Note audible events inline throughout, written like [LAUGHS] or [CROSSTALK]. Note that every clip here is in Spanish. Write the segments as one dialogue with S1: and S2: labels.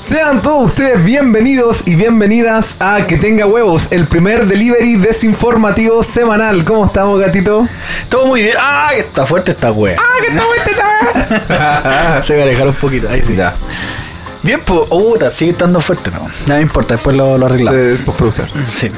S1: Sean todos ustedes bienvenidos y bienvenidas a Que Tenga Huevos, el primer delivery desinformativo semanal. ¿Cómo estamos, gatito?
S2: Todo muy bien. ¡Ah! que Está fuerte
S1: [LAUGHS]
S2: esta wea.
S1: ¡Ah, que estamos
S2: Se me alejaron un poquito. Ahí sí.
S1: Ya,
S2: Bien, pues. puta, sigue estando fuerte, no. No me importa, después lo, lo arreglamos.
S1: de [LAUGHS] postproducción.
S2: Sí.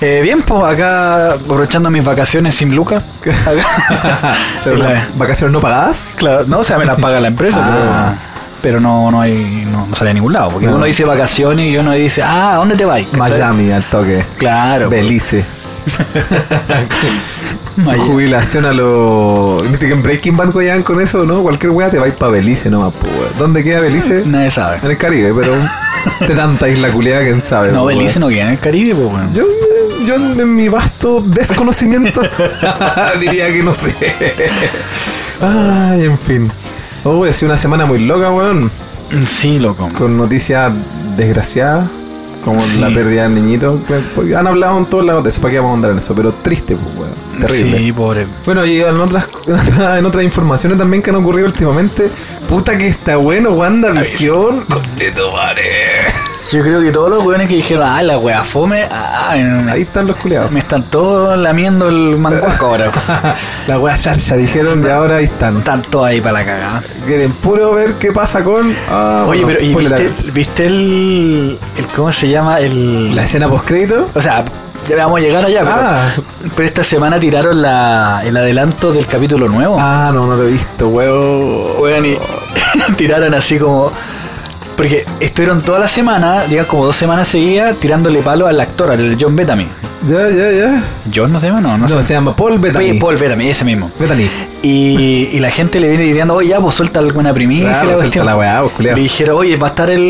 S2: Eh, bien, pues acá aprovechando mis vacaciones
S1: [LAUGHS]
S2: sin lucas. Acá-
S1: Claro,
S2: La-
S1: ¿Vacaciones no pagadas?
S2: claro, no, o sea, me las paga la empresa,
S1: Ah.
S2: pero, pero no, no, hay, no, no sale a ningún lado. Porque
S1: No.
S2: uno dice vacaciones y uno dice, ah, ¿a dónde te vas? ¿Cachai?
S1: Miami al toque.
S2: Claro. pues, [LAUGHS]
S1: Belice. Su
S2: Miami.
S1: jubilación a lo. ¿Viste que en Breaking Bad juegan con eso, no? Cualquier weá te vais para Belice nomás, po, weón. ¿Dónde queda Belice?
S2: Nadie sabe.
S1: En el Caribe, pero.
S2: [LAUGHS]
S1: De tanta isla culiada, quién sabe.
S2: No,
S1: po,
S2: Belice no queda en el Caribe, pues, weón.
S1: Yo, yo en mi vasto desconocimiento [LAUGHS] diría que no sé. Ay, en fin. Oh, ha sido una semana muy loca, weón.
S2: Sí, loco.
S1: Con noticias desgraciadas, como
S2: Sí.
S1: la pérdida del niñito. que- pues, Han hablado en todos lados de eso, ¿para qué vamos a andar en eso? Pero triste, pues, weón. Terrible.
S2: Sí, pobre.
S1: Bueno, y en otras, [LAUGHS] en otras informaciones también que han ocurrido últimamente. Puta que está bueno, WandaVision. Conchetumare.
S2: Yo creo que todos los weones que dijeron, ah, la wea fome, ah, en-
S1: Ahí están los culiados.
S2: me están todos lamiendo el manguaco ahora.
S1: [LAUGHS] La wea charcha, dijeron, de ahora ahí están.
S2: están todos ahí para la cagada.
S1: Quieren puro ver qué pasa con. Ah,
S2: Oye,
S1: bueno,
S2: pero ¿y
S1: ponle la-
S2: viste, viste el, el- ¿Cómo se llama? El.
S1: la escena post-crédito.
S2: O sea, ya vamos a llegar allá, pero,
S1: Ah.
S2: pero esta semana tiraron la, el adelanto del capítulo nuevo.
S1: Ah, no, no lo he visto, huevo.
S2: Weón, y [LAUGHS] tiraron así como. Porque estuvieron toda la semana, digamos como dos semanas seguidas, tirándole palo al actor, al John Bethany.
S1: Ya, ya, ya.
S2: ¿John no se llama? No,
S1: No,
S2: no, sé.
S1: se llama Paul Bettany.
S2: Oye, Paul Bethany, ese mismo.
S1: Bettany.
S2: Y, y la gente le viene diciendo, oye, ya, pues suelta alguna primicia.
S1: Claro, suelta
S2: cuestión".
S1: la weá, pues, culiao.
S2: Le dijeron, oye, va a estar el,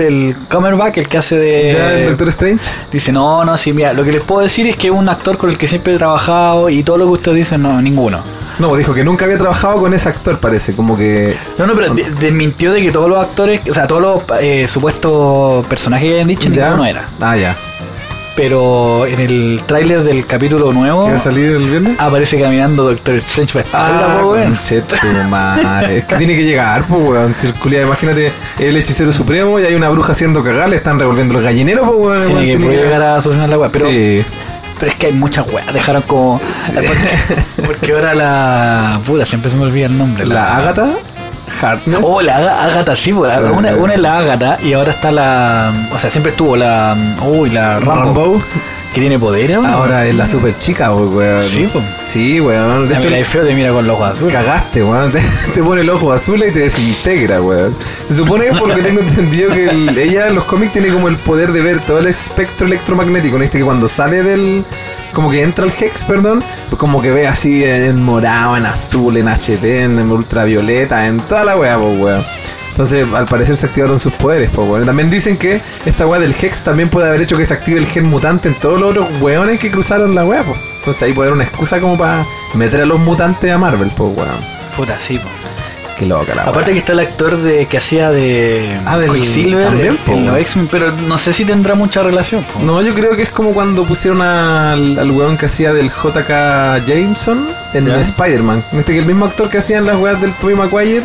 S2: el Comerback, el que hace
S1: Ya, el
S2: de.
S1: Doctor Strange.
S2: Dice, no, no, sí, mira, lo que les puedo decir es que es un actor con el que siempre he trabajado y todo lo que ustedes dicen, no, ninguno.
S1: No, pues dijo que nunca había trabajado con ese actor, parece. Como que.
S2: No, no, pero de- desmintió de que todos los actores, o sea, todos los eh, supuestos personajes que habían dicho,
S1: ya.
S2: ninguno era.
S1: Ah, ya.
S2: Pero en el tráiler del capítulo nuevo
S1: ¿Iba a salir el viernes?
S2: aparece caminando Doctor Strange para espalda, po, Ah, weón.
S1: Ah, madre. Es que tiene que llegar, pues, weón. Si el culiao, imagínate el hechicero supremo y hay una bruja haciendo cagar, le están revolviendo el gallinero, pues, weón.
S2: Tiene que
S1: Tiene que
S2: poder llegar a solucionar la weá, pero
S1: Sí.
S2: Pero es que hay muchas weas, dejaron como. Porque, porque ahora la. Puta, siempre se me olvida el nombre.
S1: La Agatha Harkness.
S2: Oh, la Aga- Agatha, sí, po, la- una, una es la Agatha y ahora está la. O sea, siempre estuvo la. Uy, la Rambo.
S1: Rambo.
S2: Que tiene poder ahora.
S1: Ahora es la super chica, po, weón.
S2: Sí, po.
S1: Sí, weón. De
S2: De
S1: hecho,
S2: mira, es feo te mira con los ojos azules.
S1: cagaste, weón. [LAUGHS] Te, te pone el ojo azul y te desintegra, weón. Se supone que por lo que tengo entendido que el- ella en los cómics tiene como el poder de ver todo el espectro electromagnético. ¿No viste que cuando sale del. Como que entra el Hex, perdón, pues como que ve así en morado, en azul, en HD, en ultravioleta, en toda la weá, pues weón. Entonces, al parecer se activaron sus poderes, pues weón. También dicen que esta weá del Hex también puede haber hecho que se active el gen mutante en todos los otros weones que cruzaron la weá, pues. Entonces ahí puede haber una excusa como para meter a los mutantes a Marvel, pues weón.
S2: Puta, sí, po.
S1: Qué loca la
S2: Aparte que está el actor de que hacía de
S1: Ah, del-
S2: Silver
S1: también, po.
S2: en los X-Men, pero no sé si tendrá mucha relación. pues. po.
S1: weá. No, yo creo que es como cuando pusieron al, al weón que hacía del JK Jameson en
S2: Ya.
S1: Spider-Man. Viste que el mismo actor que hacían las weas del Tobey Maguire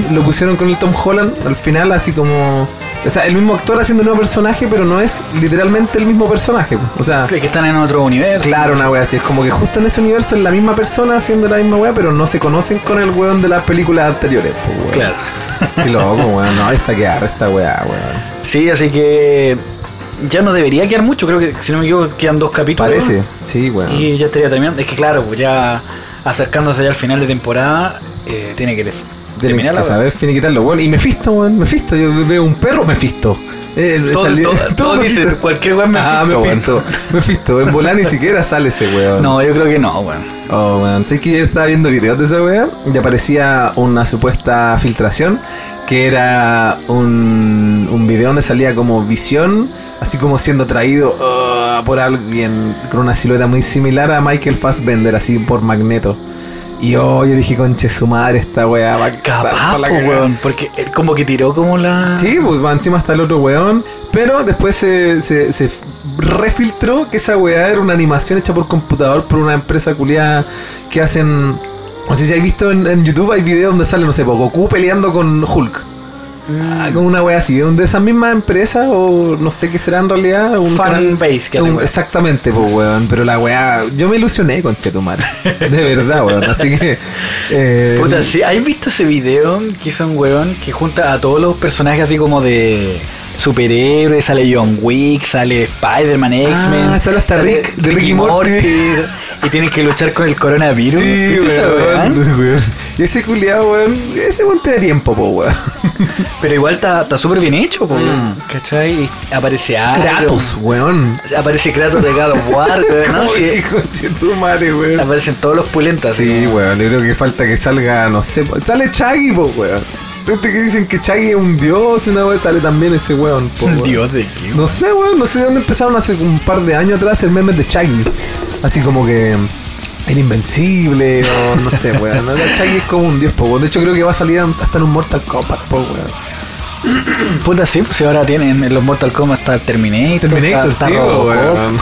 S2: Ujú.
S1: lo pusieron con el Tom Holland al final, así como. O sea, el mismo actor haciendo un nuevo personaje, pero no es literalmente el mismo personaje. O sea,
S2: Que están en otro universo.
S1: claro, una wea así. Es como que justo en ese universo es la misma persona haciendo la misma wea, pero no se conocen con el weón de las películas anteriores. pues, weón.
S2: Claro.
S1: Qué loco, weón. No, esta que arde esta wea, weón.
S2: Sí, así que ya no debería quedar mucho, creo que si no me equivoco quedan dos capítulos.
S1: Parece, sí, weón.
S2: Y ya estaría terminando. Es que claro, pues ya acercándose ya al final de temporada, eh, tiene que te-
S1: Tienen
S2: terminar
S1: que
S2: la
S1: saber finiquitarlo, weón. Y Mephisto, weón. Mephisto. Yo veo un perro Mephisto. Eh,
S2: Todo-
S1: salió-
S2: todo-
S1: [LAUGHS]
S2: todo dice,
S1: Mephisto.
S2: cualquier weón
S1: Ah,
S2: Mephisto,
S1: Mephisto. Mephisto. En volar ni siquiera sale ese weón.
S2: No, yo creo que no, weón.
S1: Oh, weón. Sé que yo estaba viendo videos de esa weá y aparecía una supuesta filtración que era un, un video donde salía como visión, así como siendo traído ah, por alguien con una silueta muy similar a Michael Fassbender, así por magneto. Y oh, yo dije, conche su madre, esta weá va a estar
S2: Capaz,
S1: pa' la
S2: po,
S1: cagada".
S2: weón, porque él como que tiró como la...
S1: Sí, pues va encima está el otro weón. Pero después se, se, se refiltró que esa weá era una animación hecha por computador por una empresa culiada que hacen. No sé si habéis visto en, en YouTube, hay videos donde sale, no sé, po, Goku peleando con Hulk.
S2: mm,
S1: Ah, como una wea así, un de esas mismas empresas o no sé qué será en realidad. Un
S2: Fan base que
S1: un-
S2: tengo.
S1: Exactamente, pues weón. Pero la wea, yo me ilusioné con Chetumar. [LAUGHS] De verdad, weón. Así que. eh,
S2: Puta, sí, ¿has visto ese video que hizo un weón que junta a todos los personajes así como de superhéroes? Sale John Wick, sale Spider-Man, X-Men.
S1: Ah, sale hasta Rick, de Rick y Morty.
S2: Y tienen que luchar con el
S1: Sí,
S2: coronavirus. ¿Viste esa weá?
S1: weón, weón. Y ese culiado, weón, ese weón te da tiempo, po,
S2: [LAUGHS]
S1: weón.
S2: Pero igual está está súper bien hecho, po, weón.
S1: Mm.
S2: ¿cachai? Y Aparece Iron-
S1: Kratos, weón.
S2: Aparece Kratos de God
S1: [LAUGHS]
S2: of War, weón, ¿no?
S1: Como
S2: Sí,
S1: que conchetumare, weón.
S2: aparecen todos los pulentas.
S1: Sí,
S2: así como-
S1: weón, yo creo que falta que salga, no sé, po- sale Chaggy, po, weón. Gente que dicen que Chaggy es un dios y una vez sale también ese weón, po, weón.
S2: Dios de qué,
S1: No sé, weón, no sé de dónde empezaron hace un par de años atrás el meme de Chaggy. Así como que era invencible o no sé, weón. [LAUGHS] ¿no? Chaggy es como un dios, po, weón. De hecho creo que va a salir hasta en un Mortal Kombat, po, weón.
S2: Puta, sí, pues si ahora tienen en los Mortal Kombat está Terminator.
S1: Terminator,
S2: está,
S1: sí,
S2: está
S1: [LAUGHS]
S2: Robocop.
S1: weón.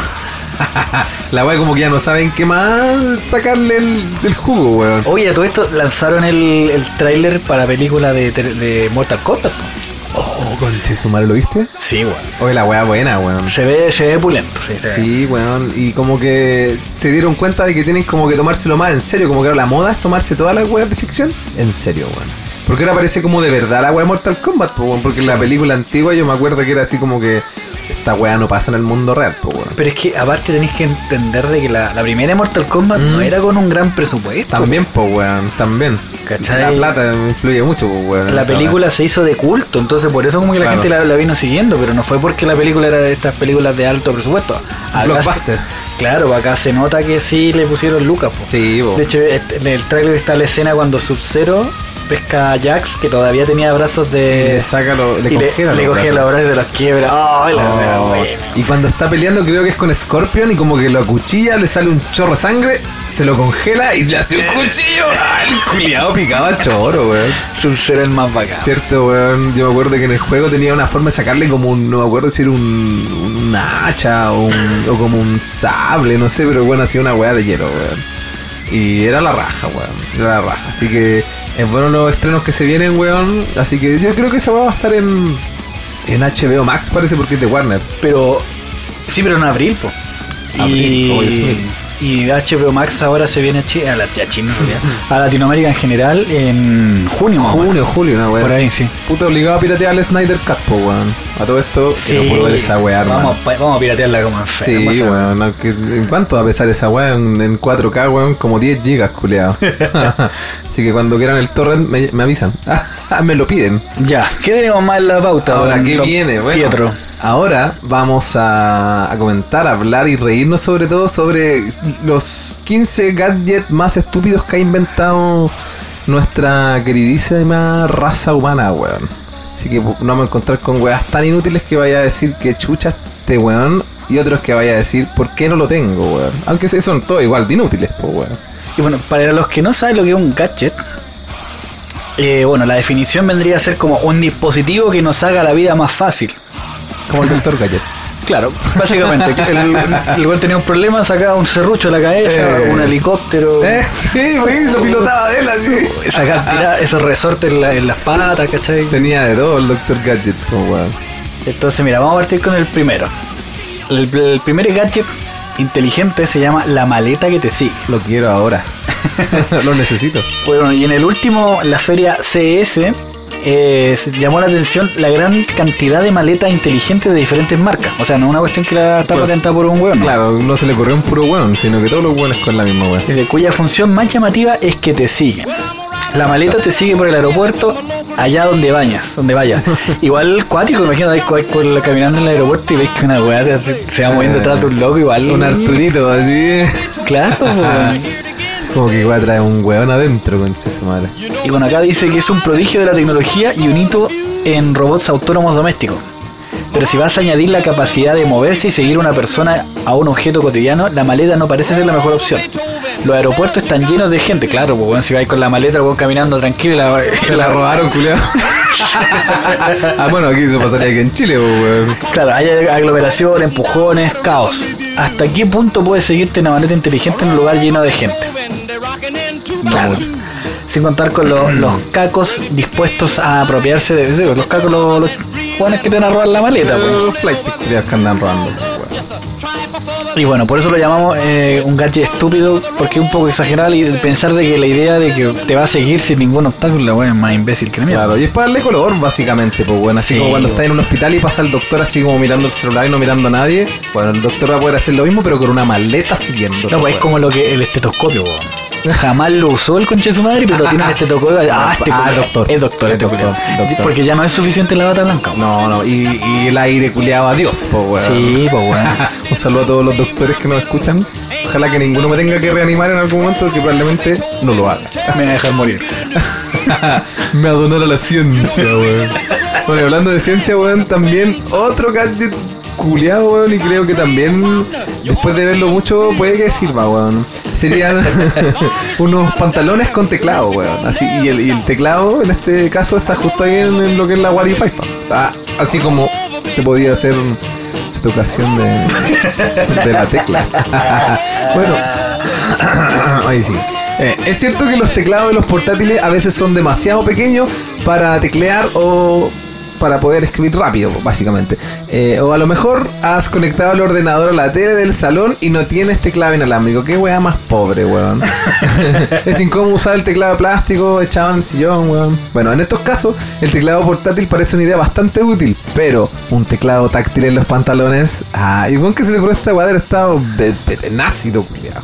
S1: La weá como que ya no saben qué más sacarle el, del jugo, weón.
S2: Oye, a todo esto lanzaron el, el tráiler para película de, ter- de Mortal Kombat. po.
S1: Oh, conche, su madre, ¿lo viste?
S2: Sí, weón.
S1: Oye, la weá buena, weón.
S2: Se ve, se ve pulento, sí. se ve.
S1: Sí, weón. Y como que se dieron cuenta de que tienen como que tomárselo más en serio. Como que ahora la moda es tomarse todas las weas de ficción en serio, weón. Porque ahora parece como de verdad la wea de Mortal Kombat, po, weón. Porque en la película antigua yo me acuerdo que era así como que esta wea no pasa en el mundo real, po, weón.
S2: Pero es que aparte tenéis que entender de que la, la primera Mortal Kombat no
S1: Mm.
S2: era con un gran presupuesto.
S1: También, po, weón. También.
S2: ¿Cachai?
S1: La plata influye mucho, po, weón. en
S2: La
S1: esa
S2: película se hizo de culto, entonces por eso como que la
S1: Claro.
S2: gente la, la vino siguiendo, pero no fue porque la película era de estas películas de alto presupuesto. Acá
S1: Blockbuster.
S2: se- claro, acá se nota que sí le pusieron lucas. po.
S1: wea. Sí, po.
S2: De hecho, este- en el trailer está la escena cuando Sub-Zero pesca a Jax, que todavía tenía brazos de...
S1: Y Eh, le saca lo- le
S2: y
S1: congela
S2: le
S1: los
S2: congela
S1: brazos.
S2: los brazos y se los quiebra. Ah, ¡Ay, la wea
S1: Oh,
S2: buena!
S1: y cuando está peleando creo que es con Scorpion y como que lo acuchilla, le sale un chorro de sangre, se lo congela y le hace
S2: Eh.
S1: un cuchillo. ¡Ah, el culiado picaba al choro, weón.
S2: Sub-Zero es más bacán.
S1: Cierto, weón. Yo me acuerdo que en el juego tenía una forma de sacarle como un, no me acuerdo si era un, un hacha o, un- o como un sable, no sé, pero bueno, hacía una weá de hielo, weón. Y era la raja, weón. Era la raja. Así que es bueno los estrenos que se vienen, weón. Así que yo creo que esa weá va a estar en, en HBO Max, parece, porque es de Warner.
S2: Pero... Sí, pero en abril, po.
S1: Abril, oh,
S2: y,
S1: eso
S2: y HBO Max ahora se viene a, Chi- a, la, a China, en realidad. a Latinoamérica en general en junio. más o menos.
S1: Junio, julio, una weá.
S2: Por
S1: así.
S2: ahí, sí.
S1: Puta obligado a piratear al Snyder Cut, po, weón. A todo esto, quiero poder esa weá, hermano.
S2: vamos, a, pa- vamos a piratearla como
S1: Sí,
S2: enfermo. o sea,
S1: weón. no, que- ¿En cuánto va a pesar esa weá? En, en 4K, weón, como 10 gigas, culeado. Así que cuando quieran el torrent, me, me avisan. [LAUGHS] me lo piden.
S2: Ya, ¿qué tenemos más en la pauta?
S1: Ahora,
S2: don-
S1: ¿qué
S2: don
S1: viene? Bueno,
S2: Pietro.
S1: ahora vamos a, a comentar, a hablar y reírnos sobre todo sobre los 15 gadgets más estúpidos que ha inventado nuestra queridísima raza humana, weón. Así que pues, nos vamos a encontrar con weas tan inútiles que vaya a decir que chucha este weón y otros que vaya a decir por qué no lo tengo, weón. Aunque sí son todos igual de inútiles, pues, weón.
S2: Y bueno, para los que no saben lo que es un gadget, eh, bueno, la definición vendría a ser como un dispositivo que nos haga la vida más fácil.
S1: Como el doctor
S2: [LAUGHS]
S1: Gadget.
S2: Claro, básicamente, el, el güey tenía un problema, sacaba un serrucho de la cabeza,
S1: Eh.
S2: un helicóptero,
S1: Eh, sí, weón, lo pilotaba de él así.
S2: sacaba tira- esos resortes en, la- en las patas, ¿cachai?
S1: Tenía de todo el doctor Gadget, pues, weón.
S2: Entonces, mira, vamos a partir con el primero. El, el primer gadget inteligente se llama la maleta que te sigue.
S1: Lo quiero
S2: [LAUGHS]
S1: ahora. lo necesito.
S2: Bueno, y en el último, la feria CS, eh, se llamó la atención la gran cantidad de maletas inteligentes de diferentes marcas. O sea, no es una cuestión que la está
S1: Pues,
S2: patentada por un hueón.
S1: Claro, no se le corrió un puro weón, sino que todos los weones con la misma weón.
S2: Dice, cuya función más llamativa es que te sigue. La maleta te sigue por el aeropuerto allá donde bañas, donde vayas. Igual cuático, imagínate vais cu- cu- caminando en el aeropuerto y ves que una weá te- se, se va moviendo atrás de un loco igual.
S1: Un Arturito, así.
S2: Claro, pues.
S1: Como que igual trae un weón adentro, concha su madre.
S2: Y bueno, acá dice que es un prodigio de la tecnología y un hito en robots autónomos domésticos. Pero si vas a añadir la capacidad de moverse y seguir una persona a un objeto cotidiano, la maleta no parece ser la mejor opción. Los aeropuertos están llenos de gente, claro, pues bueno, si vais con la maleta, vos caminando tranquilo, y la, [LAUGHS] y
S1: Se la robaron,
S2: [LAUGHS]
S1: culiao. ah, bueno, aquí eso pasaría que en Chile, weón.
S2: Claro, hay aglomeración, empujones, caos. ¿Hasta qué punto puede seguirte una maleta inteligente en un lugar lleno de gente? Claro.
S3: Claro.
S2: Sin contar con lo-
S1: Mm.
S2: los cacos dispuestos a apropiarse de. de- los cacos, los, los hueones que te van a robar la maleta, pues.
S1: Pero los flights culiados que andan robando. weón.
S2: Y bueno, por eso lo llamamos eh, un gadget estúpido, porque es un poco exagerado y pensar de que la idea de que te va a seguir sin ningún obstáculo, la weá es más imbécil que la mierda.
S1: Claro, y es para darle color, básicamente, pues bueno. Así
S2: Sí,
S1: como cuando
S2: weón.
S1: estás en un hospital y pasa el doctor así como mirando el celular y no mirando a nadie. Bueno, el doctor va a poder hacer lo mismo, pero con una maleta siguiendo.
S2: No, pues es como lo que el estetoscopio, weón. Jamás lo usó el conche de su madre, pero tiene
S1: [LAUGHS]
S2: el estetoscopio. Ah, este
S1: Ah,
S2: culiao.
S1: doctor.
S2: Es doctor,
S1: Es
S2: este
S1: doctor,
S2: culiao.
S1: doctor.
S2: Porque ya no es suficiente la bata blanca. weón.
S1: No, no, y, y el aire culiado a Dios, po, weón.
S2: Sí, pues weón.
S1: [LAUGHS] Un saludo a todos los doctores que nos escuchan. Ojalá que ninguno me tenga que reanimar en algún momento, que probablemente no lo haga.
S2: Me van a dejar morir.
S1: [LAUGHS] me adonó a la ciencia, weón. Bueno, y hablando de ciencia, weón, también otro gadget culiado, weón, y creo que también, después de verlo mucho, puede que sirva, weón. Serían [LAUGHS] unos pantalones con teclado, weón. Así, y el, y el teclado, en este caso, está justo ahí en, en lo que es la Wari Faifa. Ah, así como te podía hacer su tocación de, de la tecla. [LAUGHS] bueno, [COUGHS] Ahí sí. Eh, es cierto que los teclados de los portátiles a veces son demasiado pequeños para teclear o para poder escribir rápido, básicamente. Eh, o a lo mejor has conectado el ordenador a la tele del salón y no tienes teclado inalámbrico. Qué weá más pobre, weón. [LAUGHS] es incómodo usar el teclado plástico echado en el sillón, weón. Bueno, en estos casos, el teclado portátil parece una idea bastante útil, pero un teclado táctil en los pantalones. Ah, y weón que se le ocurrió a esta weá del estado be- betenácido, culiao.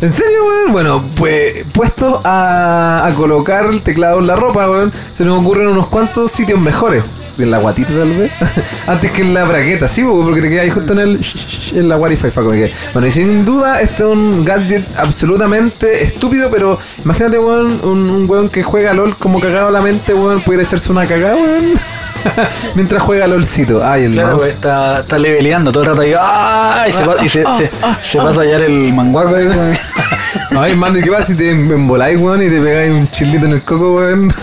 S1: ¿En serio, weón? Bueno, pues puesto a, a colocar el teclado en la ropa, weón, se nos ocurren unos cuantos sitios mejores. En la guatita, tal vez. [LAUGHS] Antes que en la bragueta, sí, weón, porque te quedas ahí justo en, el, en la Wi-Fi. Faco, que- Bueno, y sin duda, este es un gadget absolutamente estúpido, pero imagínate, weón, un, un weón que juega LOL como cagado a la mente, weón, pudiera echarse una cagada, weón. [LAUGHS] Mientras juega LOLcito. Ay, el
S2: Claro, pues,
S1: mouse.
S2: weón, está, está leveleando todo el rato ahí. ¡Ah! Y se, va- y se, se- se pasa a hallar el manguardo ahí, weón.
S1: Ay, mano, ¿y qué pasa si te emboláis, weón, y te pegáis un chilito en el coco, [LAUGHS] weón?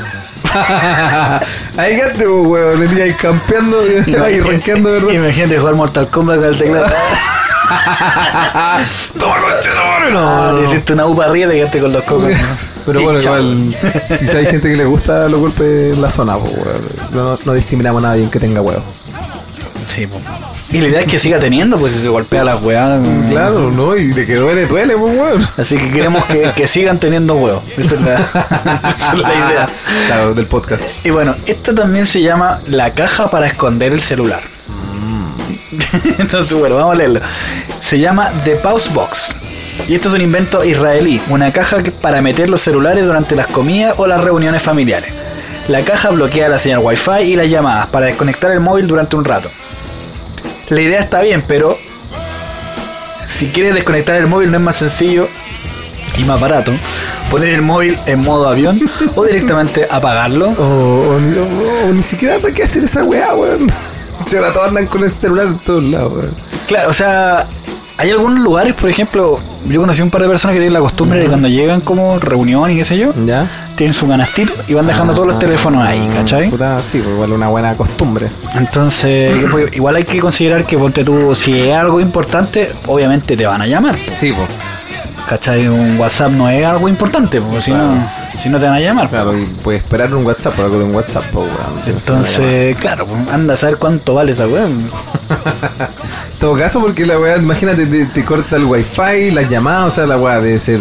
S1: Ahí gaste, po, weón, le tiráis campeando, y te vais rankeando, ¿verdad?
S2: Imagínate jugar Mortal Kombat con el [LAUGHS] teclado.
S1: ¡Toma, conchetumare! No,
S2: Ah,
S1: no,
S2: Te
S1: no.
S2: hiciste una upa arriba y te quedaste con los cocos. ¿no?
S1: Pero
S2: Y
S1: bueno,
S2: chao.
S1: igual, si hay gente que le gusta los golpes en la zona, po, weón. No, no discriminamos a nadie en que tenga huevos.
S2: Sí, po. Y la idea es que siga teniendo, pues si se golpea las weas. mm.
S1: Claro, ¿no? Y de que duele, duele, pues, [LAUGHS] weón.
S2: Así que queremos que, que sigan teniendo huevos. Esa es la, [LAUGHS] esa es la idea.
S1: Claro, del podcast.
S2: Y bueno, esta también se llama la caja para esconder el celular. [LAUGHS] Entonces, bueno, vamos a leerlo. Se llama The Pause Box. Y esto es un invento israelí, una caja que- para meter los celulares durante las comidas o las reuniones familiares. La caja bloquea la señal Wi-Fi y las llamadas para desconectar el móvil durante un rato. La idea está bien, pero si quieres desconectar el móvil no es más sencillo y más barato poner el móvil en modo avión o directamente apagarlo
S1: O, o ni, o- o ni siquiera para qué hacer esa weá, weón. [LAUGHS] Si ahora todos andan con el celular en todos lados, weón.
S2: Claro, o sea, hay algunos lugares, por ejemplo, yo conocí un par de personas que tienen la costumbre de cuando llegan como reunión y qué sé yo,
S1: ¿Ya?
S2: tienen su canastito y van dejando todos los teléfonos ahí, ¿cachai?
S1: Ah, Puta, sí, pues igual una buena costumbre.
S2: Entonces, pues, igual hay que considerar que ponte tú, si es algo importante, obviamente te van a llamar,
S1: Sí, pues.
S2: ¿cachai? Un WhatsApp no es algo importante, porque si, no, si no te van a llamar.
S1: Claro, y puedes esperar un WhatsApp, por algo de un WhatsApp, pues, weón.
S2: Entonces, claro, pues, anda a saber cuánto vale esa weá.
S1: En todo caso, porque la weá, imagínate, te, te corta el wifi, las llamadas, o sea, la weá debe ser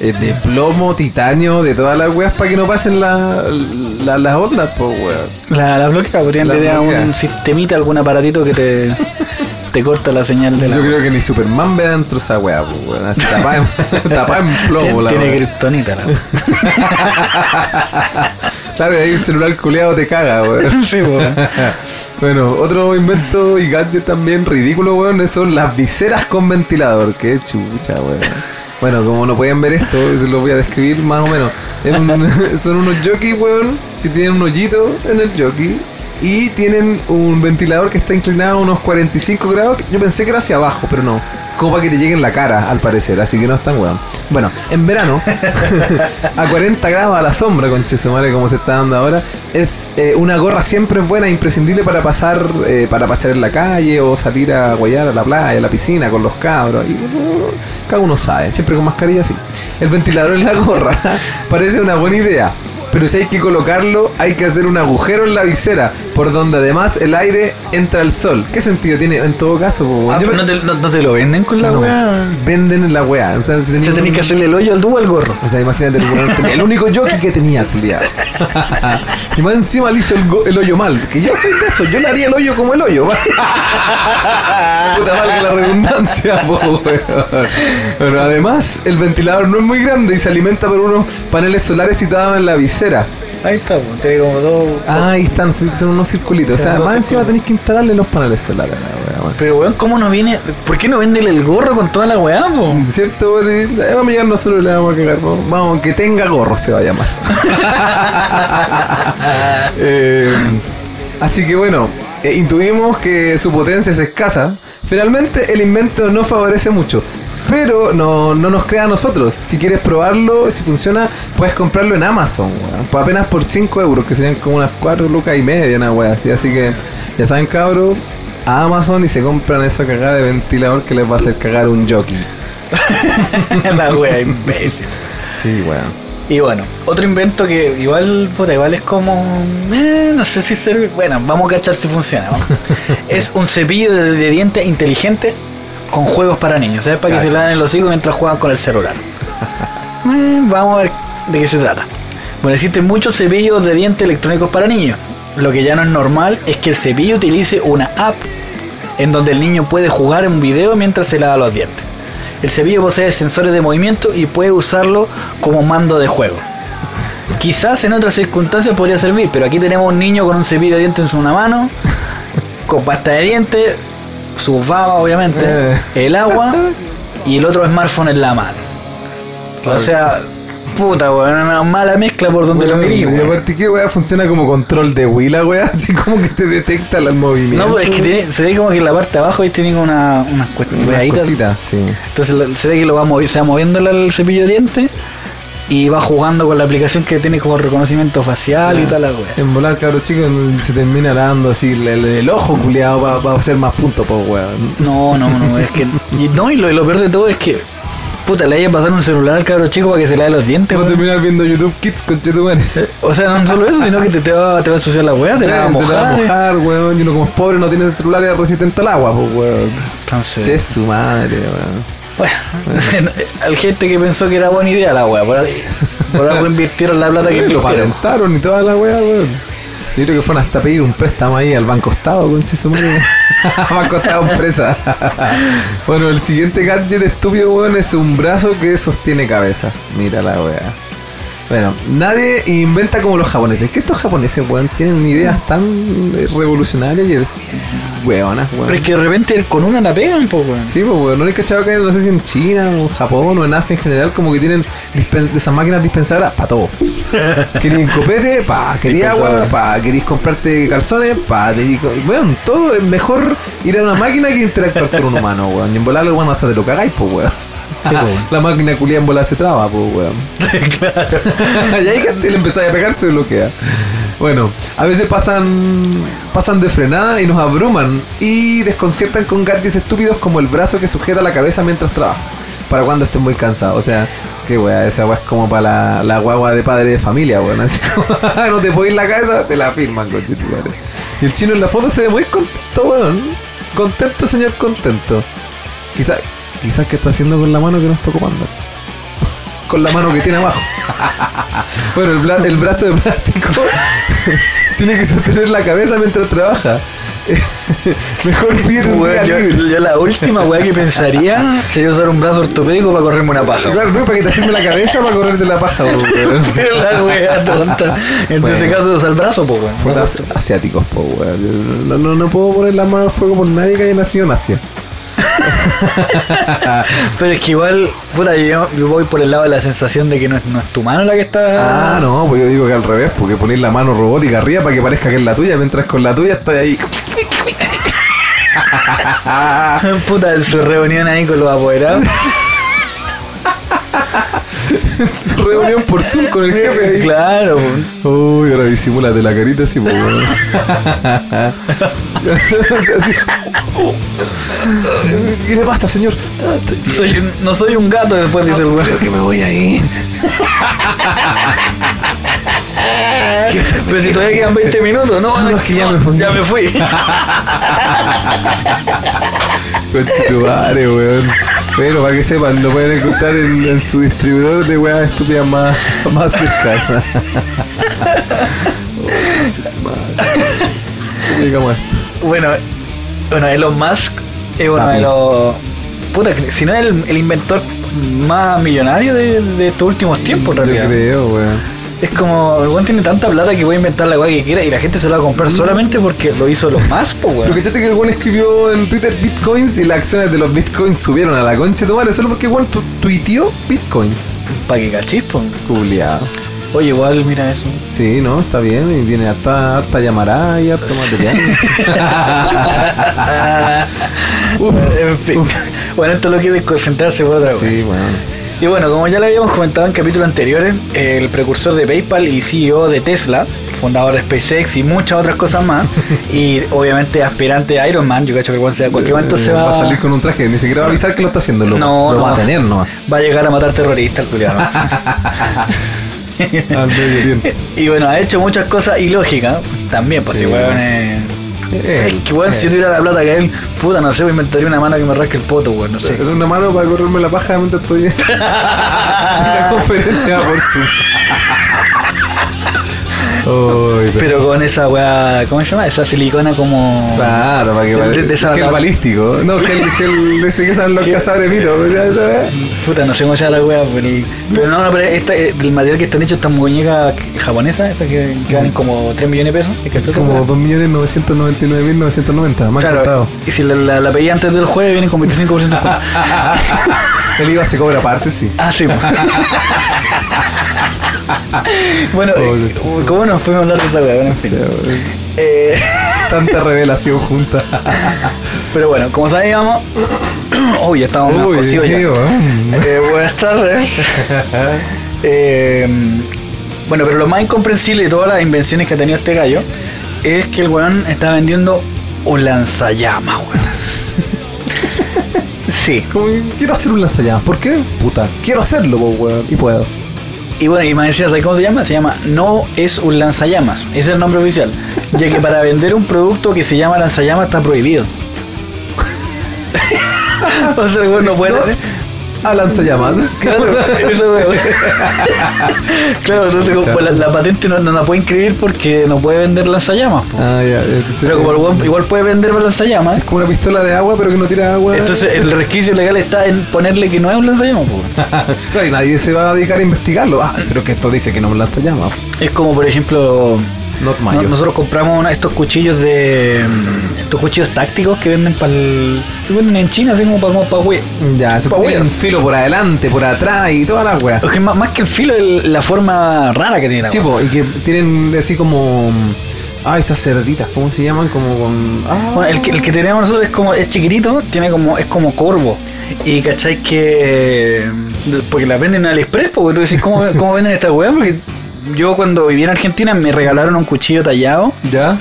S1: eh, de plomo, titanio, de todas las weas para que no pasen la- la- las ondas, pues, weón.
S2: La, la bloquea, porque tienen
S1: La
S2: la idea
S1: bloquea.
S2: un sistemita, algún aparatito que te, te corta la señal de la
S1: Yo creo que ni Superman ve dentro esa weá, pues, weón. Así tapa en, [LAUGHS] tapa en plomo,
S2: Tien-
S1: la
S2: Tiene
S1: weá.
S2: kriptonita la wea.
S1: Claro, y ahí el celular culeado te caga, weón. [LAUGHS]
S2: [LAUGHS] Sí, Ah, weón.
S1: Bueno, otro invento y gadget también ridículo, weón, son las viseras con ventilador. Qué chucha, weón. Bueno, como no pueden ver esto, se lo voy a describir [LAUGHS] más o menos. Es un- son unos jockeys, weón, que tienen un hoyito en el jockey. Y tienen un ventilador que está inclinado a unos 45 grados. Yo pensé que era hacia abajo, pero no. Como para que te llegue en la cara, al parecer. Así que no es tan weón. Bueno, en verano, [LAUGHS] a 40 grados a la sombra, conche su madre, como se está dando ahora. Es eh, una gorra siempre es buena, imprescindible para pasar eh, para pasar en la calle o salir a guayar a la playa, a la piscina con los cabros. Y, uh, cada uno sabe, siempre con mascarilla así. El ventilador en la gorra [LAUGHS] parece una buena idea pero si hay que colocarlo, hay que hacer un agujero en la visera, por donde además el aire entra al sol. ¿Qué sentido tiene en todo caso? po?
S2: Ah,
S1: Yo me-
S2: pero no, te, no- no te lo venden con la
S1: No,
S2: weá.
S1: Venden la weá. O sea, si
S2: O
S1: tenía
S2: sea, tenés
S1: un-
S2: que hacerle el hoyo al dúo al gorro.
S1: o sea, imagínate el, weón tenía- el único jockey que tenía el
S2: [LAUGHS]
S1: día. y más encima le hizo el, go- el hoyo mal. Que yo soy de eso, yo le haría el hoyo como el hoyo. [LAUGHS] Puta valga la redundancia, po, weón. Bueno, además, el ventilador no es muy grande y se alimenta por unos paneles solares situados en la visera.
S2: Ahí está, pues, te ve como dos.
S1: Ah, ahí están, sí, son unos circulitos. O
S2: Son
S1: sea,
S2: dos
S1: más encima
S2: circulitos.
S1: tenés que instalarle los paneles solares. a la wea,
S2: Pero weón, ¿cómo no viene? ¿Por qué no venden el gorro con toda la weá, [LAUGHS] po?
S1: weón. [LAUGHS] ¿Cierto? weón? Y, eh, Vamos a llegar nosotros y le vamos a cagar. Vamos, vamos, que tenga gorro se va a llamar. [LAUGHS] Eh, así que bueno, eh, intuimos que su potencia es escasa. Finalmente, el invento no favorece mucho. Pero no, no nos crea a nosotros. Si quieres probarlo, si funciona, puedes comprarlo en Amazon, weón. Por apenas por 5 euros, que serían como unas 4 lucas y media, una wea así. Así que, ya saben, cabros, a Amazon y se compran esa cagada de ventilador que les va a hacer cagar un jockey.
S2: la weá, imbécil.
S1: Sí, weón.
S2: Y bueno, otro invento que igual, puta, igual es como. eh, no sé si sirve. Bueno, vamos a cachar si funciona. [LAUGHS] vamos. es un cepillo de, de dientes inteligente con juegos para niños. ¿Sabes? Para que
S1: Cacha.
S2: se le dan el hocico mientras juegan con el celular. Eh, vamos a ver de qué se trata. Bueno, existen muchos cepillos de dientes electrónicos para niños. Lo que ya no es normal es que el cepillo utilice una app en donde el niño puede jugar en un video mientras se lava los dientes. El cepillo posee sensores de movimiento y puede usarlo como mando de juego. Quizás en otras circunstancias podría servir, pero aquí tenemos un niño con un cepillo de dientes en una mano, con pasta de dientes, su baba obviamente,
S1: Eh.
S2: el agua y el otro smartphone en la mano. O
S1: Claro.
S2: sea, puta, weón, una mala mezcla por donde lo
S1: Weón,
S2: mirís,
S1: Y
S2: weón.
S1: aparte que weá funciona como control de Wii la weá, [LAUGHS] así como que te detecta el movimiento.
S2: No, es que tiene- se ve como que en la parte de abajo ahí tiene como una, unas
S1: Unas
S2: cuestiones.
S1: cositas, sí.
S2: Entonces lo- se ve que lo va movi- se va moviendo el- el cepillo de dientes y va jugando con la aplicación que tiene como reconocimiento facial y tal la wea.
S1: En volar, cabros chicos, se termina dando así el, el- el ojo culiado va, va a hacer más puntos, po, weón.
S2: No, no, no, es que. y no, y lo, y lo peor de todo es que. Puta, le haya pasado un celular al cabro chico para que se lave los dientes.
S1: Vamos a
S2: weón.
S1: terminar viendo YouTube Kids con Chetumare.
S2: O sea, no solo eso, sino que te, te va, te va a ensuciar la weá, te la va
S1: [LAUGHS]
S2: a mojar. eh.
S1: mojar, weón. Y uno como es pobre no tiene celulares resistente al agua, po, weón.
S2: eh. Entonces.
S1: Sí, es su madre, weón.
S2: Bueno, [LAUGHS] hay gente que pensó que era buena idea la weá, por, ahí- por algo invirtieron la plata que
S1: Lo
S2: invirtieron.
S1: patentaron y toda la weá, weón. Yo creo que fueron hasta pedir un préstamo ahí al Banco Estado, con madre. [LAUGHS] Banco Estado empresa. [LAUGHS] bueno, el siguiente gadget estúpido, weón, es un brazo que sostiene cabeza. Mira la weá. Bueno, nadie inventa como los japoneses. Que estos japoneses, weón, tienen ideas tan eh, revolucionarias y y weonas, weón.
S2: Pero es que de repente con una la pegan, po, weón.
S1: Sí, pues, weón. No les cachaba que no sé si en China o en Japón o en Asia en general, como que tienen dispen- de esas máquinas dispensadoras para
S2: [LAUGHS]
S1: todo. Querían copete, pa, quería agua,
S2: Dispensadora.
S1: pa, querías comprarte calzones, pa, te digo, weón, todo es mejor ir a una máquina que interactuar con un humano, weón. Y en volar, weón, hasta te lo cagáis, pues, weón.
S2: Sí, po, weón.
S1: [LAUGHS] La máquina culia en volar se traba, pues, weón. [LAUGHS] y ahí que le empezáis a pegar, se bloquea. Bueno, a veces pasan pasan de frenada y nos abruman y desconciertan con gadgets estúpidos como el brazo que sujeta la cabeza mientras trabajo. Para cuando estén muy cansados. O sea, qué wea, esa wea es como para la, la guagua de padre de familia, weón. Así como, [LAUGHS] no te puedo ir la cabeza, te la firman, coche tu madre. Y el chino en la foto se ve muy contento, weón. Contento, señor, contento. Quizás, quizás que está haciendo con la mano que no está ocupando. Con la mano que tiene [LAUGHS] abajo. Bueno, el, bla- el brazo de [LAUGHS] plástico tiene que sostener la cabeza mientras trabaja. [LAUGHS] Mejor pídete un día
S2: Weón, yo,
S1: libre.
S2: yo la última weá que pensaría sería usar un brazo ortopédico para correrme una paja.
S1: Claro, no, para que te firme la cabeza para correrte la paja, bro, weón.
S2: Pero [LAUGHS] la weá tonta. En
S1: Bueno.
S2: ese caso usa el brazo, po, weón.
S1: Puta,
S2: Brazo
S1: asiáticos, po, weón. Yo No, no, no puedo poner la mano al fuego por nadie que haya nacido en Asia.
S2: Pero es que igual, puta, yo, yo voy por el lado de la sensación de que no es, no es tu mano la que está.
S1: Ah, no, pues yo digo que al revés, porque poner la mano robótica arriba para que parezca que es la tuya, mientras con la tuya está ahí. [LAUGHS]
S2: Ah, [LAUGHS] Puta, en su reunión ahí con los [LAUGHS] apoderados.
S1: Su reunión por Zoom con el jefe [LAUGHS] ahí.
S2: claro,
S1: Uy, ahora disimula de la carita así, pues. weón. ¿Qué le pasa, señor?
S2: soy un- no soy un gato después dice el weón.
S1: que me voy a ir.
S2: Pero si todavía quedan 20 minutos, no, no, es que ya me fui. Ya me fui. [LAUGHS]
S1: Conchetumare, weón. Bueno, para que sepan, lo pueden encontrar en, en su distribuidor de weas estúpidas más, más [LAUGHS] cercana. Oh, conchetumare. ¿Cómo llegamos a esto?
S2: Bueno, bueno, Elon Musk es uno
S1: Papi.
S2: de los. Puta, si no es el, el inventor más millonario de, de estos últimos tiempos,
S1: Yo
S2: en realidad.
S1: creo, weón.
S2: Es como, el weón tiene tanta plata que puede inventar la weá que quiera y la gente se la va a comprar solamente porque lo hizo Elon Musk, po,
S1: Pero
S2: weón.
S1: cachate que el weón escribió en Twitter bitcoins y las acciones de los bitcoins subieron a la concha de tu madre solo porque el weón tu- tuiteó bitcoins.
S2: Pa' que cachis, po.
S1: Culeado.
S2: Oye, igual, mira eso.
S1: Sí, no, está bien, y tiene harta, harta llamarada y harto material.
S2: [LAUGHS]
S1: Uf,
S2: [LAUGHS] en fin. Bueno, esto es lo que es desconcentrarse por otra weá.
S1: sí, bueno.
S2: Y bueno, como ya le habíamos comentado en capítulos anteriores, el precursor de PayPal y CEO de Tesla, fundador de SpaceX y muchas otras cosas más, y obviamente aspirante a Iron Man, yo cacho que el weón sea cualquier momento se va,
S1: Eh, a salir con un traje, ni siquiera va a avisar que lo está haciendo, lo,
S2: No,
S1: lo va
S2: no.
S1: a tener
S2: [LAUGHS]
S1: nomás.
S2: va a llegar a matar terroristas, el culiao, ¿no?
S1: [LAUGHS] Al medio oriente.
S2: Y bueno, ha hecho muchas cosas ilógicas también, pues
S1: Sí.
S2: si weón eh,
S1: Eh,
S2: es que weón,
S1: eh.
S2: si yo tuviera la plata que él, puta, no sé, me inventaría una mano que me rasque el poto, weón, no
S1: [LAUGHS]
S2: sé.
S1: Era eh, una mano para correrme la paja mientras estoy
S2: [LAUGHS]
S1: en la conferencia por Zoom. Ay, pero-
S2: Pero con esa weá, ¿cómo se llama? Esa silicona como...
S1: Claro, para que
S2: De-
S1: pare-
S2: de- de esa-
S1: gel balístico. No,
S2: [LAUGHS]
S1: gel, gel, ese que saben los
S2: Gel-
S1: cazadores mitos. pues, ya sabes.
S2: Puta, no sé cómo se llama la wea, pero, el- pero no, no, pero esta, eh, el material que están hechos, estas muñecas japonesas, esas que, que valen como 3 millones de pesos. Es que esto es
S1: Como
S2: una-
S1: 2.999.990, más
S2: Claro,
S1: cortado.
S2: y si la, la, la pedí antes del jueves, vienen con 25% de descuento.
S1: [LAUGHS] El IVA se cobra aparte, sí.
S2: ah, sí.
S1: [LAUGHS]
S2: po. bueno,
S1: Oh,
S2: eh,
S1: muchísimo.
S2: ¿cómo nos fuimos a hablar de esta wea? Bueno, en
S1: O
S2: fin.
S1: sea, eh,
S2: Eh, [LAUGHS]
S1: Tanta revelación junta.
S2: pero bueno, como sabíamos... [CLEARS THROAT] Uy, ya estamos más
S1: Uy,
S2: cocidos ya.
S1: tío, mm.
S2: [LAUGHS] Eh, buenas tardes. Eh, bueno, pero lo más incomprensible de todas las invenciones que ha tenido este gallo es que el weón está vendiendo un lanzallamas, weón. Sí.
S1: Como que quiero hacer un lanzallamas. ¿Por qué? Puta, quiero hacerlo, po, weón. Y puedo.
S2: Y bueno, y me decía, ¿sabes cómo se llama? Se llama No es un lanzallamas. Ese es el nombre oficial. Ya que para vender un producto que se llama lanzallamas está prohibido. [LAUGHS] o sea, el weón no
S1: It's
S2: puede.
S1: not A lanzallamas.
S2: Claro, [LAUGHS] eso me- [LAUGHS] Claro, entonces como la, la patente no, no la puede inscribir porque no puede vender lanzallamas. po.
S1: [LAUGHS] Ah, ya. entonces-
S2: Pero como el weón igual puede vender lanzallamas,
S1: Es como una pistola de agua, pero que no tira agua.
S2: entonces el resquicio legal está en ponerle que no es un lanzallamas. po.
S1: [LAUGHS] Claro, y nadie se va a dedicar a investigarlo. Ah, pero que esto dice que no es un lanzallamas.
S2: Es como por ejemplo,
S1: Not
S2: no-
S1: mayo.
S2: nosotros compramos una- estos cuchillos de mm, estos cuchillos tácticos que venden para el que venden en China, así como para como para
S1: Ya, se
S2: Pa'
S1: pone
S2: weón.
S1: un filo por adelante, por atrás y todas las weas.
S2: más, más que el filo, el- la forma rara que tiene la
S1: Sí,
S2: wea.
S1: po, y que tienen así como. Ah, esas cerditas, ¿cómo se llaman? Como con. Ah,
S2: Bueno, el que, el que tenemos nosotros es como es chiquitito, tiene como es como corvo. Y cachai que mm, porque la venden en AliExpress, porque tú decís cómo, [LAUGHS] cómo venden esta weá, porque yo cuando viví en Argentina me regalaron un cuchillo tallado
S1: ¿Ya?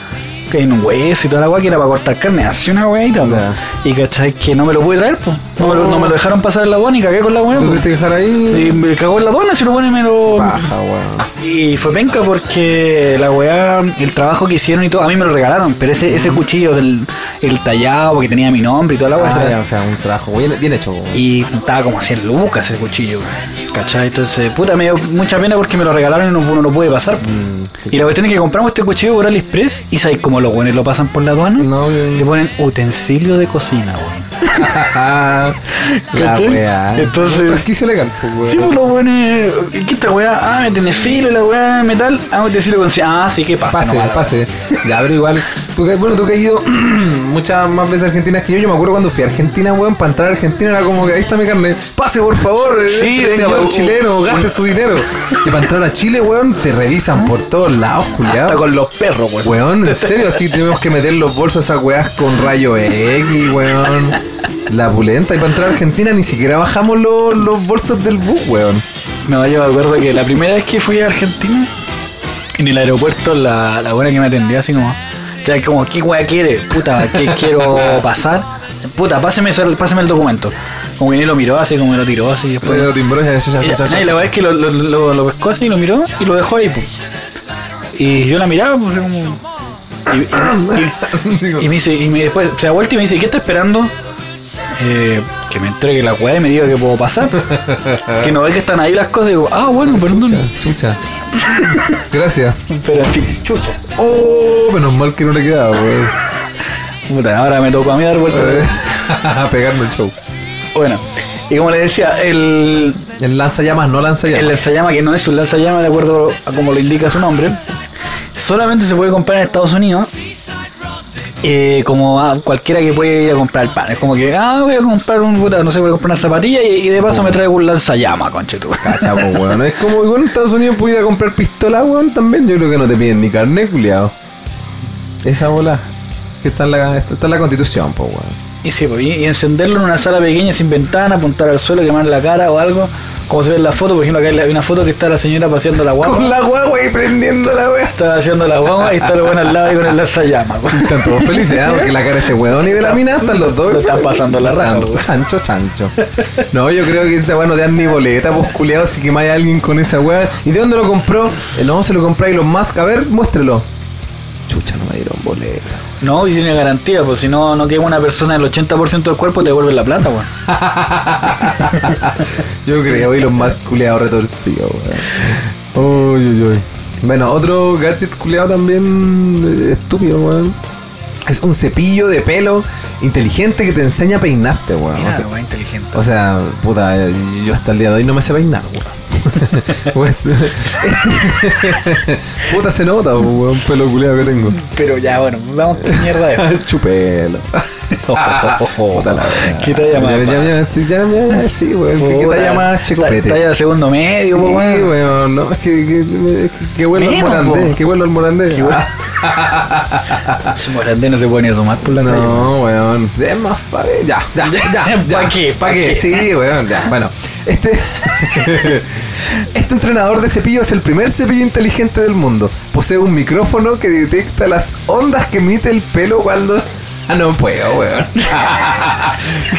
S2: que en un hueso y toda la weá que era para cortar carne, así una weá y todo.
S1: Ya.
S2: Y cachai que no me lo pude traer, pues. No, me, lo, no me lo dejaron pasar en la aduana y cagué con la weá.
S1: ¿Lo
S2: po.
S1: tuviste que dejar ahí?
S2: Y me cagó en la aduana, si lo ponen me lo.
S1: Baja, weón.
S2: Y fue penca porque la weá, el trabajo que hicieron y todo, a mí me lo regalaron, pero ese, ese cuchillo del el tallado que tenía mi nombre y toda la weá.
S1: Ah,
S2: esa-
S1: ya, o sea, un trabajo bien, bien hecho. weón.
S2: [LAUGHS]
S1: [LAUGHS]
S2: y estaba como 100 lucas ese cuchillo, ¿cachai? Entonces, puta, me dio mucha pena porque me lo regalaron y no, no lo pude pasar.
S1: Mm,
S2: Y la cuestión es que compramos este cuchillo por AliExpress y sabéis cómo los buenos lo pasan por la aduana.
S1: No,
S2: y Le ponen utensilio de cocina, weón.
S1: la
S2: ¿Cachai?
S1: weá.
S2: Entonces-
S1: Un Resquicio legal, pues, weón.
S2: Sí, pues los buenos. ¿Qué esta weá? Ah, me tiene filo la weá de metal. Ah, te sirve con. Ah, sí, que pasa.
S1: Pase,
S2: nomás.
S1: pase. Ya, pero igual. Tú, que- bueno, tú que has ido [CLEARS THROAT] muchas más veces a Argentina que yo. Yo me acuerdo cuando fui a Argentina, weón, para entrar a Argentina era como que ahí está mi carne. Pase, por favor, eh,
S2: Sí,
S1: este
S2: venga,
S1: señor
S2: un-
S1: chileno, gaste su dinero. Y para entrar a Chile, weón, te revisan por todos lados,
S2: Hasta
S1: culiado.
S2: con los perros, weón.
S1: Weón,
S2: [LAUGHS]
S1: en serio, así tenemos que meter los bolsos a esas weas con rayo X, weón. La pulenta. Y para entrar a Argentina ni siquiera bajamos los, los bolsos del bus, weón.
S2: No, yo me acuerdo que la primera vez que fui a Argentina, en el aeropuerto, la, la buena que me atendió así como, ya como, ¿qué weá quiere? Puta, ¿qué quiero pasar? Puta, páseme, eso- páseme el documento. Como que ni lo miró así, como que lo tiró así. Después,
S1: Pero timbró, ya, ya, ya,
S2: Y
S1: ya,
S2: la-
S1: ya,
S2: no, y
S1: ya,
S2: la
S1: ya.
S2: verdad es que lo, lo, lo- lo pescó así y lo miró y lo dejó ahí, pues. Y yo la miraba, pues, como. Y,
S1: [LAUGHS]
S2: y- y- y me dice, y me- después se da vuelta y me dice, ¿qué está esperando? Eh, que me entregue la weá y me diga que puedo [LAUGHS] pasar. que no ve que están ahí las cosas y digo, ah, bueno, perdón.
S1: Chucha, chucha. Gracias.
S2: Pero en fin, chucha.
S1: Oh, menos mal que no le [LAUGHS] quedaba, weón.
S2: Puta, ahora me tocó a mí dar vuelta.
S1: Eh, Pegando el show.
S2: Bueno, y como le decía, el,
S1: El lanzallamas no
S2: El
S1: lanzallamas.
S2: lanzallama, que no es un lanzallama de acuerdo a como lo indica su nombre, solamente se puede comprar en Estados Unidos. eh, como a cualquiera que puede ir a comprar pan. Es como que, ah, voy a comprar un, puta, no sé, voy a comprar una zapatilla y, y de paso me traigo un lanzallama, conche tú.
S1: [LAUGHS] Cacha, po, weón. Es como igual en Estados Unidos pudiera comprar pistola, weón, también. Yo creo que no te piden ni carne, culiado. Esa bola. Que está en la, está en la constitución, po, weón.
S2: Y sí, pues, y, y encenderlo en una sala pequeña sin ventana, apuntar al suelo, quemar la cara o algo. Como se ve en la foto, por ejemplo, acá hay la- hay una foto que está la señora paseando la guagua.
S1: la guagua y prendiendo la wea.
S2: Está haciendo la guagua y está el bueno al lado y con el lanzallama.
S1: Están todos felices, ¿ah? Porque la cara de ese weón y de la mina están los dos.
S2: Lo están pasando la raja,
S1: Están
S2: weón.
S1: Chancho, chancho. No, yo creo que esa weá no te dan ni boleta, pues culiado, si que más hay alguien con esa weá. ¿Y de dónde lo compró? Eh, No, se lo compró Elon Musk. A ver, muéstrelo. Chucha, no me dieron boleta. [LAUGHS]
S2: No, y tiene garantía, pues si no, no quema una persona el 80% del cuerpo, te devuelve la plata, weón.
S1: Yo creo, Elon Musk culiado retorcido, weón. Uy, uy, uy. Bueno, otro gadget culiado también eh, estúpido, weón. Es un cepillo de pelo inteligente que te enseña a peinarte, weón. O sea,
S2: inteligente.
S1: O sea, puta, yo hasta el día de hoy no me sé peinar, [LAUGHS] weón. [LAUGHS] puta, se nota, weón, pelo culeado que [LAUGHS] tengo.
S2: pero ya, bueno, vamos con mierda esto.
S1: Chupelo. Puta la wea.
S2: ¿Qué talla más?
S1: Ya, ya, ya, sí, ya, ya, sí, weón. ¿Qué- [LAUGHS] ¿Qué
S2: Puta,
S1: talla más, chico?
S2: ta- Talla de segundo medio, po,
S1: Sí,
S2: weón.
S1: weón, no, es que, que, es que- que huele al
S2: Menos,
S1: morandé,
S2: po.
S1: que huele al Ah. morandé.
S2: Que huele- Ah, Si Morandé no se puede ni asomar por la calle.
S1: No, weón. Es más pa- Ya, ya,
S2: [LAUGHS]
S1: ya.
S2: ¿Pa'
S1: ya.
S2: qué?
S1: ¿Pa'
S2: ¿Pa'
S1: qué?
S2: qué?
S1: Sí, weón, ya. Bueno,
S2: [LAUGHS]
S1: este. este entrenador de cepillo es el primer cepillo inteligente del mundo. Posee un micrófono que detecta las ondas que emite el pelo cuando. Ah, no puedo, weón. [LAUGHS]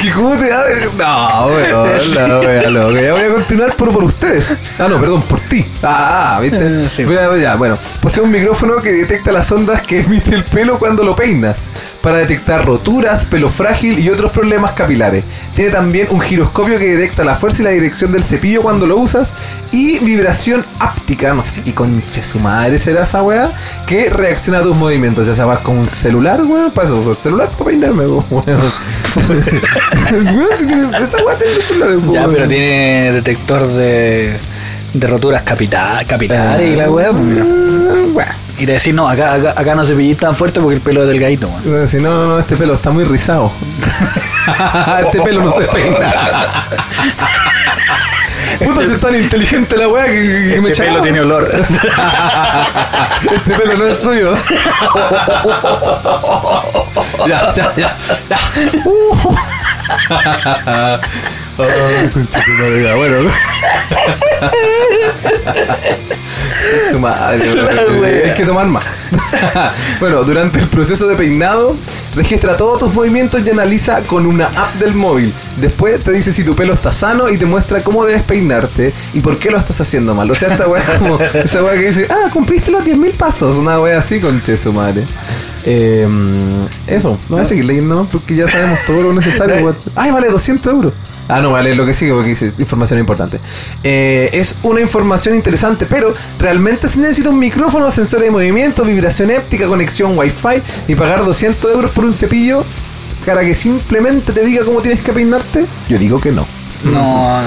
S1: ¿Qué, ¿Cómo te.? da- No, weón. No, weón, loco. Ya voy a continuar, pero por ustedes. Ah, no, perdón, por ti. Ah, ah, ¿viste?
S2: [LAUGHS] Sí.
S1: Voy a- Ah, ya, bueno, posee un micrófono que detecta las ondas que emite el pelo cuando lo peinas, para detectar roturas, pelo frágil y otros problemas capilares. Tiene también un giroscopio que detecta la fuerza y la dirección del cepillo cuando lo usas, y vibración áptica, no sé qué conche su madre será esa weá, que reacciona a tus movimientos. Ya sabes, con un celular, weón, para eso uso el celular, para peinarme, [LAUGHS] weón. Weón, si tiene- esa weá tiene celulares,
S2: Ya,
S1: weón.
S2: pero tiene detector de, de roturas capita- capitales
S1: Eh.
S2: y la weá, pues, mira.
S1: Ah, weá.
S2: Y te decís, no, acá, acá, acá no se pillís tan fuerte porque el pelo es delgadito, weón.
S1: No, Si no, no, no, este pelo está muy rizado. [LAUGHS] este pelo no se [LAUGHS] peina. Puta, si es tan inteligente la weá que, que me
S2: Este pelo
S1: echaba.
S2: tiene olor.
S1: Este pelo no es suyo. [LAUGHS] ya, ya, [LAUGHS] ya. ya. Uh. Ay, Oh, concha de tu madre, ya, bueno. Che, su madre,
S2: [LAUGHS] La
S1: güey.
S2: wea.
S1: Hay que tomar más. [LAUGHS] bueno, durante el proceso de peinado, registra todos tus movimientos y analiza con una app del móvil. Después te dice si tu pelo está sano y te muestra cómo debes peinarte y por qué lo estás haciendo mal. O sea, esta weá es
S2: [LAUGHS]
S1: como esa weá que dice, ah, cumpliste los 10.000 pasos. Una weá así con che su madre. Eh, eso, no voy a seguir leyendo porque ya sabemos todo lo
S2: [LAUGHS]
S1: necesario. weá. Ay, vale 200 euros. Ah, no, vale, lo que sigue porque dice información importante. Eh, es una información interesante, pero realmente se necesita un micrófono, sensor de movimiento, vibración éptica, conexión wifi y pagar 200 euros por un cepillo para que simplemente te diga cómo tienes que peinarte. Yo digo que no.
S2: [LAUGHS] No, no, no,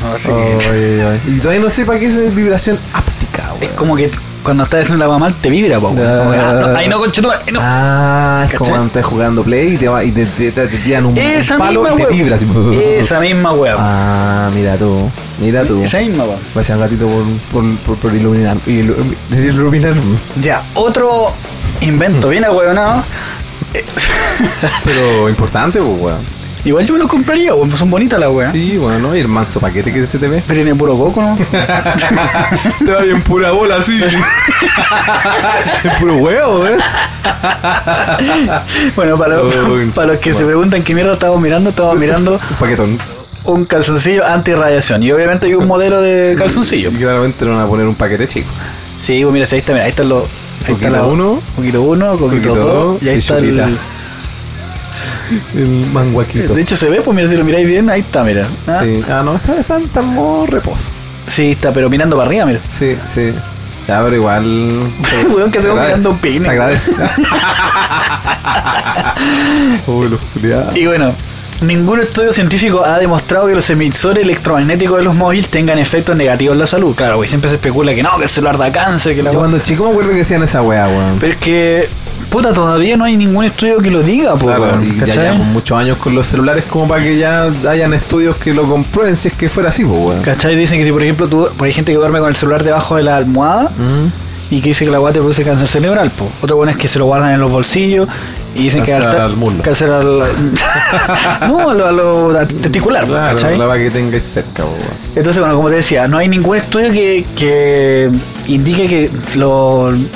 S2: no, no, así que-
S1: Ay, ay, ay. Y todavía no sé para qué es vibración áptica,
S2: Es
S1: weón.
S2: como que cuando estás haciendo la mamá te vibra, po.
S1: Ah.
S2: Como que, ah, no, ahí no, conchetumare, ahí no.
S1: Ah, es
S2: ¿Cachai?
S1: como cuando estás jugando play y te, va, y te, te- te- te tiran un, un
S2: Esa
S1: palo
S2: misma
S1: y te
S2: weón.
S1: vibras.
S2: Esa misma weón.
S1: Ah, mira tú, mira tú.
S2: Esa misma weón.
S1: Va a ser un ratito por, por, por, por iluminar, ilu- iluminarme.
S2: Ya, otro invento bien agüeonado. Eh,
S1: [LAUGHS] Pero importante, pues, weón.
S2: Igual yo me los compraría, weón, pues son bonitas las weas.
S1: Sí, bueno, ¿no? Y el manso paquete que este se te ve.
S2: Pero tiene puro coco, ¿no?
S1: [LAUGHS] Te va bien pura bola, [LAUGHS] sí. puro huevo, ¿eh?
S2: bueno, para, los-
S1: Uy,
S2: [LAUGHS] para los que se
S1: bueno.
S2: preguntan qué mierda estamos mirando, estamos mirando
S1: Un paquetón.
S2: un calzoncillo anti-radiación. Y obviamente hay un modelo de
S1: Mm.
S2: calzoncillo.
S1: Y claramente no van a poner un paquete chico.
S2: Sí, pues mira, ahí está, mira, ahí están los. Ahí está
S1: Coquito
S2: la
S1: uno,
S2: coquito 1, coquito
S1: coquito
S2: 2,
S1: dos,
S2: y ahí
S1: y
S2: está el.
S1: chulita. El manguaquito.
S2: De hecho, se ve, pues mira, si lo miráis bien, ahí está, mira. Ah,
S1: Sí. Ah, no, está, está, está en modo reposo.
S2: sí, está, pero mirando para arriba, mira.
S1: Sí, sí. Ya, pero igual.
S2: [LAUGHS] Weón, que
S1: se
S2: se va
S1: agradece,
S2: mirando un pene.
S1: Se
S2: [LAUGHS]
S1: agradece. Uy, los culiados.
S2: Y bueno, ningún estudio científico ha demostrado que los emisores electromagnéticos de los móviles tengan efectos negativos en la salud. Claro, güey, siempre se especula que no, que el celular da cáncer, que la
S1: Yo
S2: weá.
S1: cuando chico me acuerdo que hacían esa weá, weón.
S2: Pero es que, puta, todavía no hay ningún estudio que lo diga, po,
S1: Claro,
S2: weón,
S1: y ya
S2: ¿cachai?
S1: llevamos muchos años con los celulares como para que ya hayan estudios que lo comprueben si es que fuera así, pues, weón.
S2: ¿Cachai? Dicen que si, por ejemplo, tú, pues hay gente que duerme con el celular debajo de la almohada
S1: Mm.
S2: y que dice que la guata te produce cáncer cerebral, po. Otro bueno es que se lo guardan en los bolsillos y dicen que
S1: Cáncer
S2: estar-
S1: al muslo. [LAUGHS]
S2: Cáncer al. [LAUGHS] no, a lo, a lo- a testicular, po,
S1: Claro,
S2: ¿cachai?
S1: la va que tengáis cerca, po, weón.
S2: Entonces, bueno, como te decía, no hay ningún estudio que, que indique que lo, en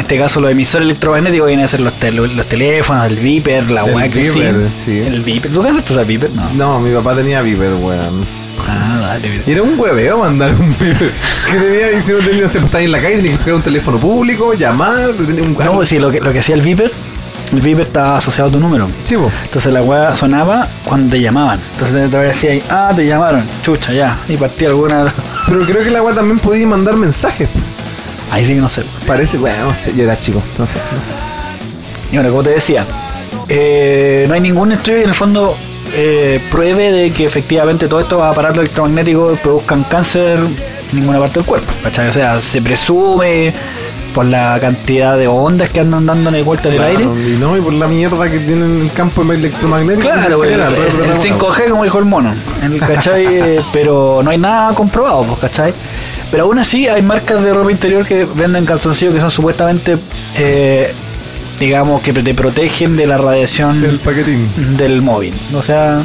S2: este caso los emisores electromagnéticos vienen a ser los, tel- los teléfonos, el viper, la
S1: El
S2: weá que
S1: beeper, sí.
S2: El viper. ¿Tú casaste al viper? No.
S1: No, mi papá tenía viper, weón.
S2: Ah, dale, mira.
S1: Y era un hueveo mandar un viper. Que tenía, y si no tenía, no sé, pues, estabas en la calle, tenías que buscar un teléfono público, llamar, tenía un
S2: No, pues sí, lo que, lo que hacía el viper, el viper estaba asociado a tu número.
S1: chivo.
S2: Entonces la weá sonaba cuando te llamaban. Entonces te decía ahí, ah, te llamaron, chucha, ya. Y partía alguna. [LAUGHS]
S1: Pero creo que la weá también podía mandar mensajes.
S2: Ahí sí que no sé.
S1: Parece, bueno, no sé, yo era chico, no sé, no sé.
S2: Y bueno, como te decía, eh, no hay ningún estudio que en el fondo eh, pruebe de que efectivamente todos estos aparatos electromagnéticos produzcan cáncer en ninguna parte del cuerpo. ¿cachai? O sea, se presume por la cantidad de ondas que andan dando en vuelta en el aire.
S1: Claro, Y no, y por la mierda que tiene el campo electromagnético.
S2: Claro,
S1: en
S2: güey, el,
S1: general, pero- pero-
S2: el
S1: pero-
S2: 5G como dijo el mono, el, ¿cachai? [LAUGHS] Eh, Pero no hay nada comprobado, pues, ¿cachai? Pero aún así hay marcas de ropa interior que venden calzoncillos que son supuestamente, eh, digamos, que te protegen de la radiación
S1: El paquetín.
S2: del móvil. O sea,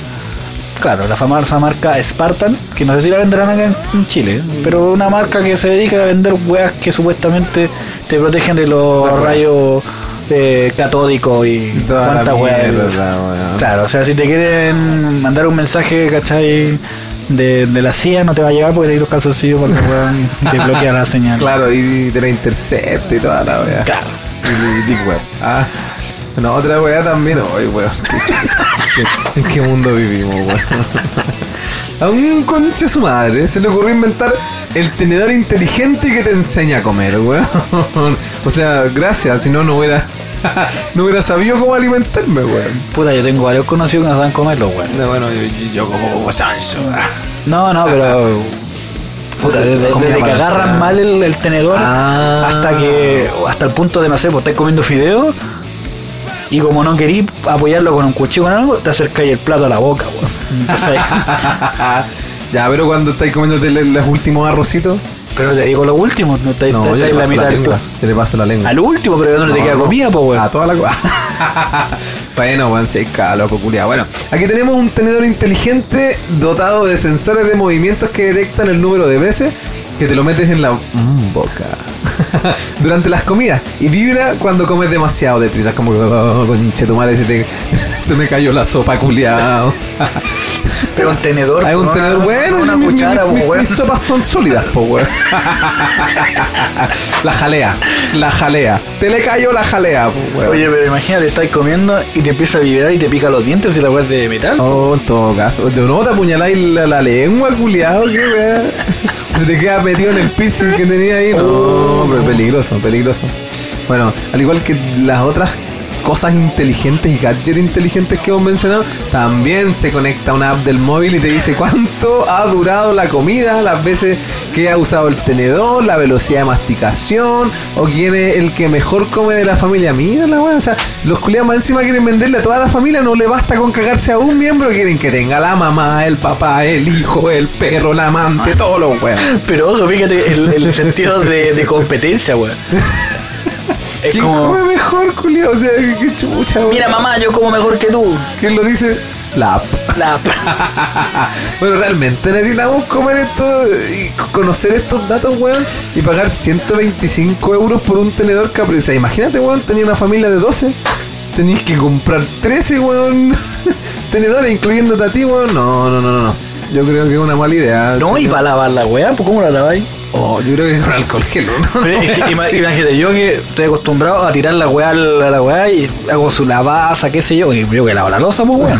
S2: claro, la famosa marca Spartan, que no sé si la venderán acá en- en Chile, pero una marca que se dedica a vender weas que supuestamente te protegen de los
S1: La wea.
S2: rayos eh, catódicos y
S1: Y toda la
S2: cuantas weas.
S1: mierda, weón.
S2: Claro, o sea, si te quieren mandar un mensaje, ¿cachai? De, de la CIA no te va a llegar porque te di los calzoncillos porque weón, te bloquea
S1: [LAUGHS]
S2: la señal.
S1: Claro, y te la intercepta y toda la weá.
S2: Claro.
S1: Y Deep Web. Ah. No, otra weá también. Ay, weón. qué chucha. ¿En qué mundo vivimos, weón? A un concha su madre se le ocurrió inventar el tenedor inteligente que te enseña a comer, weón. O sea, gracias, si no, no hubiera, no hubiera sabido cómo alimentarme, weón.
S2: Puta, yo tengo varios conocidos que no saben comerlo, weón.
S1: No, bueno, yo, yo- yo como como Sancho. ah.
S2: No, no, pero. Puta, desde,
S1: Comida
S2: desde que
S1: balanceada.
S2: agarran mal el, el tenedor
S1: Ah.
S2: hasta que. hasta el punto de no sé, pues estáis comiendo fideo y como no querís apoyarlo con un cuchillo o con algo, te acercáis el plato a la boca, weón.
S1: [LAUGHS]
S2: Entonces,
S1: ya, pero cuando estáis comiendo los últimos arrocitos.
S2: Pero te digo lo último, no estáis
S1: No, yo
S2: estáis
S1: le
S2: en la
S1: paso
S2: mitad
S1: la
S2: del
S1: lengua. Ah,
S2: plato.
S1: Yo le paso la lengua.
S2: Al último, pero ya no, te queda comida, pues weón.
S1: A toda la cosa. [LAUGHS] bueno, weón, sí, cada loco culiao. Bueno, aquí tenemos un tenedor inteligente dotado de sensores de movimientos que detectan el número de veces que te lo metes en la mm, boca [LAUGHS] durante las comidas y vibra cuando comes demasiado deprisa. Es Como que, oh, conche tu madre, se, te- [LAUGHS] se me cayó la sopa culiao.
S2: Pero un tenedor.
S1: Hay un
S2: con
S1: tenedor bueno,
S2: con
S1: y
S2: una
S1: mi- mi-
S2: cuchara,
S1: mi- mi-
S2: pues, weón.
S1: mis sopas son sólidas, po,
S2: [LAUGHS]
S1: weón. La jalea, la jalea. Te le cayó la jalea, po, weón.
S2: Oye, pero imagínate, estáis comiendo y te empieza a vibrar y te pica los dientes y la weón es de metal.
S1: Oh, en todo caso. De no te apuñaláis la, la lengua, culiado, qué weón. Se te queda metido en el piercing que tenía ahí. No, pero peligroso, peligroso. Bueno, al igual que las otras cosas inteligentes y gadgets inteligentes que hemos mencionado, también se conecta a una app del móvil y te dice cuánto ha durado la comida, las veces que ha usado el tenedor, la velocidad de masticación, o quién es el que mejor come de la familia. Mira la weá, o sea, los culiados más encima quieren venderle a toda la familia, no le basta con cagarse a un miembro, quieren que tenga la mamá, el papá, el hijo, el perro, la amante, todos los weá.
S2: Pero ojo, fíjate, el,
S1: [LAUGHS]
S2: el sentido de, de competencia, weón. Es
S1: ¿Quién
S2: como.
S1: come mejor, culiao? O sea, qué- qué chucha, weón.
S2: Mira, mamá, yo como mejor que tú.
S1: ¿Quién lo dice? La app.
S2: La... [LAUGHS]
S1: [LAUGHS] Bueno, realmente necesitamos comer esto eh, y c- conocer estos datos, weón. Y pagar 125 euros por un tenedor capri. O sea, imagínate, weón, tenía una familia de 12. Tenías que comprar 13, weón, [LAUGHS] tenedores, incluyéndote a ti, weón. No, no, no, no, no. Yo creo que es una mala idea.
S2: No, y
S1: señor.
S2: para lavar la weá, pues ¿cómo
S1: [LAUGHS]
S2: la laváis?
S1: Oh, yo creo que con alcohol gel, ¿no?
S2: Pero es
S1: [LAUGHS]
S2: que
S1: No,
S2: ima-
S1: sí.
S2: Imagínate, yo que estoy acostumbrado a tirar la weá a la, a la weá y hago su lavaza, qué sé yo, y yo que lavo la losa,
S1: [LAUGHS]
S2: pues weón.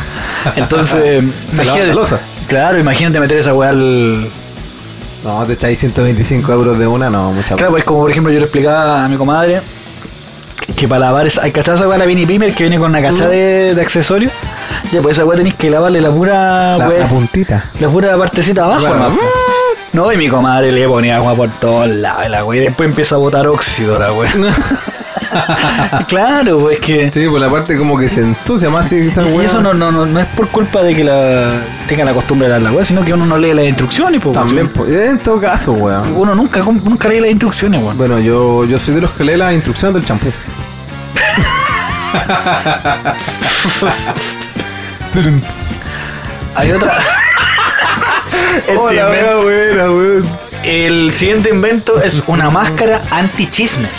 S2: Entonces,
S1: Se lava la loza.
S2: Claro, imagínate meter esa weá al.
S1: No, te echáis 125 euros de una, no, mucha
S2: Claro, pues como por ejemplo yo le explicaba a mi comadre que para lavar esa. Hay cachada esa weá la Vini Primer que viene con una
S1: Mm.
S2: cachada de, de accesorios. Ya, pues esa weá tenéis que lavarle la pura
S1: la,
S2: weá-
S1: la puntita. [LAUGHS]
S2: La pura partecita abajo,
S1: Claro.
S2: hermano. No, y mi comadre le ponía agua por todos lados, la güey. Después empieza a botar óxido,
S1: [LAUGHS]
S2: la güey. claro, pues que.
S1: Sí, por la parte como que se ensucia más si esa
S2: Y
S1: weá-
S2: eso no, no, no, no es por culpa de que la tenga la costumbre de la güey, sino que uno no lee las instrucciones, pues.
S1: También, po- en todo caso, weón.
S2: Uno nunca, nunca lee las instrucciones, güey.
S1: Bueno, yo, yo soy de los que lee las instrucciones del champú. [LAUGHS]
S2: Hay otra. Este
S1: Hola,
S2: invento-
S1: weón, buena, weón.
S2: el siguiente invento es una máscara anti-chismes.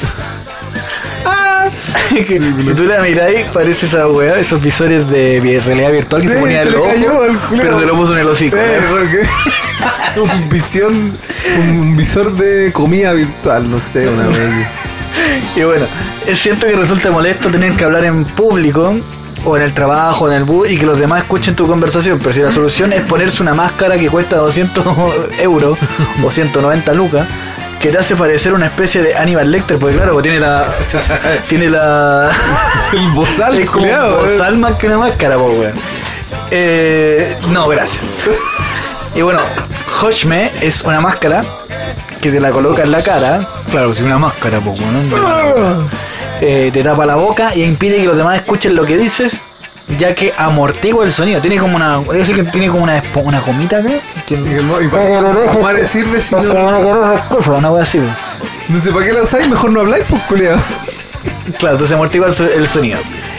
S1: Ah,
S2: [LAUGHS] Que si tú la miráis, parece esa weá, esos visores de vi- realidad virtual que
S1: Sí,
S2: se ponía
S1: se
S2: en el
S1: le
S2: ojo,
S1: cayó al culero.
S2: pero se lo puso en el hocico.
S1: [LAUGHS] eh,
S2: ¿no?
S1: porque- [LAUGHS] un visión, un visor de comida virtual, no sé, una vez.
S2: [LAUGHS] Y bueno, es cierto que resulta molesto tener que hablar en público o en el trabajo, en el bus, y que los demás escuchen tu conversación, pero si la solución es ponerse una máscara que cuesta 200 [LAUGHS] euros o 190 lucas, que te hace parecer una especie de Aníbal Lecter, porque claro, tiene la... tiene la...
S1: El bozal,
S2: Es como
S1: culiao, eh.
S2: un
S1: weón.
S2: bozal más que una máscara, po, weón. Eh, no, gracias. Y bueno, Hoshme es una máscara que te la coloca en la cara. Claro, si una máscara, po, weón.
S1: Ah,
S2: Eh, te tapa la boca e impide que los demás escuchen lo que dices, ya que amortigua el sonido. Tiene como una. voy a decir que tiene como una, espo- una gomita acá. que-
S1: Y el mo- y para qué- para sirve si no,
S2: Como una corona curva, una wea así, pues.
S1: no sé para qué la usáis, mejor no habláis, pues culiao.
S2: Claro, entonces amortigua el, so- el sonido.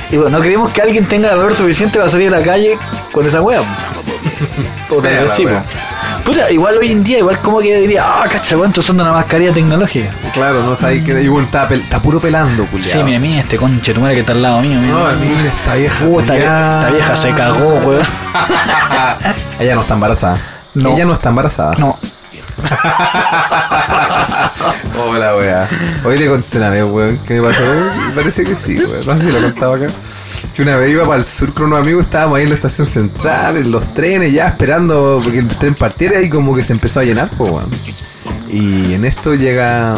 S2: Y bueno, no queremos que alguien tenga valor suficiente para salir a la calle con esa wea.
S1: [LAUGHS]
S2: O tal
S1: Fea
S2: vez
S1: la
S2: sí,
S1: wea.
S2: po. Puta, igual hoy en día, igual como que diría, ah, cacha, cuánto son de una mascarilla tecnológica.
S1: Claro, no sabéis que. Y bueno, está, pel- está puro pelando, culiao.
S2: Sí, mira, mira este conche, tu madre que está al lado mío, mira.
S1: No, mira, esta vieja.
S2: Uh, esta, vie-
S1: culiao.
S2: esta vieja se cagó, weón. [LAUGHS]
S1: [LAUGHS] Ella no está embarazada.
S2: No.
S1: Ella no está embarazada.
S2: No,
S1: Hola, weá. Hoy te conté una vez, weón, que me pasó. Me Parece que sí, weón. No sé si lo contaba acá. Que una vez iba para el sur con unos amigos, estábamos ahí en la estación central, en los trenes, ya esperando porque el tren partiera y como que se empezó a llenar, pues, weón. Y en esto llega.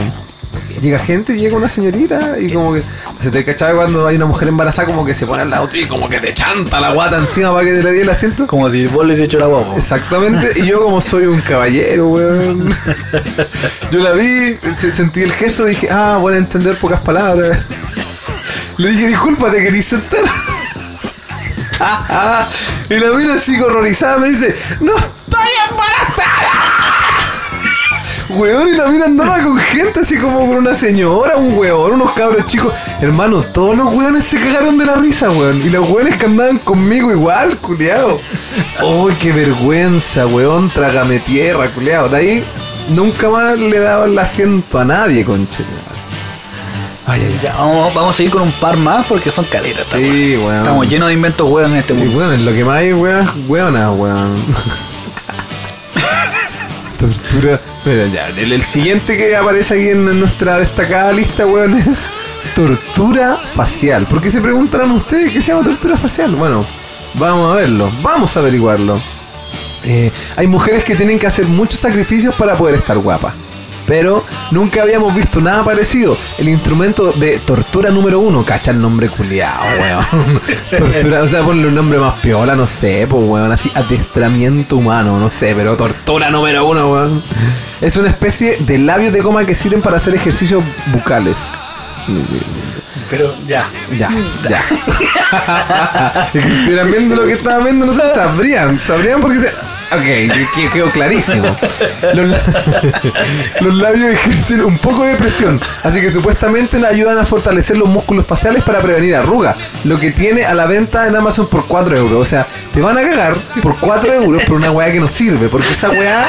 S1: Llega gente, llega una señorita y como que se te cachaba cuando hay una mujer embarazada como que se pone al lado tuyo y como que te chanta la guata encima para que te le dé el asiento.
S2: como si vos le hubieses hecho la guapo.
S1: Exactamente, y yo como soy un caballero, weón. Yo la vi, se- sentí el gesto, dije, ah, voy a entender pocas palabras. Le dije, disculpa, te querís sentar. [LAUGHS] y la vi así horrorizada, me dice, no estoy embarazada. Weón, y la mina andaba con gente así como con una señora, un weón, unos cabros chicos. Hermano, todos los weones se cagaron de la risa, weón. Y los weones que andaban conmigo igual, culiao. Oh, qué vergüenza, weón. Trágame tierra, culiao. De ahí nunca más le daba el asiento a nadie, conche. Ay, ay,
S2: Ya, vamos, vamos a seguir con un par más porque son caletas. esta
S1: Sí,
S2: wea.
S1: weón.
S2: Estamos llenos de inventos, weón, en este
S1: ay. Y
S2: mundo.
S1: bueno, es lo que más hay, weón, weona, weón.
S2: [LAUGHS]
S1: Tortura. Pero ya, el, el siguiente que aparece aquí en nuestra destacada lista, weón, es tortura facial. ¿Por qué se preguntarán ustedes qué se llama tortura facial? Bueno, vamos a verlo, vamos a averiguarlo. Eh, hay mujeres que tienen que hacer muchos sacrificios para poder estar guapas. Pero nunca habíamos visto nada parecido. El instrumento de tortura número uno. Cacha el nombre culiao, weón. tortura, o sea, ponle un nombre más piola, no sé, pues, weón. Así, adestramiento humano, no sé, pero tortura número uno, weón. Es una especie de labios de goma que sirven para hacer ejercicios bucales.
S2: Pero ya.
S1: Ya, [LAUGHS] ya. si estuvieran viendo lo que estaba viendo, no se sabrían. Sabrían porque se. Ok, que- quedó clarísimo. Los, la- [LAUGHS] los labios ejercen un poco de presión, así que supuestamente le ayudan a fortalecer los músculos faciales para prevenir arrugas, lo que tiene a la venta en Amazon por 4 euros. O sea, te van a cagar por 4 euros por una weá que no sirve, porque esa weá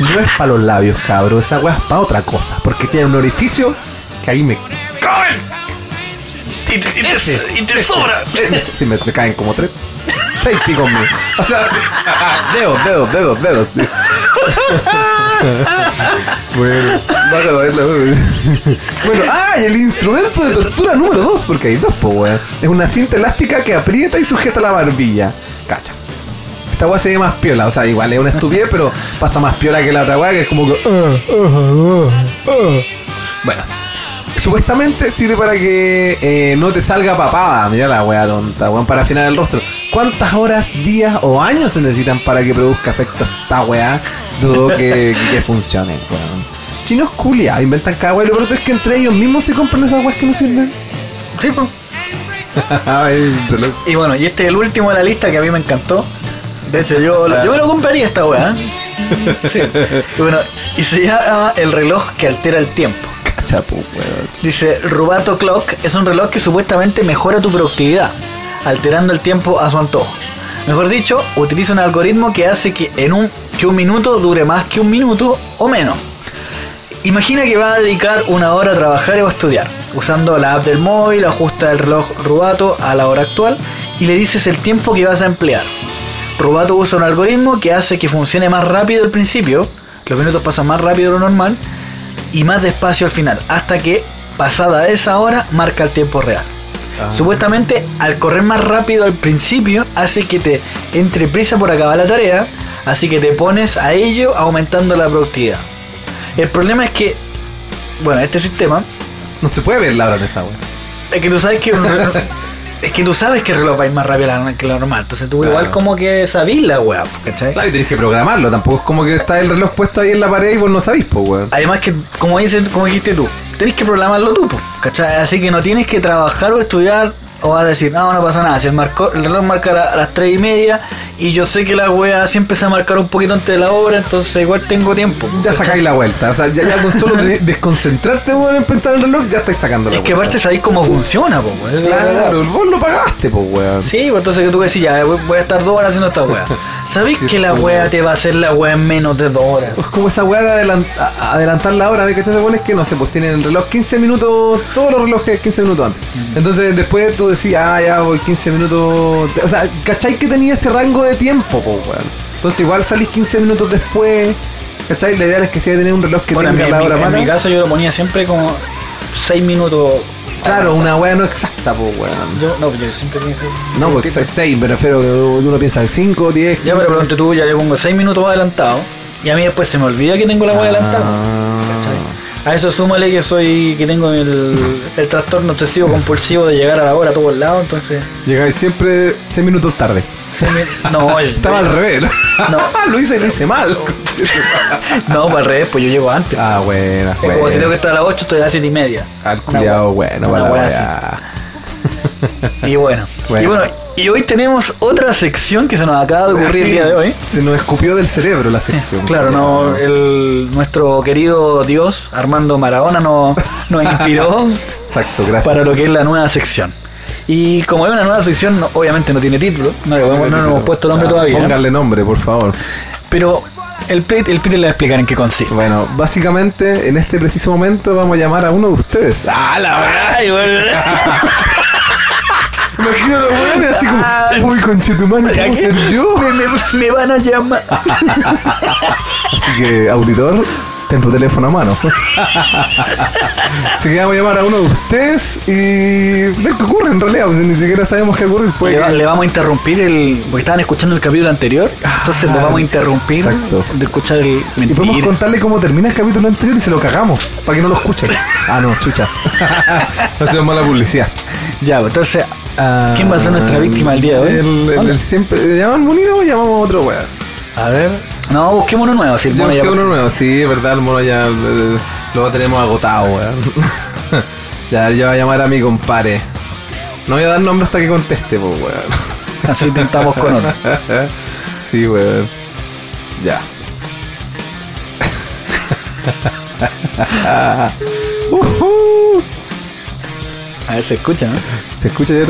S1: no es para los labios, cabrón. Esa weá es para otra cosa, porque tiene un orificio que ahí me
S2: Y te, sobra.
S1: Sí, Eh, me, me caen como tres. Seis picos míos. O sea, dedos, dedos, dedos, dedos. bueno, vas a verla, bueno. Bueno, ah, y el instrumento de tortura número dos, porque hay dos, po, weón. Es una cinta elástica que aprieta y sujeta la barbilla. Cacha. Esta weá se ve más piola, o sea, igual es una estupidez, pero pasa más piola que la otra weá, que uh, es como que. uh. Bueno, Supuestamente sirve para que eh, no te salga papada. Mira la wea tonta, weón, para afinar el rostro. ¿Cuántas horas, días o años se necesitan para que produzca efecto esta wea? Dudo que, que funcione, weón. Chinos culia, inventan cada wea. Lo peor es que entre ellos mismos se compran esas weas que no sirven. [LAUGHS]
S2: Sí, po.
S1: Ay, reloj.
S2: Y bueno, y este es el último de la lista que a mí me encantó. De hecho, yo, lo- yo me lo compraría esta weá. Sí. [LAUGHS] Y bueno, y se llama el reloj que altera el tiempo.
S1: Cachapo, weón.
S2: Dice, Rubato Clock es un reloj que supuestamente mejora tu productividad, alterando el tiempo a su antojo. Mejor dicho, utiliza un algoritmo que hace que en un, que un minuto dure más que un minuto o menos. Imagina que va a dedicar una hora a trabajar o a estudiar. Usando la app del móvil, ajusta el reloj Rubato a la hora actual y le dices el tiempo que vas a emplear. Rubato usa un algoritmo que hace que funcione más rápido al principio, los minutos pasan más rápido de lo normal, y más despacio al final, hasta que, pasada esa hora, marca el tiempo real.
S1: Ah.
S2: Supuestamente, al correr más rápido al principio, hace que te entre prisa por acabar la tarea, así que te pones a ello aumentando la productividad. El problema es que, bueno, este sistema,
S1: No se puede ver la hora en esa wea.
S2: es que tú sabes que
S1: [LAUGHS]
S2: un reloj- es que tú sabes que el reloj va a ir más rápido la- que lo normal, entonces tú
S1: Claro.
S2: igual como que sabís la weá, ¿cachai?
S1: Claro, y tenés que programarlo. Tampoco es como que está el reloj puesto ahí en la pared y vos no sabís, po, weón.
S2: Además que, como, dices, como dijiste tú, tenés que programarlo tú, po, ¿cachai? Así que no tienes que trabajar o estudiar o vas a decir, no, no pasa nada, si el, marcó- el reloj marca la- las 3 y media y yo sé que la weá siempre se va a marcar un poquito antes de la hora, entonces igual tengo tiempo.
S1: Ya
S2: ¿cachai?
S1: sacáis la vuelta. O sea, ya,
S2: [LAUGHS]
S1: ya con solo de- desconcentrarte, weón, en pensar en el reloj, ya estáis sacando la
S2: Es que
S1: vuelta.
S2: aparte sabéis cómo funciona, po, weón. Esa es la
S1: Claro,
S2: verdad.
S1: vos lo pagaste, pues, weón.
S2: Sí, pues entonces que tú decís, ya, voy voy a estar dos horas haciendo
S1: [LAUGHS]
S2: esta weá. ¿Sabéis que la weá te va a hacer la weá en menos de dos horas?
S1: Es como esa weá de adelant- a- adelantar la hora, ¿me cachas? Bueno, es que no sé, pues tienen el reloj 15 minutos, todos los relojes 15 minutos antes.
S2: Mm.
S1: Entonces después tú decís, ah, ya voy 15 minutos. O sea, ¿cachai que tenía ese rango de tiempo, po, weón? Entonces igual salís 15 minutos después, ¿cachai? La idea es que si hay tener un reloj que
S2: Bueno, en mi,
S1: tenga la hora
S2: en mi
S1: mala.
S2: caso yo lo ponía siempre como 6 minutos.
S1: Claro, una weá no exacta, po, weón.
S2: Yo, no, yo siempre tenía seis
S1: No, pues porque
S2: minutitos.
S1: 6, me refiero que uno piensa 5, 10.
S2: Ya, pero pronto tú ya le pongo 6 minutos más adelantado. Y a mí después se me olvida que tengo la voz adelantada.
S1: Ah.
S2: ¿cachai? A eso súmale que soy que tengo el, el trastorno obsesivo compulsivo de llegar a la hora a todos lados, entonces.
S1: Llegáis siempre 6 minutos tarde. [LAUGHS]
S2: se me- no, el-
S1: Estaba al revés, ¿no?
S2: No.
S1: [LAUGHS] lo hice, lo hice
S2: [LAUGHS]
S1: mal.
S2: No, para al revés, pues yo llego antes.
S1: ah, buena,
S2: es como si tengo que
S1: buena.
S2: estar a las 8, estoy a las 7 y media.
S1: Al
S2: Una
S1: culiao,
S2: wea-
S1: bueno,
S2: una
S1: para la
S2: wea
S1: weá.
S2: así.
S1: [LAUGHS]
S2: Y bueno,
S1: Bueno. Ah,
S2: Y bueno, y hoy tenemos otra sección que se nos acaba de ocurrir el
S1: Así,
S2: día de hoy.
S1: Se nos escupió del cerebro la sección.
S2: Claro, no, eh, el, nuestro querido Dios, Armando Maradona, no-
S1: [LAUGHS]
S2: nos inspiró
S1: Exacto, gracias.
S2: para lo que es la nueva sección. Y como es una nueva sección, no- obviamente no tiene título, no, le podemos- no nos hemos puesto nombre
S1: Ah,
S2: todavía.
S1: Pónganle nombre, por favor.
S2: Pero el Pete, el Pete le va a explicar en qué consiste.
S1: Bueno, básicamente en este preciso momento vamos a llamar a uno de ustedes. ¡Ah, la weá! [LAUGHS]
S2: Ay, bueno,
S1: Imagino los weones así
S2: [LAUGHS] Ah,
S1: como, uy, conchetumán, ¿cómo ser yo? Ah,
S2: Pues, me, me- me van a llamar.
S1: Así que, auditor, está en tu teléfono a mano. [LAUGHS] Así que vamos a llamar a uno de ustedes y ver qué ocurre en realidad, porque ni siquiera sabemos qué ocurre. Puede
S2: Le, va-
S1: que-
S2: le vamos a interrumpir el. Porque estaban escuchando el capítulo anterior. Entonces lo
S1: Ah,
S2: vamos a interrumpir.
S1: exacto.
S2: De escuchar el.
S1: Y podemos
S2: Mentira.
S1: contarle cómo termina el capítulo anterior y se lo cagamos, para que no lo escuchen. Ah, no,
S2: [LAUGHS]
S1: chucha. Hacemos mala publicidad.
S2: Ya, pues, entonces. ¿Quién va a ser nuestra
S1: Ah,
S2: víctima el día de hoy?
S1: El, el- el siempre. ¿Llamamos Munira o llamamos a otro weón?
S2: A ver. No, busquemos uno nuevo. Si el
S1: Ya
S2: mono ya-
S1: busqué uno nuevo, sí, es verdad, el mono ya eh, lo tenemos agotado, weón. [LAUGHS] ya, yo voy a llamar a mi compadre. No voy a dar nombre hasta que conteste, pues, weón. [LAUGHS]
S2: Así intentamos con otro.
S1: sí, weón. Ya. Ujú.
S2: A ver, se escucha, ¿no?
S1: ¿Se escucha ya?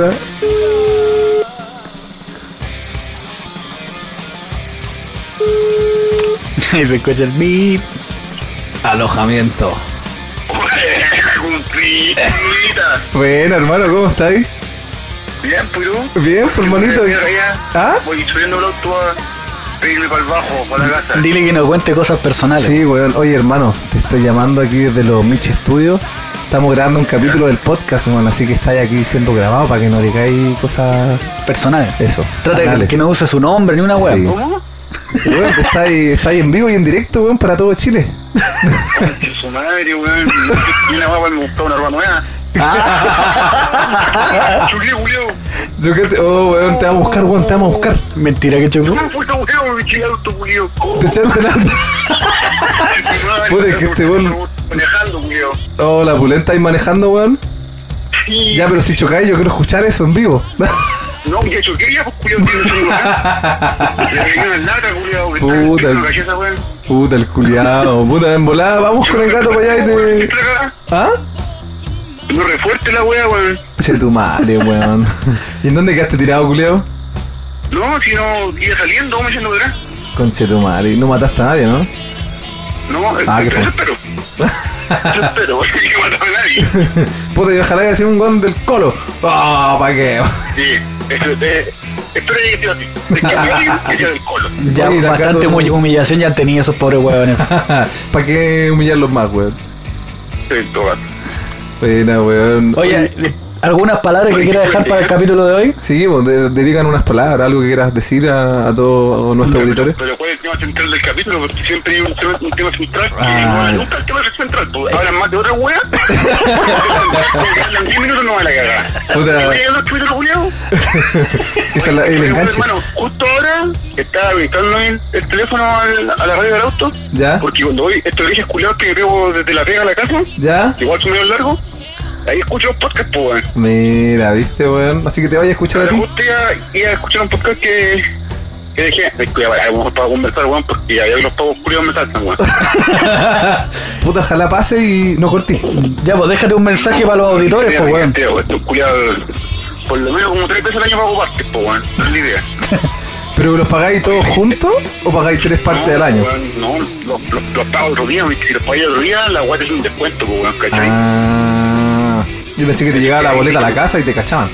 S2: [LAUGHS] Y se escucha el beep.
S1: Alojamiento.
S3: Cumplida.
S1: Bueno, hermano, ¿cómo estáis?
S3: Bien, Pirú.
S1: Bien, pues, hermanito. ¿Ah?
S3: Voy subiendo el auto a pedirme para el bajo, para la casa.
S2: Dile que nos cuente cosas personales.
S1: Sí, weón. Oye, hermano, te estoy llamando aquí desde los Michi Studios. Estamos grabando un capítulo del podcast, weón, así que estáis aquí siendo grabado para que no digáis cosas...
S2: Personales.
S1: Eso.
S2: Trata de
S1: anales.
S2: que no use su nombre ni una web.
S1: Sí.
S3: ¿Cómo?
S1: Weón, que estáis, estáis en vivo y en directo, weón, para todo Chile.
S3: Conche su madre, weón. Y una guapa me gustó una ropa nueva.
S1: Ah.
S3: [LAUGHS] Chuquillo, Julio.
S1: Yo que te- Oh, weón, te vamos a buscar, weón, te vamos a buscar.
S2: Mentira que chocó.
S3: No, puta, weón, me chica auto,
S1: [LAUGHS]
S3: Julio.
S1: Te echaste la... Puta,
S3: Puede
S1: es que este weón-
S3: Manejando, Julio.
S1: Oh, la pulenta ahí manejando, weón.
S3: Sí.
S1: Ya, pero si chocáis, yo quiero escuchar eso en vivo. [LAUGHS]
S3: No, ya choqué, ya, pues, Julio. tiene su lugar. Le pegué una lata, Julio. que está-
S1: Puta.
S3: tiene una galleta, weón.
S1: Puta, el culiado. Puta, en volada, vamos con el gato para allá y te... ¿Ah?
S3: No refuerte la wea, weón.
S1: Che tu madre, weón. ¿Y en dónde quedaste tirado, culiao?
S3: No, si no iba saliendo, ¿cómo yendo para atrás?
S1: Conche tu madre. No mataste a nadie, ¿no?
S3: No,
S1: Ah, qué
S3: eso
S1: fue. [LAUGHS]
S3: espero. Eso espero, [LAUGHS] porque no mataba a nadie.
S1: Puta, yo ojalá haya sido un gol del colo. Ah, ¿pa' qué? [LAUGHS]
S3: Sí, eso eh, espero que haya sido así. De que alguien que sea del colo.
S2: Ya
S1: Oye, la
S2: bastante
S1: gato-
S2: mu- humillación ya han tenido esos pobres huevones.
S1: ¿Para qué humillarlos más, weón?
S3: Sí, todo gato.
S1: Buena, weón.
S2: Oye, ¿algunas palabras que quiera dejar para el capítulo de hoy?
S1: Sí, pues, de- dedican unas palabras, algo que quieras decir a, a todos nuestros auditores.
S3: Pero cuál es el tema central del capítulo, porque siempre hay un tema, un tema central y
S1: Ah,
S3: no hay
S1: ya. Eh.
S3: nunca el tema central. pues, Hablan más de otra
S1: [LAUGHS]
S3: wea. En 10 minutos no van a cagar.
S1: Puta.
S3: ¿Qué llegando al Twitter, Julián?
S1: Esa es la- el enganche.
S3: Hermano, justo ahora estaba habilitando el, el teléfono al- a la radio del auto.
S2: ¿Ah?
S1: ¿Ya?
S3: Porque cuando voy, estos viajes culiados que veo desde la pega a la casa,
S1: ¿Ya?
S3: igual son medio largos, ahí escucho los podcasts, pues, weón.
S1: Mira, viste, weón. Así que te vaya a escuchar a
S3: Me
S1: ti.
S3: gusta ir a- ir a escuchar un podcast que, que dije, "Ay, culiao, a lo mejor para conversar, weón, porque ya veo que los pavos culiados me saltan,
S2: [LAUGHS]
S3: weón.
S1: Puta, ojalá pase y no cortí.
S2: Ya, pues déjate un mensaje para los auditores, pues weón.
S3: Tío, weón, estos culiados, por lo menos como tres veces al año pago partes, pues, weón. No es la idea.
S1: ¿Pero los pagáis todos juntos o pagáis tres partes
S3: No,
S1: del año?
S3: weón, No, los, los, los pago otro día, y si los pago otro día, la weá te hace un descuento, pues, weón, ¿cachai?
S1: Ah, yo pensé que te llegaba la boleta a la casa y te cachaban.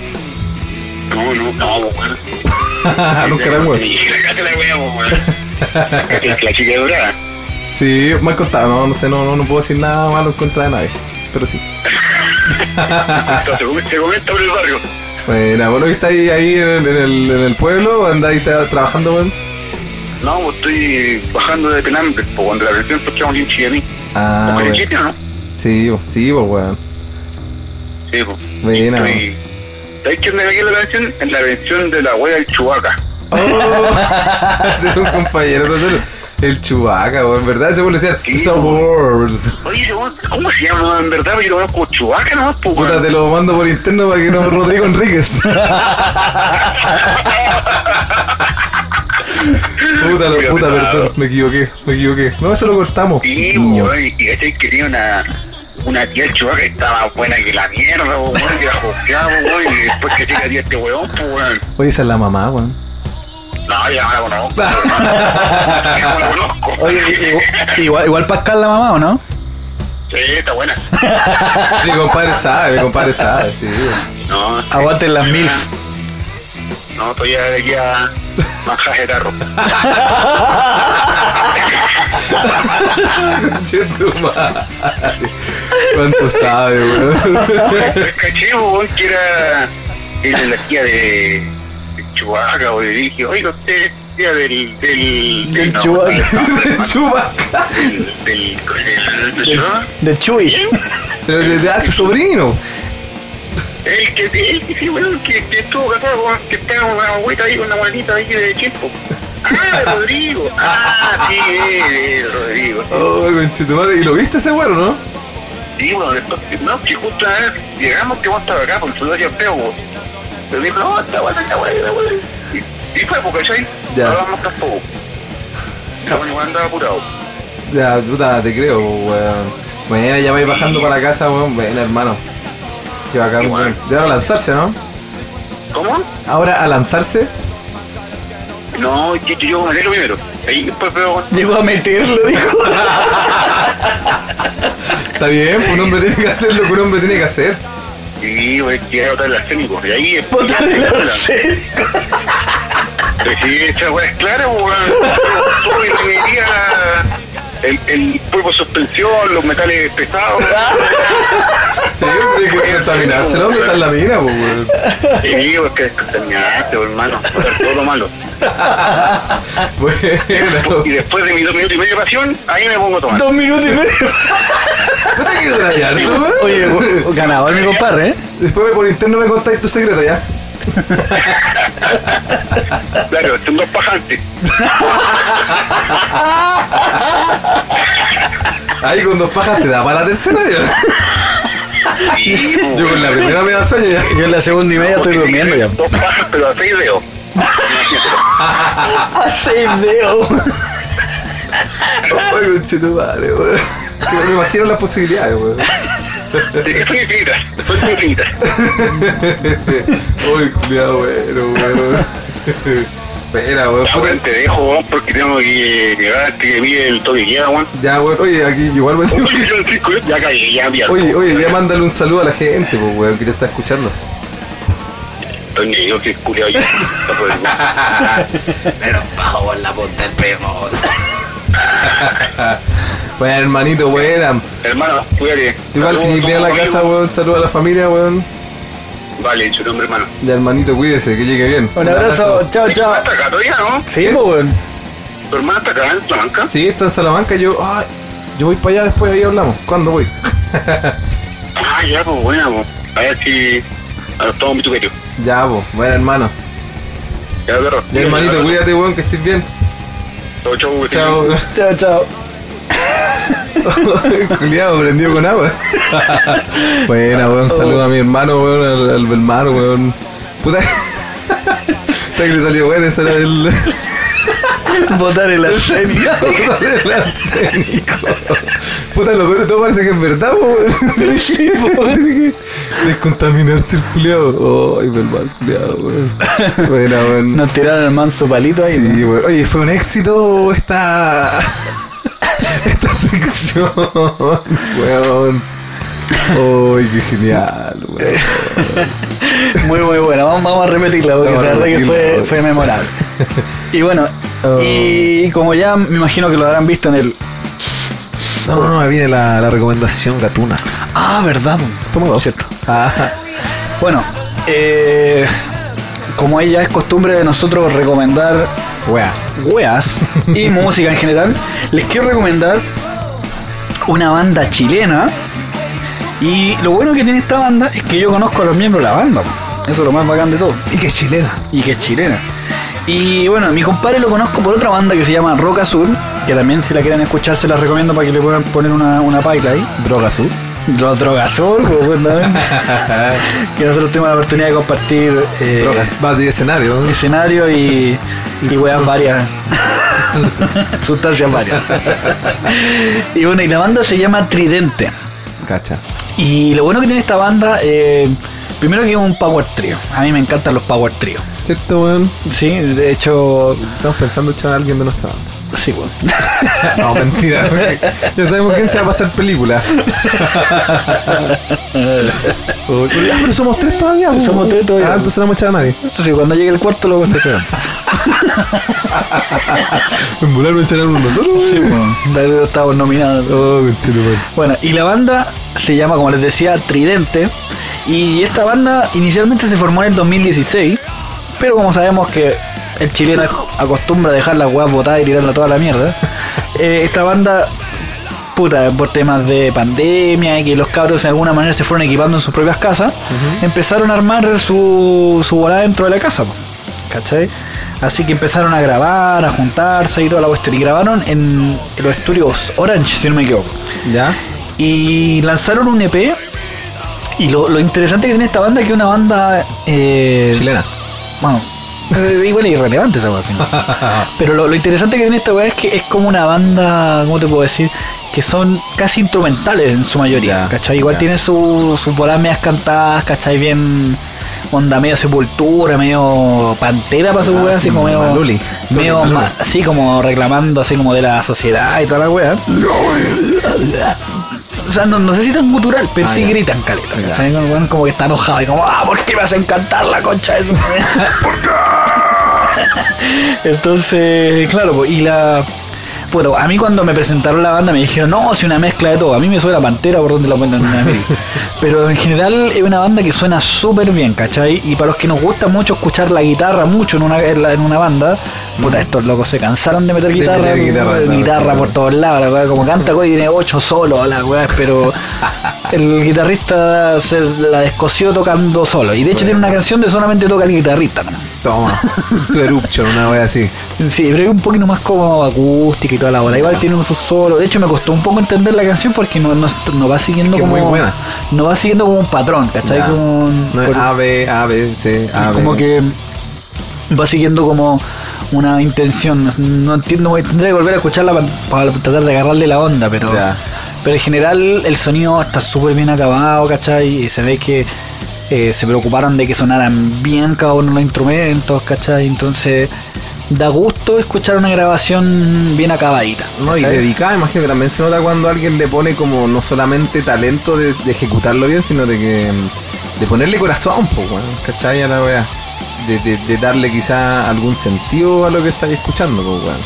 S3: No, no, no, weón.
S1: Ah, Nunca era weón.
S3: Ah, Sí, cagate la
S1: [LAUGHS]
S3: wea, weón. La chica dorada.
S1: Sí, mal contado, no, no sé, no, no, no puedo decir nada malo en contra de nadie. Pero sí.
S3: Entonces,
S1: Ah.
S3: se comenta por el barrio.
S1: Bueno, bueno que estáis ahí en, el- en el, en el pueblo, andáis tra- trabajando, weón.
S3: No, pues estoy bajando de Penambre, pues cuando la versión toqueamos un chilenín.
S1: Ah,
S3: ¿Cómo
S1: weón.
S3: el o no?
S1: Sí, bo- sí, pues weón.
S3: Sí, pues.
S1: Buena,
S3: Estoy- ¿Sabes quién me aquí la versión? En la versión de la wea del Chubaca. [LAUGHS]
S1: Oh, ser un compañero, no ser el chubaca, weón, ¿verdad? Ese weón le decían,
S3: Sí,
S1: Star Wars.
S3: Oye, ese weón, ¿cómo se llama en verdad? Porque yo lo conozco como Chubaca nomás, pues.
S1: Puta,
S3: weón.
S1: te lo mando por interno para que no Rodrigo
S3: [LAUGHS]
S1: Enríquez. Puta, lo- puta, perdón, me equivoqué, me equivoqué. No, eso lo cortamos.
S3: Sí, pues,
S1: Niño.
S3: weón, y ese que tenía una, una tía del Chubaca que estaba buena que la mierda, pues, weón, que la joseaba, pues, weón, y después que llega a este weón, pues, weón.
S1: Oye, esa es la mamá,
S3: [LAUGHS]
S1: weón.
S3: No, ya no
S1: [LAUGHS]
S3: la conozco. Ya no la conozco.
S2: Oye, i- i- igual, igual Pascal la mamá, ¿o no?
S3: Sí, está buena.
S1: Mi compadre sabe, mi compadre sabe, sí.
S3: No, sí.
S2: Aguanten las mil.
S3: No, todavía de aquí a Manjaje Tarro.
S1: ¿Cuánto sabe, weón? [LAUGHS]
S3: Después caché, weón, que era era la tía de, de Chubaca, o y dije, oiga usted, es tía del... del...
S2: Del
S3: no,
S2: Chewbacca.
S3: del-
S1: Chubaca.
S3: Del... del... del- del- ¿no?
S2: Del Chuy.
S1: Pero de, de- ah, su sobrino.
S3: El que, el que sí, weón, que, que estuvo casado con, que está una agüita ahí, una manita ahí de tiempo. Ah, de Rodrigo. Ah, sí, de, de Rodrigo.
S1: Oh, conchetumare. ¿Y lo viste ese güero, no?
S3: Sí, bueno, después, no, que justo una vez llegamos, que vos estabas acá, por el sudario europeo, vos. Pero dijo, no, está buena, está buena, está buena. Y, y fue, porque yo ahí
S1: Ya.
S3: hablábamos tampoco. Pero bueno, igual andaba apurado.
S1: Ya, puta, te creo, weón. Mañana ya vais bajando para la casa, weón. Bueno, hermano. Qué bacán, weón. Y ahora a lanzarse, ¿no?
S3: ¿Cómo?
S1: Ahora a lanzarse.
S3: No, yo, yo, yo gané lo primero. Ahí después veo...
S2: Llegó a meterlo, dijo. [LAUGHS]
S1: Está bien, pues un hombre tiene que hacer lo que un hombre tiene que hacer.
S3: Y "Eh, güey, quiero botar el arsénico. Y ahí es...
S2: Puta de la serie.
S3: Pues sí, esta weá es clara, weón. Todo el que diría el, el polvo suspensión, los metales pesados.
S1: Sí, tiene que contaminárselo, el hombre está en la mina, pues, weón.
S3: Sí, porque es contaminante, weón, hermano. Botar todo lo malo.
S1: [LAUGHS]
S3: Y
S1: Bueno.
S3: después de mis dos minutos y medio de pasión, ahí me pongo a tomar.
S2: Dos minutos y medio.
S1: ¿No te quedó la yarda, weón?
S2: Oye, [LAUGHS] gu- ganador mi compadre, ¿eh?
S1: Después por interno me contáis tu secreto, ya.
S3: Claro, son dos
S1: [LAUGHS]
S3: pajantes.
S1: Ahí con dos pajas te da para la tercera, ya.
S3: Sí, weón.
S1: Yo con la primera me da sueño, ya.
S2: Yo en la segunda y media estoy
S3: uh, Porque
S2: durmiendo ya.
S3: Dos pajas, pero a seis dedos.
S2: A seis dedos.
S1: Ay, conchetumare, weón. Me imagino las posibilidades, weón.
S3: Sí, Son infinitas, son infinitas.
S1: [LAUGHS] Uy, culiado, bueno, weón. Espera, weón.
S3: Ya,
S1: puta.
S3: weón, te dejo, weón, porque tengo que llegar, que mire el toque que queda, weón.
S1: Ya, weón. Oye, aquí igual me tengo
S3: Oye,
S1: que...
S3: yo sí, culo, Ya caí, ya mierda.
S1: Oye, oye, ya mándale un saludo a la gente, pues, weón, que te está escuchando.
S3: Oye, yo que culiao yo. No puedo
S1: [LAUGHS]
S3: decir nada.
S4: Pero bajo por la punta del pego.
S1: [LAUGHS] Bueno, hermanito, weón.
S3: Hermano, cuídate.
S1: Igual que
S3: Saludos,
S1: llegué a la
S3: amigo.
S1: casa, weón. Saludo a la familia, weón.
S3: Vale, en su nombre, hermano.
S1: Ya, hermanito, cuídese, que llegue bien.
S2: Un abrazo. Chao,
S3: Tu hermana
S2: chao.
S3: está acá todavía, ¿no?
S2: Sí, pues, weón.
S3: Tu hermana está acá en la banca.
S1: Sí, está en Salamanca, yo. ay, yo voy para allá después, ahí hablamos. ¿Cuándo voy? [LAUGHS]
S3: Ah, ya, pues bueno, pues. A ver si adoptamos mi tuberio.
S1: Ya, pues, bueno, hermano.
S3: Ya, perro.
S1: Ya, hermanito, cuídate, weón, que estés bien.
S3: Chau, chau. que
S1: Chao.
S2: Chao, chao.
S1: [LAUGHS] Culiado, prendido con [LAUGHS] agua. Buena, weón. Saludo a mi hermano, weón, al, al hermano, weón. [LAUGHS] Puta. Puta que le salió buena esa era del.
S2: Botar
S1: [LAUGHS]
S2: el arsenio.
S1: del arsénico. Puta, lo peor de todo parece que es verdad, [LAUGHS] weón. Tiene que- tiene que descontaminarse el culiado. Ay, mi hermano, culiado, [LAUGHS] weón. Buena, weón.
S2: Nos tiraron el manso palito ahí.
S1: Sí, bueno. Oye, fue un éxito esta. [LAUGHS] esta sección, weón. Uy, qué genial, weón.
S2: Muy, muy buena. Vamos, vamos a repetirla porque
S1: Vamos a
S2: la verdad que fue,
S1: repetirla.
S2: fue memorable.
S1: [LAUGHS]
S2: Y bueno,
S1: Oh.
S2: y como ya me imagino que lo habrán visto en el.
S1: No, no, me viene la, la recomendación gatuna.
S2: Ah, ¿verdad? Toma dos. Cierto.
S1: Ah,
S2: Bueno, eh, como ella es costumbre de nosotros recomendar
S1: weá.
S2: weas y música en general, les quiero recomendar una banda chilena. Y lo bueno que tiene esta banda es que yo conozco a los miembros de la banda. po. Eso es lo más bacán de todo.
S1: Y que chilena.
S2: y que es chilena. Y bueno, mi compadre lo conozco por otra banda que se llama Roca Sur, que también si la quieren escuchar se la recomiendo para que le puedan poner una, una paila ahí.
S1: Droga azul.
S2: Los Droga Sur, pues, bueno, [LAUGHS] que nosotros tuvimos la oportunidad de compartir eh,
S1: Drogas. Va de escenario. ¿no?
S2: escenario y, y weas varias, [LAUGHS] sustancias varias. y bueno, y la banda se llama Tridente.
S1: [LAUGHS] Cacha.
S2: Y lo bueno que tiene esta banda, eh, primero que es un power trio. A mí me encantan los power trio.
S1: ¿Cierto, weón?
S2: Sí, de hecho,
S1: Estamos pensando echar a alguien de nuestra banda.
S2: sí, pues. bueno.
S1: [LAUGHS] No, mentira. weón. Ya sabemos quién se va a pasar película. [LAUGHS] Uy, ah, pero somos tres todavía, weón.
S2: Somos tres todavía.
S1: Ah, entonces no vamos a echar a nadie.
S2: Eso sí, cuando llegue el cuarto lo voy a
S1: [LAUGHS] En volar mencionaron nosotros,
S2: Sí,
S1: güey.
S2: bueno, de- estábamos nominados.
S1: Oh, conchito, güey.
S2: Bueno, y la banda se llama, como les decía, Tridente. Y esta banda inicialmente se formó en el 2016. Pero como sabemos que el chileno acostumbra dejar las weas botadas y tirarla toda la mierda. [LAUGHS] eh, esta banda, puta, por temas de pandemia y que los cabros de alguna manera se fueron equipando en sus propias casas, empezaron a armar su, su volada dentro de la casa. po, ¿Cachai? Así que empezaron a grabar, a juntarse y toda la cuestión. Y grabaron en los estudios Orange, si no me equivoco
S1: ¿Ya?
S2: y lanzaron un EP. Y lo, lo interesante que tiene esta banda es que es una banda. eh,
S1: Chilena.
S2: Bueno, eh, igual es irrelevante esa weá.
S1: [LAUGHS]
S2: al final. Pero lo, lo interesante que tiene esta weá es que es como una banda, ¿cómo te puedo decir? Que son casi instrumentales en su mayoría,
S1: Ya,
S2: ¿cachai? Igual
S1: ya.
S2: tiene sus su voladas medias cantadas, ¿cachai? Bien. Onda medio sepultura, medio pantera para su
S1: Ah,
S2: weá, así como medio.
S1: Maluli.
S2: Medio
S1: Maluli.
S2: ma- así como reclamando así como de la sociedad y toda la weá. O sea, no, no sé si tan gutural, pero
S1: Ah,
S2: sí
S1: ya.
S2: gritan caleta.
S1: Ya.
S2: ¿cachai? Como, bueno, como que está enojado y como, ah, ¿por qué me hacen cantar la concha de su madre?" Entonces, claro, pues, y la. Bueno, a mí cuando me presentaron la banda me dijeron, no, si una mezcla de todo. A mí me suena Pantera por donde la cuentan
S1: [LAUGHS]
S2: en América. Pero en general es una banda que suena súper bien, ¿cachai? Y para los que nos gusta mucho escuchar la guitarra mucho en una, en la- en una banda, puta, estos locos se cansaron de meter
S1: De
S2: guitarra,
S1: meter guitarra,
S2: eh,
S1: no,
S2: guitarra
S1: no.
S2: por todos lados, la weá, como canta güey, tiene ocho solos, la weá,
S1: [LAUGHS]
S2: pero el guitarrista se la descosió tocando solo. Y de hecho tiene una canción de solamente toca el guitarrista, ¿no?
S1: Toma. [LAUGHS] Su eruption, una wea así.
S2: Sí, pero es un poquito más como acústica y toda la bola. Igual tiene un solo. De hecho, me costó un poco entender la canción porque no, no, no va siguiendo
S1: Es que es
S2: como.
S1: muy buena.
S2: No va siguiendo como un patrón, ¿cachai?
S1: Ya.
S2: Como un-
S1: No es
S2: por-
S1: A, B, A, B, C, A, B.
S2: como que va siguiendo como una intención. No- No entiendo, muy- tendré que volver a escucharla para, tratar de agarrarle la onda, pero.
S1: Ya.
S2: Pero en general el sonido está súper bien acabado, ¿cachai? Y se ve que eh, se preocuparon de que sonaran bien cada uno de los instrumentos, ¿cachai? Entonces da gusto escuchar una grabación bien acabadita.
S1: No, y
S2: ¿cachai?
S1: dedicada, imagino que también se nota cuando alguien le pone como no solamente talento de, de ejecutarlo bien, sino de que mm, de ponerle corazón, pues, weón, ¿cachai? A la weá. De, de- de darle quizá algún sentido a lo que estáis escuchando, pues, weón.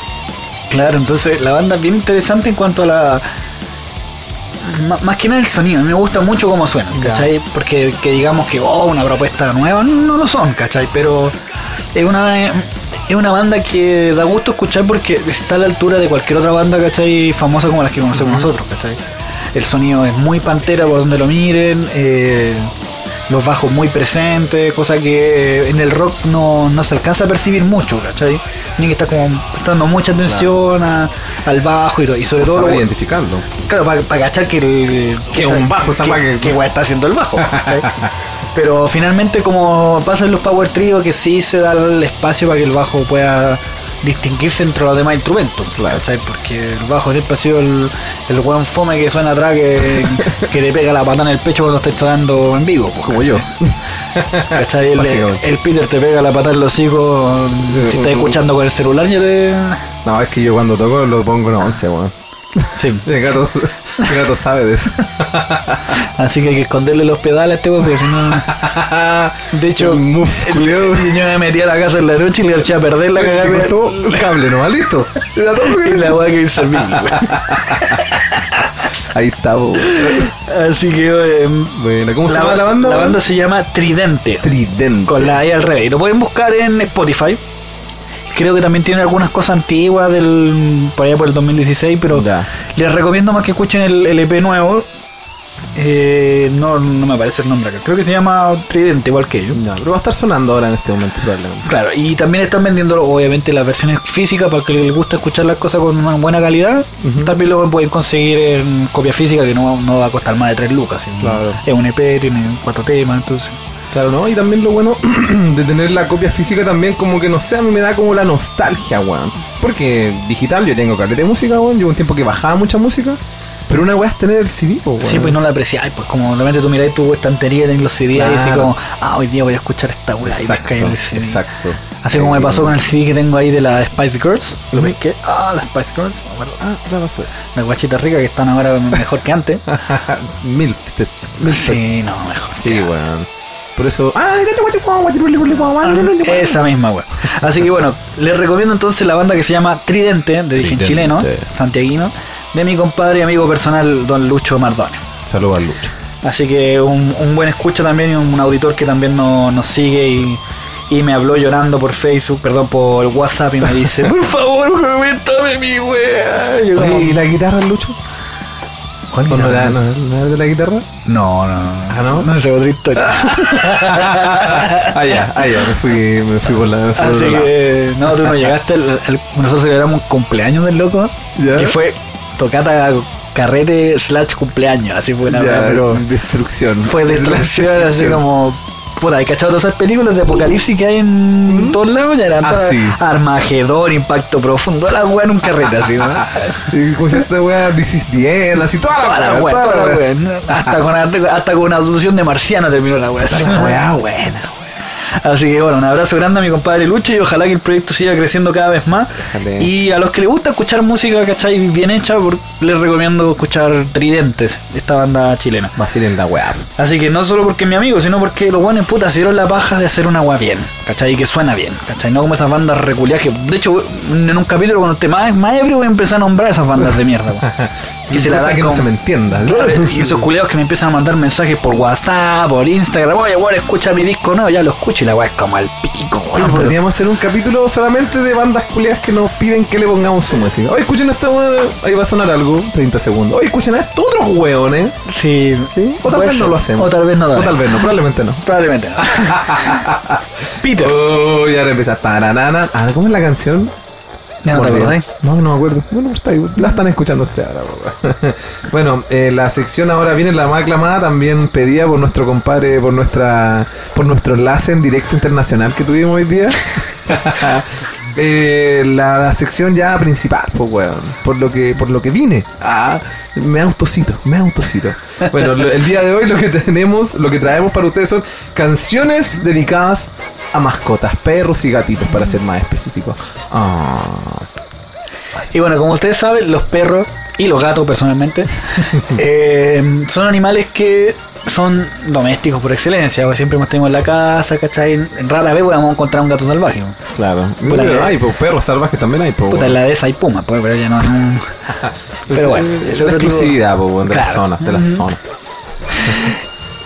S2: Claro, entonces la banda es bien interesante en cuanto a la. M- más que nada el sonido, a mí me gusta mucho cómo suena,
S1: Ya.
S2: ¿cachai? Porque que digamos que, oh, una propuesta nueva, no lo son, ¿cachai? Pero es una, es una banda que da gusto escuchar porque está a la altura de cualquier otra banda, ¿cachai? Famosa como las que conocemos nosotros, ¿cachai? El sonido es muy pantera por donde lo miren, eh, los bajos muy presentes, cosa que eh, en el rock no, no se alcanza a percibir mucho, ¿cachai? Tienen que estar como prestando mucha atención a- al bajo y, todo, y sobre todo...
S1: Saber
S2: lo-
S1: identificarlo.
S2: Claro, para cachar que el.
S1: Que un bajo, esa
S2: que-
S1: weá que-
S2: que weá está haciendo el
S1: [LAUGHS]
S2: bajo. ¿cachai? Pero finalmente, como pasa en los Power Trio, que sí se da el espacio para que el bajo pueda distinguirse entre los demás instrumentos. ¿cachai? Porque el bajo siempre ha sido el, el weón fome que suena atrás que, que te pega la patada en el pecho cuando estás tocando en vivo. pues,
S1: Como yo.
S2: ¿Cachai? El,
S1: Básicamente.
S2: el Peter te pega la patada en los hocico si estás escuchando con el celular ya te.
S1: No, es que yo cuando toco lo pongo en 11, weón.
S2: Sí.
S1: El gato, el gato sabe de eso.
S2: [LAUGHS] Así que hay que esconderle los pedales a este weón porque si no. De hecho,
S1: Un move,
S2: el-
S1: culiao.
S2: el- yo me metí a la casa en la noche y le eché a perder la cagada
S1: Le
S2: me-
S1: cortó un cable nomás, listo. Era todo lo que-
S2: y la weá
S1: [LAUGHS]
S2: que hice a mí, güey.
S1: Ahí está, po, weón.
S2: Así que. eh,
S1: Bueno, ¿cómo se llama la banda?
S2: La
S1: weón?
S2: banda se llama Tridente.
S1: Tridente.
S2: Con la E al revés. Lo pueden buscar en Spotify. Creo que también tiene algunas cosas antiguas del por allá por el 2016, pero
S1: Ya.
S2: les recomiendo más que escuchen el, el EP nuevo. Eh, no, no me aparece el nombre acá. Creo que se llama Tridente, igual que yo.
S1: Ya, pero va a estar sonando ahora en este momento probablemente.
S2: Claro, y también están vendiendo obviamente las versiones físicas para que les gusta escuchar las cosas con una buena calidad.
S1: Ujú.
S2: También lo pueden conseguir en copia física que no, no va a costar más de 3 lucas. ¿sí?
S1: Claro.
S2: Es un EP, tiene cuatro temas, entonces.
S1: Claro, ¿no? Y también lo bueno [CLEARS THROAT] de tener la copia física también como que no sé, a mí me da como la nostalgia, weón. Porque digital yo tengo carrete de música, weón. Llevo un tiempo que bajaba mucha música. Pero una weá es tener el CD, po, weón.
S2: Sí, pues no la apreciáis, pues como realmente tú miráis tu estantería en los CD y así
S1: Claro.
S2: como, ah, hoy día voy a escuchar esta weá y me
S1: Exacto,
S2: cae el CD.
S1: exacto. Eh,
S2: Así como me pasó con el CD que tengo ahí de la Spice Girls. Lo
S1: Ujú.
S2: pesqué, ah, las Spice Girls, ah, bueno,
S1: Ah, la basura.
S2: las guachitas ricas que
S1: [LAUGHS]
S2: están ahora mejor que antes.
S1: Milfs.
S2: sí, no, mejor.
S1: Sí, weón. Por eso.
S2: Esa misma, weón. Así que bueno, les recomiendo entonces la banda que se llama Tridente, de origen
S1: Tridente.
S2: chileno, santiaguino, de mi compadre y amigo personal, don Lucho Mardones.
S1: Saludos al Lucho.
S2: Así que un, un buen escucha también y un auditor que también no- nos sigue y, y me habló llorando por Facebook, perdón, por WhatsApp y me
S1: [LAUGHS]
S2: dice, por favor, coméntame mi wea. Yo como,
S1: Oye, ¿y la guitarra, el Lucho?
S2: "¿Cuál
S1: ¿O no
S2: era?
S1: era, no, no era de la
S2: [LAUGHS]
S1: guitarra?
S2: No, no,
S1: Ah, ¿no?
S2: No sé, otra historia.
S1: Ah, ya, ah, ya, me fui, me fui por la. me fui por
S2: Así
S1: otro lado.
S2: que, no, tú no llegaste. el- el- nosotros celebramos un cumpleaños del loco,
S1: Ya.
S2: que fue tocata carrete slash cumpleaños, así fue una
S1: Ya,
S2: wea, pero
S1: destrucción.
S2: fue
S1: Es la
S2: destrucción, así
S1: [LAUGHS] destrucción.
S2: como... Puta, ¿hay cachado todas esas películas de apocalipsis que hay en todos lados? Ya eran
S1: Ah,
S2: todas-
S1: sí.
S2: Armagedón, Impacto Profundo, la weá en un carrete, así,
S1: [LAUGHS]
S2: ¿no?
S1: Y Como cierta weá, This is the end, así toda
S2: Toda
S1: la
S2: la
S1: weá,
S2: weá,
S1: toda la
S2: weá.
S1: weá.
S2: Hasta con, hasta con una asunción de marciano terminó la weá.
S1: La weá buena.
S2: Así que bueno, un abrazo grande a mi compadre Lucho y ojalá que el proyecto siga creciendo cada vez más.
S1: Ojalá.
S2: Y a los que les gusta escuchar música, ¿cachai? Bien hecha, por- les recomiendo escuchar Tridentes, esta banda chilena.
S1: Vacilen la weá.
S2: Así que no solo porque es mi amigo, sino porque los guanes puta se dieron la paja de hacer una agua bien, ¿cachai? Y que suena bien, ¿cachai? No como esas bandas reculiadas que, de hecho, en un capítulo cuando el tema es más ebrio voy a empezar a nombrar esas bandas de mierda, weón.
S1: [LAUGHS] Que se la
S2: dan
S1: que no
S2: como-
S1: se me entienda.
S2: Claro,
S1: [LAUGHS]
S2: y esos culeados que me empiezan a mandar mensajes por WhatsApp, por Instagram, oye, weón, escucha mi disco nuevo, ya lo escucho y la weá es como al pico,
S1: Oye,
S2: weón. pero- [LAUGHS]
S1: podríamos hacer un capítulo solamente de bandas culeas que nos piden que le pongamos suma. Así, oye, escuchen esta weá, ahí va a sonar algo, 30 segundos. Oye, escuchen a estos otros hueones.
S2: Sí,
S1: ¿Sí? O tal
S2: puede
S1: vez no
S2: ser.
S1: lo hacemos.
S2: O tal vez no lo
S1: O tal
S2: haremos.
S1: vez no, probablemente no.
S2: Probablemente
S1: [LAUGHS]
S2: no. Peter.
S1: Oh, y ahora empieza. taranana. Ah, ¿Cómo es la canción?
S2: Ya no
S1: Se
S2: te
S1: me olvidó. ¿eh? [LAUGHS]
S2: acordás.
S1: No, no me acuerdo. Bueno, pues está ahí, La están escuchando ustedes ahora, papá. [LAUGHS] Bueno, eh, la sección ahora viene la más aclamada, también pedida por nuestro compadre, por nuestra, por nuestro enlace en directo internacional que tuvimos hoy día. [LAUGHS] Eh, la, la sección ya principal, pues weón, por lo que, por lo que vine. Ah, me autocito, me autocito. Bueno, lo- el día de hoy lo que tenemos, lo que traemos para ustedes son canciones dedicadas a mascotas, perros y gatitos, para ser más específico. Ah.
S2: Y bueno, como ustedes saben, los perros y los
S1: [LAUGHS]
S2: gatos personalmente eh, son animales que son domésticos por excelencia. o siempre hemos tenido en la casa, ¿cachai? Rara vez vamos a encontrar un gato salvaje. ¿no?
S1: Claro.
S2: Puta que-
S1: hay, pues perros salvajes también hay, pues.
S2: Puta, en la de esa hay puma, pues, pero ya no. no- pero bueno,
S1: es
S2: ese
S1: la
S2: otro tipo-
S1: exclusividad, pues, weón, de las
S2: Claro.
S1: zonas, de las zonas.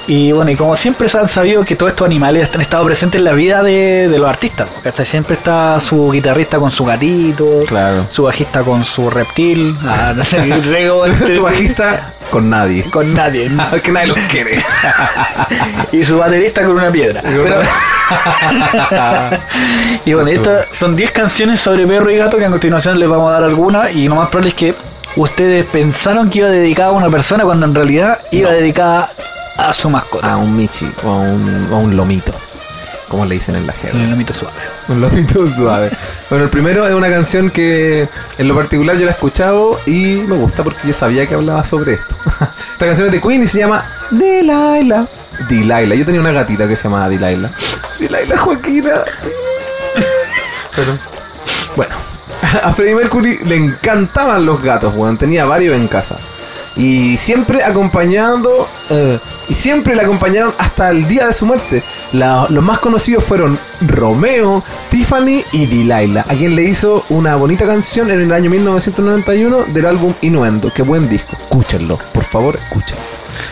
S2: Y bueno, y como siempre se han sabido que todos estos animales han estado presentes en la vida de, de los artistas, ¿no? ¿cachai? Siempre está su guitarrista con su gatito,
S1: Claro.
S2: su bajista con su reptil, ah, [LAUGHS]
S1: [LAUGHS]
S2: no sé, rego-
S1: Su bajista con nadie.
S2: con nadie, ¿no?
S1: este- [LAUGHS] que nadie los [LAUGHS] quiere.
S2: y su baterista con una piedra. Pero- y bueno, estas son 10 canciones sobre perro y gato que a continuación les vamos a dar algunas y lo más probable es que ustedes pensaron que iba dedicada a una persona cuando en realidad iba dedicada a su
S1: [LAUGHS]
S2: mascota.
S1: a un Michi o a un, o a un lomito. Como le dicen en la jerga.
S2: En el ámbito suave.
S1: Un lomito [LAUGHS] suave. Bueno, el primero es una canción que en lo particular yo la he escuchado y me gusta porque yo sabía que hablaba sobre esto. [LAUGHS] Esta canción es de Queen y se llama Delilah. Delilah. Yo tenía una gatita que se llamaba Delilah. Delilah Joaquina. Pero, bueno, [LAUGHS] a Freddie Mercury le encantaban los gatos, weón. Tenía varios en casa. Y siempre acompañado. eh, y siempre le acompañaron hasta el día de su muerte. La- los más conocidos fueron Romeo, Tiffany y Delilah, a quien le hizo una bonita canción en el año 1991 del álbum Innuendo. Qué buen disco. Escúchenlo, por favor, escúchenlo.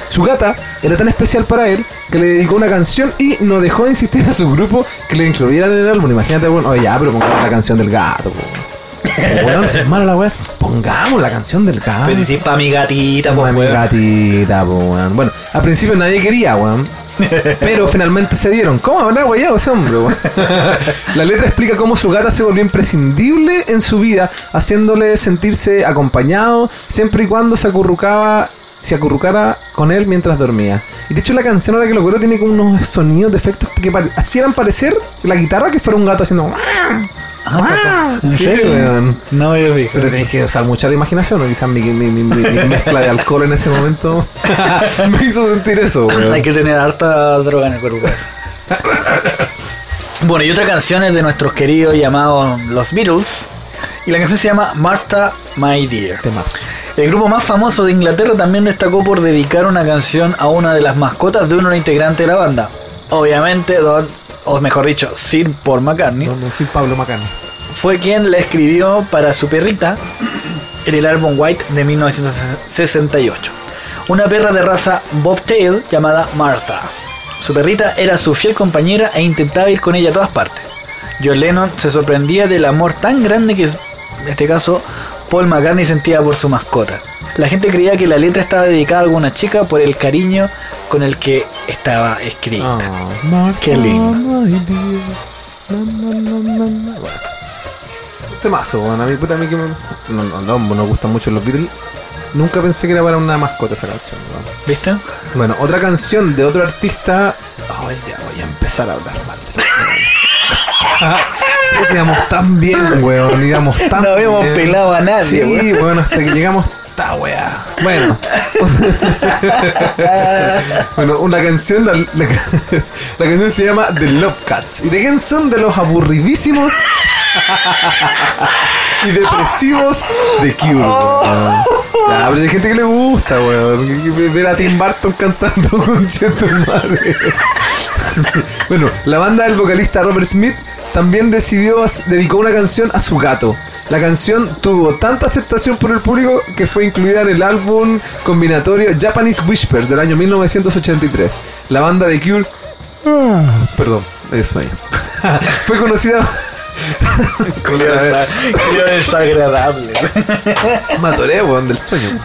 S1: Su gata era tan especial para él que le dedicó una canción y no dejó de insistir a su grupo que le incluyeran en el álbum. Imagínate, bueno, oye, ya, pero pongamos la canción del gato, po. Bueno, si es mala la weá, pongamos la canción del gato.
S2: Ah, si es para mi gatita, pues,
S1: Mami pues, gatita, po, weón. Bueno, al principio nadie quería, weón. Pero finalmente se dieron. ¿Cómo habrá guayado ese hombre, weón? La letra explica cómo su gata se volvió imprescindible en su vida, haciéndole sentirse acompañado siempre y cuando se acurrucaba. Se acurrucara con él mientras dormía. Y de hecho, la canción, ahora que lo recuerdo, tiene como unos sonidos de efectos que pare- hacían parecer la guitarra que fuera un gato haciendo.
S2: ¿En
S1: Sí,
S2: serio?
S1: weón.
S2: No me lo fijo.
S1: Pero tenés que usar mucha la imaginación, o quizás mi, mi- mi- mi- mi mezcla de alcohol en ese
S2: [LAUGHS]
S1: momento me hizo sentir eso,
S2: Hay
S1: weón.
S2: que tener harta droga en el cuerpo. para eso. bueno, y otra canción es de nuestros queridos llamados Los Beatles. Y la canción se llama Martha, My Dear.
S1: Temazo.
S2: El grupo más famoso de Inglaterra también destacó por dedicar una canción a una de las mascotas de uno de los integrantes de la banda. obviamente Don, o mejor dicho, Sir Paul McCartney,
S1: Don Sir Pablo Macano.
S2: fue quien la escribió para su perrita en el álbum White de 1968. Una perra de raza bobtail llamada Martha. Su perrita era su fiel compañera e intentaba ir con ella a todas partes. John Lennon se sorprendía del amor tan grande que, en este caso, Paul McCartney sentía por su mascota. La gente creía que la letra estaba dedicada a alguna chica por el cariño con el que estaba escrita.
S1: Ah.
S2: Qué lindo.
S1: Temazo, weón. A mí, puta, a mí que me... No, no, no, nos gustan mucho los Beatles. Nunca pensé que era para una mascota esa canción, weón.
S2: ¿Viste?
S1: Bueno, otra canción de otro artista. Ay, ya voy a empezar a hablar
S2: [LAUGHS]
S1: mal. de los Beatles. Íbamos tan bien, weón. Íbamos tan
S2: No habíamos
S1: bien.
S2: pelado a nadie,
S1: Sí,
S2: weón.
S1: weón, hasta que llegamos a esta weá.
S2: [LAUGHS]
S1: Bueno. bueno, una canción. La, la- la canción se llama The Love Cats. ¿Y de quién son? De los aburridísimos y depresivos de Cure. weón. Ya, pero hay gente que le gusta, weón. Que- que Ver a Tim Burton cantando [LAUGHS] con cierto madre. bueno, la banda del vocalista Robert Smith también decidió, as- dedicó una canción a su gato. La canción tuvo tanta aceptación por el público que fue incluida en el álbum combinatorio Japanese Whispers del año 1983. La banda de Cure. Perdón, eso ahí. [LAUGHS] fue conocida.
S2: [LAUGHS]
S1: [LAUGHS]
S2: Creo desagradable.
S1: Matoré, weón, del sueño.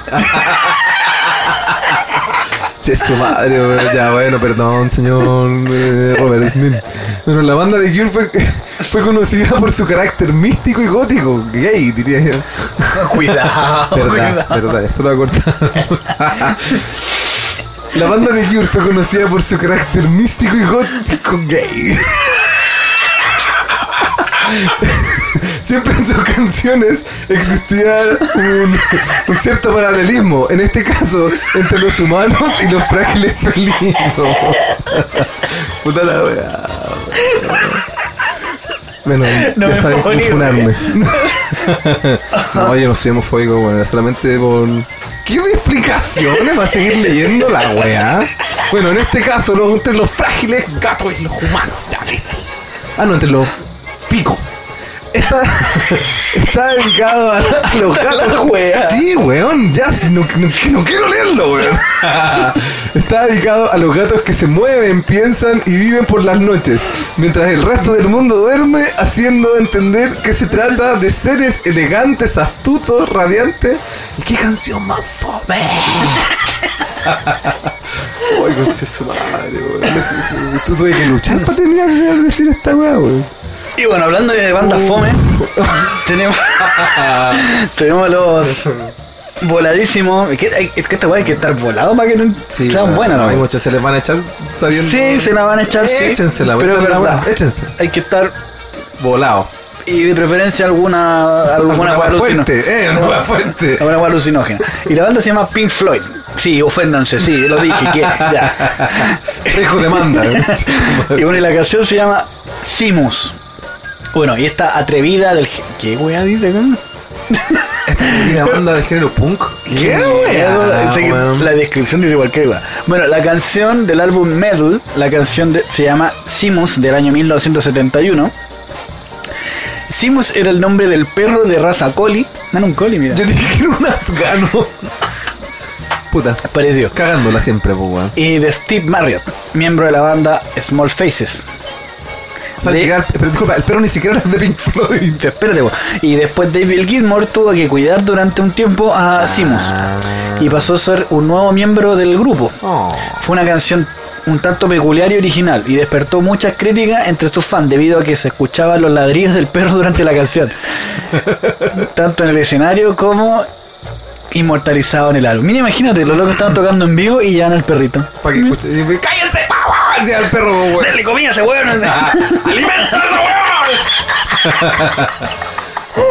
S1: Che, su madre, weón. Ya, bueno, perdón, señor eh, Robert Smith. Pero la banda de Cure fue, fue conocida por su carácter místico y gótico. Gay, diría yo. [LAUGHS]
S2: Cuidado.
S1: Verdad, verdad, esto lo voy a cortar. La banda de Cure fue conocida por su carácter místico y gótico gay. Siempre en sus canciones existía un, un cierto paralelismo, en este caso, entre los humanos y los frágiles felinos. Puta la wea. Bueno,
S2: No
S1: ya
S2: me
S1: saben
S2: puedo
S1: cómo
S2: ni
S1: funarme. No, yo no soy homofóbico, weón. era solamente por. ¿Qué explicaciones va a seguir leyendo la weá? Bueno, en este caso, los, entre los frágiles gatos y los humanos. Ya, listo. Ah, no, entre los picos. Está, [LAUGHS] está dedicado a, a los
S2: [LAUGHS]
S1: gatos.
S2: weá.
S1: Sí, weón, ya, si no, no- no quiero leerlo, weón. Está dedicado a los gatos que se mueven, piensan y viven por las noches, mientras el resto del mundo duerme, haciendo entender que se trata de seres elegantes, astutos, radiantes. ¿Y qué canción más fome? Ay, conche su madre, weón. Tú tuve que luchar para terminar de decir esta weá, weón.
S2: Y bueno, hablando de
S1: Uh.
S2: bandas
S1: [LAUGHS]
S2: fome, tenemos, [LAUGHS] tenemos a los voladísimos. Es que, es que esta weá hay que estar volado para que te- sean buenas,
S1: Hay
S2: ¿no?
S1: muchos se les van a echar sabiendo.
S2: Sí, se la van a echar, sí.
S1: Échensela,
S2: pero es
S1: échensela,
S2: verdad,
S1: échensela.
S2: Hay que estar,
S1: Volado.
S2: y de preferencia alguna alguna
S1: Alguna
S2: weá
S1: hueá
S2: alucino-
S1: fuerte, eh, una hueá fuerte. [LAUGHS]
S2: Alguna hueá alucinógena. Y la banda se llama Pink Floyd. Sí, oféndanse, sí, lo dije, que ya.
S1: Dejo demanda.
S2: Y bueno, y la canción se llama Simus. Bueno, y esta atrevida del... gé- ¿Qué weá dice? weón?
S1: ¿Y la banda de género punk?
S2: Miedo, sí, La descripción dice cualquier cosa. Bueno, la canción del álbum Medal, la canción de- se llama Simus del año 1971. Simus era el nombre del perro de raza Collie. No era un Collie, mira.
S1: Yo dije que era un afgano. Puta,
S2: Parecido.
S1: cagándola siempre, pues, weón.
S2: Y de Steve Marriott, miembro de la banda Small Faces.
S1: O sea,
S2: De-
S1: llegar, pero disculpa, el perro ni siquiera era de Pink Floyd.
S2: Pero espérate, po. y después David Gilmour tuvo que cuidar durante un tiempo a Simus y pasó a ser un nuevo miembro del grupo.
S1: Oh.
S2: Fue una canción un tanto peculiar y original y despertó muchas críticas entre sus fans debido a que se escuchaban los ladrillos del perro durante la canción, tanto en el escenario como inmortalizado en el álbum. Mira, imagínate, los locos estaban tocando en vivo y llevan al perrito.
S1: Para que escuche. y me- ¡Cállense, pa, weón! Decía el perro, weón.
S2: ¡Denle comida a ese hueón!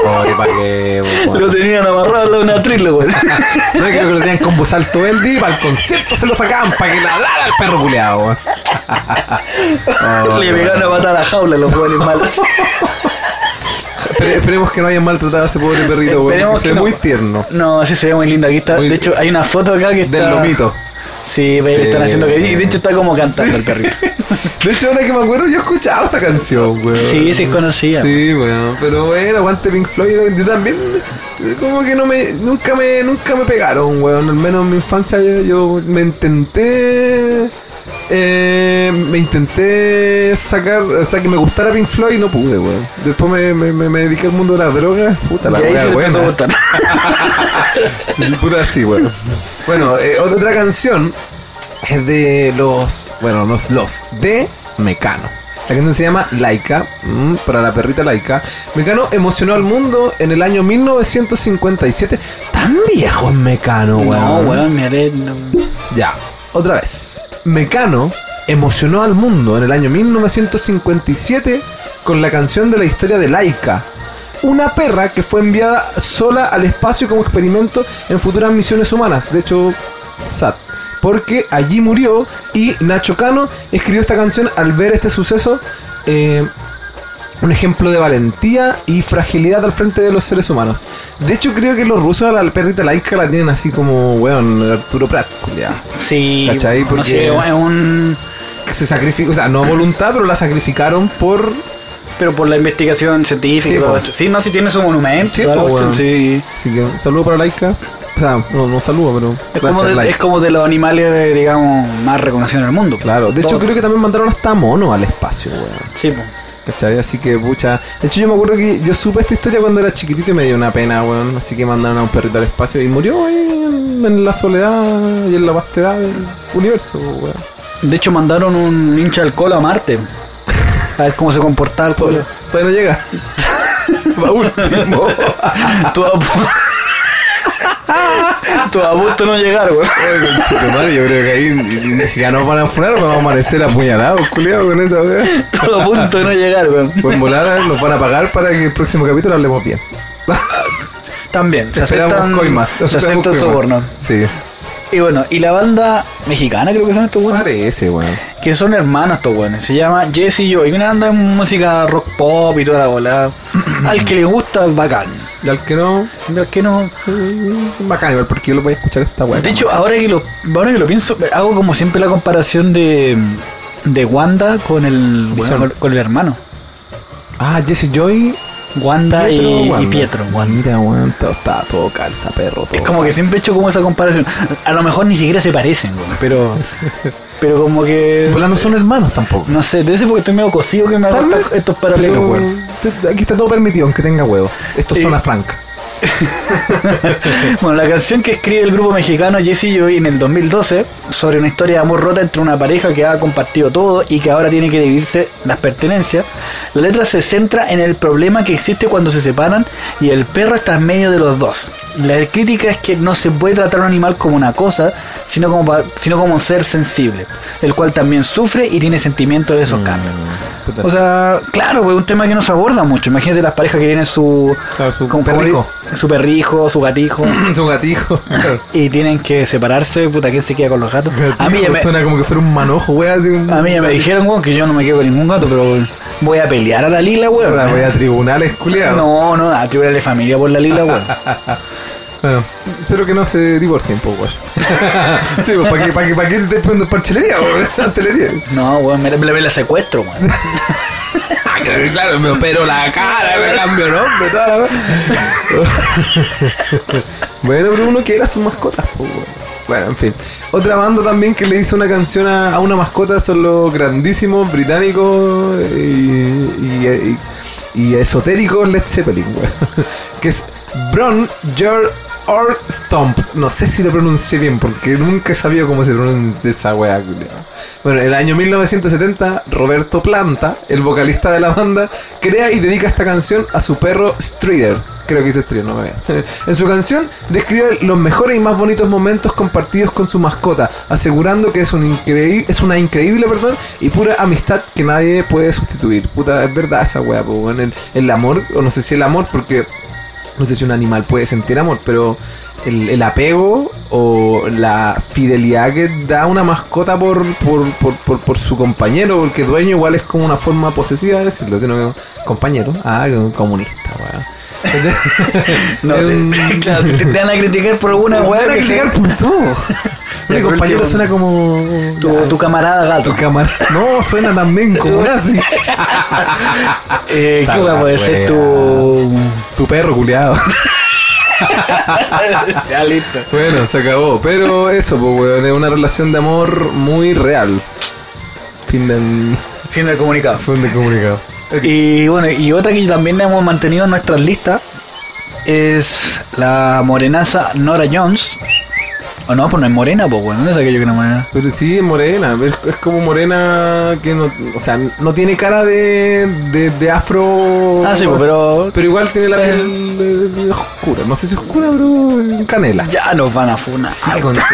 S1: Oh, que pa' qué, weón.
S2: Lo tenían amarrado al lado de una trilo, güey.
S1: [LAUGHS] No creo que lo tenían con voz alto el día y para el concierto se lo sacaban para que ladrara al perro culeado, weón.
S2: [LAUGHS]
S1: Ah,
S2: Le pegaron a matar a jaula los
S1: [LAUGHS]
S2: hueones malos.
S1: Espere- esperemos que no hayan maltratado a ese pobre perrito, weón.
S2: Esperemos
S1: que se
S2: que
S1: ve
S2: no.
S1: muy tierno.
S2: No, sí se ve muy lindo. Aquí está.
S1: Muy-
S2: de hecho, hay una foto acá que está.
S1: Del lomito.
S2: Sí, pero
S1: Sí.
S2: están haciendo que. y De hecho, está como cantando el perrito.
S1: De hecho, ahora que me acuerdo, yo escuchaba esa canción, weón.
S2: Sí, sí es conocida.
S1: Sí, weón. Pero bueno, aguante Pink Floyd. Yo también, eh, como que no me, nunca me, nunca me pegaron, weón. Al menos en mi infancia yo, yo me intenté. eh, me intenté sacar, o sea, que me gustara Pink Floyd y no pude, weón. Después me, me, me- me dediqué al mundo de las drogas. Puta, la
S2: y ahí
S1: weá
S2: se le
S1: buena.
S2: empezó a
S1: [LAUGHS]
S2: gustar.
S1: Puta, sí, bueno. Bueno, eh, otra canción es de los. Bueno, no es los. De Mecano. La canción se llama Laika, mm, para la perrita Laika. Mecano emocionó al mundo en el año 1957. Tan viejo es Mecano, Oh, weón.
S2: No, weón, me haré. no.
S1: Ya, otra vez. Mecano emocionó al mundo en el año 1957 con la canción de la historia de Laika. Una perra que fue enviada sola al espacio como experimento en futuras misiones humanas. De hecho, SAT. Porque allí murió y Nacho Cano escribió esta canción al ver este suceso. eh, un ejemplo de valentía y fragilidad al frente de los seres humanos. De hecho, creo que los rusos a la perrita Laika la tienen así como, weón, Arturo Prat, culiao
S2: Sí,
S1: ¿Cachai?
S2: no
S1: Porque-
S2: sé, es un.
S1: que se sacrificó, o sea, no a voluntad, pero la sacrificaron por.
S2: Pero por la investigación científica.
S1: Sí,
S2: y todo
S1: po.
S2: esto. Sí, no, si tiene su monumento.
S1: Sí,
S2: toda la
S1: po,
S2: cuestión,
S1: weón.
S2: sí.
S1: Así que, un saludo para Laika. O sea, no, no saludo, pero.
S2: Es
S1: gracias,
S2: como, de,
S1: Laika.
S2: es como de los animales, digamos, más reconocidos en el mundo.
S1: Claro, de hecho,
S2: Todo.
S1: creo que también mandaron hasta mono al espacio, weón.
S2: Sí, po.
S1: ¿Cachai? Así que, pucha. De hecho, yo me acuerdo que yo supe esta historia cuando era chiquitito y me dio una pena, weón. Así que mandaron a un perrito al espacio y murió ahí en, en la soledad y en la vastedad del universo, weón.
S2: De hecho, mandaron un hincha al colo a Marte. A ver cómo se comportaba el colo.
S1: Todavía, todavía no llega. [LAUGHS] Va último.
S2: Tú a pu- Tú a punto de no llegar, weón.
S1: Conchetumare, yo creo que ahí ni siquiera nos van a funar, vamos a amanecer apuñalados, culiados con esa weón.
S2: Tú a punto de no llegar, weón.
S1: Pues volar nos van a pagar para que el próximo capítulo hablemos bien.
S2: También, se
S1: Esperamos
S2: aceptan,
S1: coimas.
S2: se aceptan
S1: esperamos
S2: sobornos.
S1: coimas. Sí.
S2: Y bueno, y la banda mexicana creo que son estos weones,
S1: Parece, weón.
S2: que son hermanos estos weones, se llama Jesse y yo, y una banda de música rock pop y toda la bola. al que le gusta, bacán.
S1: Y al que no,
S2: Al que no...
S1: eh, bacán igual, porque yo lo voy a escuchar esta weón.
S2: De hecho, ahora que, lo, ahora que lo pienso, hago como siempre la comparación de, de Wanda con el,
S1: Bison.
S2: con, con el hermano.
S1: Ah, Jesse Joy.
S2: Wanda
S1: Pietro,
S2: y, y
S1: Wanda.
S2: Pietro.
S1: Mira, weón, todo, está todo calza, perro. todo
S2: Es como que
S1: calza.
S2: siempre he hecho como esa comparación. A lo mejor ni siquiera se parecen, weón,
S1: [LAUGHS]
S2: pero, pero como que...
S1: Pero no son hermanos tampoco.
S2: No sé, de ese porque estoy medio cocido que me hago
S1: Tal vez,
S2: esta- estos
S1: Pero,
S2: paralelos, weón.
S1: te- Aquí está todo permitido, aunque tenga huevo. Esto es
S2: Sí.
S1: zona franca.
S2: [LAUGHS] Bueno, la canción que escribe el grupo mexicano Jesse y Joy en el 2012 sobre una historia de amor rota entre una pareja que ha compartido todo y que ahora tiene que dividirse las pertenencias. La letra se centra en el problema que existe cuando se separan y el perro está en medio de los dos. La crítica es que no se puede tratar a un animal como una cosa, sino como, pa- sino como un ser sensible, el cual también sufre y tiene sentimientos de
S1: Mm,
S2: esos cambios.
S1: Puta.
S2: O sea, [CLEARS THROAT] claro, pues un tema que no se aborda mucho. Imagínate las parejas que tienen su,
S1: Claro, su
S2: como- como
S1: perrijo.
S2: di- su perrijo, su gatijo,
S1: su [LAUGHS] gatijo.
S2: y tienen que separarse. Puta, ¿quién se queda con los gatos? a mí ya me,
S1: Suena como que fuera un manojo, weón. así un-
S2: a mí ya me dijeron, weón, que yo no me quedo con ningún gato, pero voy a pelear a la lila, weón.
S1: Ahora voy a tribunales, culiado.
S2: ¿eh? [LAUGHS] No, no, a de familia por la lila, weón.
S1: Bueno, espero que no se divorcien, pues, weón. [LAUGHS] sí, pues, ¿para qué, pa' qué, pa' qué te estés poniendo parchelería,
S2: [LAUGHS]
S1: weón? Pastelería.
S2: No, weón, me la, me la secuestro, weón.
S1: Ah, claro, [LAUGHS] claro, me opero la cara, me cambio nombre, toda la weá. [LAUGHS] Bueno, pero uno quiere a sus mascotas, pues, weón. Bueno, en fin. Otra banda también que le hizo una canción a, a una mascota son los grandísimos británicos y, y- y- y esotéricos Led Zeppelin, weón. [LAUGHS] Que es Bron Jer Or Stomp. No sé si lo pronuncié bien porque nunca he sabido cómo se pronuncia esa weá, culiao. Bueno, en el año 1970, Roberto Planta, el vocalista de la banda, crea y dedica esta canción a su perro Strider. Creo que dice Strider, no me vean. [LAUGHS] En su canción describe los mejores y más bonitos momentos compartidos con su mascota, asegurando que es, un increí- es una increíble perdón, y pura amistad que nadie puede sustituir. Puta, es verdad esa weá, po, weón. el, el amor, o no sé si el amor, porque no sé si un animal puede sentir amor, pero el, el apego o la fidelidad que da una mascota por, por, por, por, por su compañero, porque dueño igual es como una forma posesiva de decirlo, sino que compañero, ah, que un comunista, weón.
S2: [LAUGHS]
S1: [LAUGHS]
S2: No,
S1: Es
S2: te,
S1: un-
S2: [LAUGHS] claro, te, te van a criticar por alguna
S1: Una
S2: weá.
S1: weá
S2: que
S1: que
S2: se-
S1: llegar por
S2: [LAUGHS]
S1: todo. Mi
S2: por
S1: compañero
S2: último,
S1: suena como.
S2: Tu, tu camarada gato.
S1: Tu cámara. No, suena también como
S2: [LAUGHS]
S1: nazi.
S2: Eh,
S1: Está
S2: ¿Qué weá
S1: la
S2: puede ser
S1: wea. [LAUGHS]
S2: tu.
S1: Tu perro culiado.
S2: Ya listo.
S1: Bueno, se acabó. Pero eso, pues, weón, es una relación de amor muy real. Fin del.
S2: Fin del comunicado.
S1: Fin del comunicado.
S2: Y bueno, y otra que también hemos mantenido en nuestras listas es la morenaza Nora Jones. O no, pues no es morena, pues weón. ¿Dónde saqué yo que no es morena?
S1: Pero sí, es morena. Es, es como morena que no. O sea, no tiene cara de. de, de afro.
S2: Ah, sí, pues, pero.
S1: Pero igual tiene la
S2: Pero-
S1: piel eh, oscura. No sé si oscura, pero. eh, canela.
S2: Ya nos van a funar.
S1: Sí, con eso,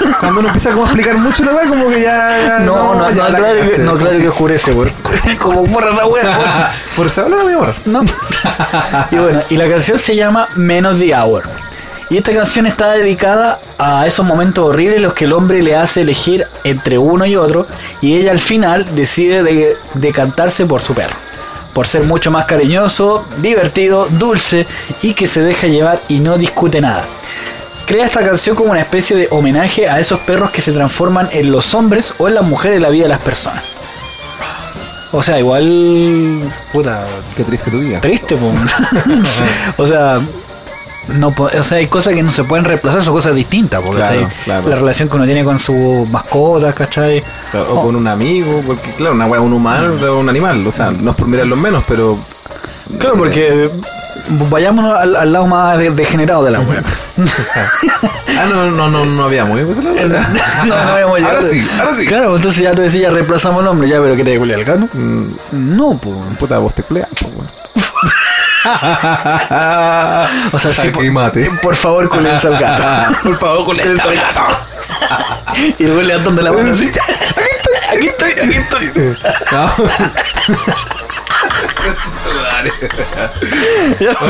S1: ¿no? Cuando uno empieza como a explicar mucho la weá, como que ya. ya-
S2: no, no, no,
S1: ya la
S2: claro que,
S1: cagaste.
S2: no, claro
S1: Sí.
S2: que oscurece, weón. [LAUGHS] Como porra esa weá.
S1: [LAUGHS] Por eso ahora no voy a borrar.
S2: No. [LAUGHS] Y bueno, y la canción se llama Menos the Hour. Y esta canción está dedicada a esos momentos horribles en los que el hombre le hace elegir entre uno y otro y ella al final decide de- decantarse por su perro. Por ser mucho más cariñoso, divertido, dulce y que se deja llevar y no discute nada. Crea esta canción como una especie de homenaje a esos perros que se transforman en los hombres o en las mujeres de la vida de las personas. O sea, igual... Puta,
S1: Qué triste tu día.
S2: triste, po. [LAUGHS] o sea, no, po- o sea, hay cosas que no se pueden reemplazar, son cosas distintas, porque
S1: Claro, claro.
S2: la relación que uno tiene con su mascota, ¿cachai?
S1: O con un amigo, porque claro, una weá, un humano, otra un animal. O sea, no es por mirarlo menos,
S2: [LAUGHS]
S1: pero.
S2: Claro, porque vayámonos al, al lado más de- degenerado de
S1: [LAUGHS]
S2: la web.
S1: Ah, no, no, no, no habíamos. ¿eh? Pues, la
S2: no,
S1: verdad.
S2: [LAUGHS] no habíamos llegado.
S1: Ahora sí, ahora sí.
S2: Claro, entonces ya tú decías, ya reemplazamos el nombre, ya, pero ¿qué te culiar el gano?
S1: Mm,
S2: No, pues.
S1: Puta, vos tecleas, po, weón.
S2: [LAUGHS] O sea, sí,
S1: Jaque
S2: por,
S1: y mate.
S2: por favor, culense al
S1: [LAUGHS]
S2: gato.
S1: Por favor, con
S2: Culense [LAUGHS] al gato. y luego le dan donde la mano.
S1: Sí,
S2: Aquí estoy, aquí estoy.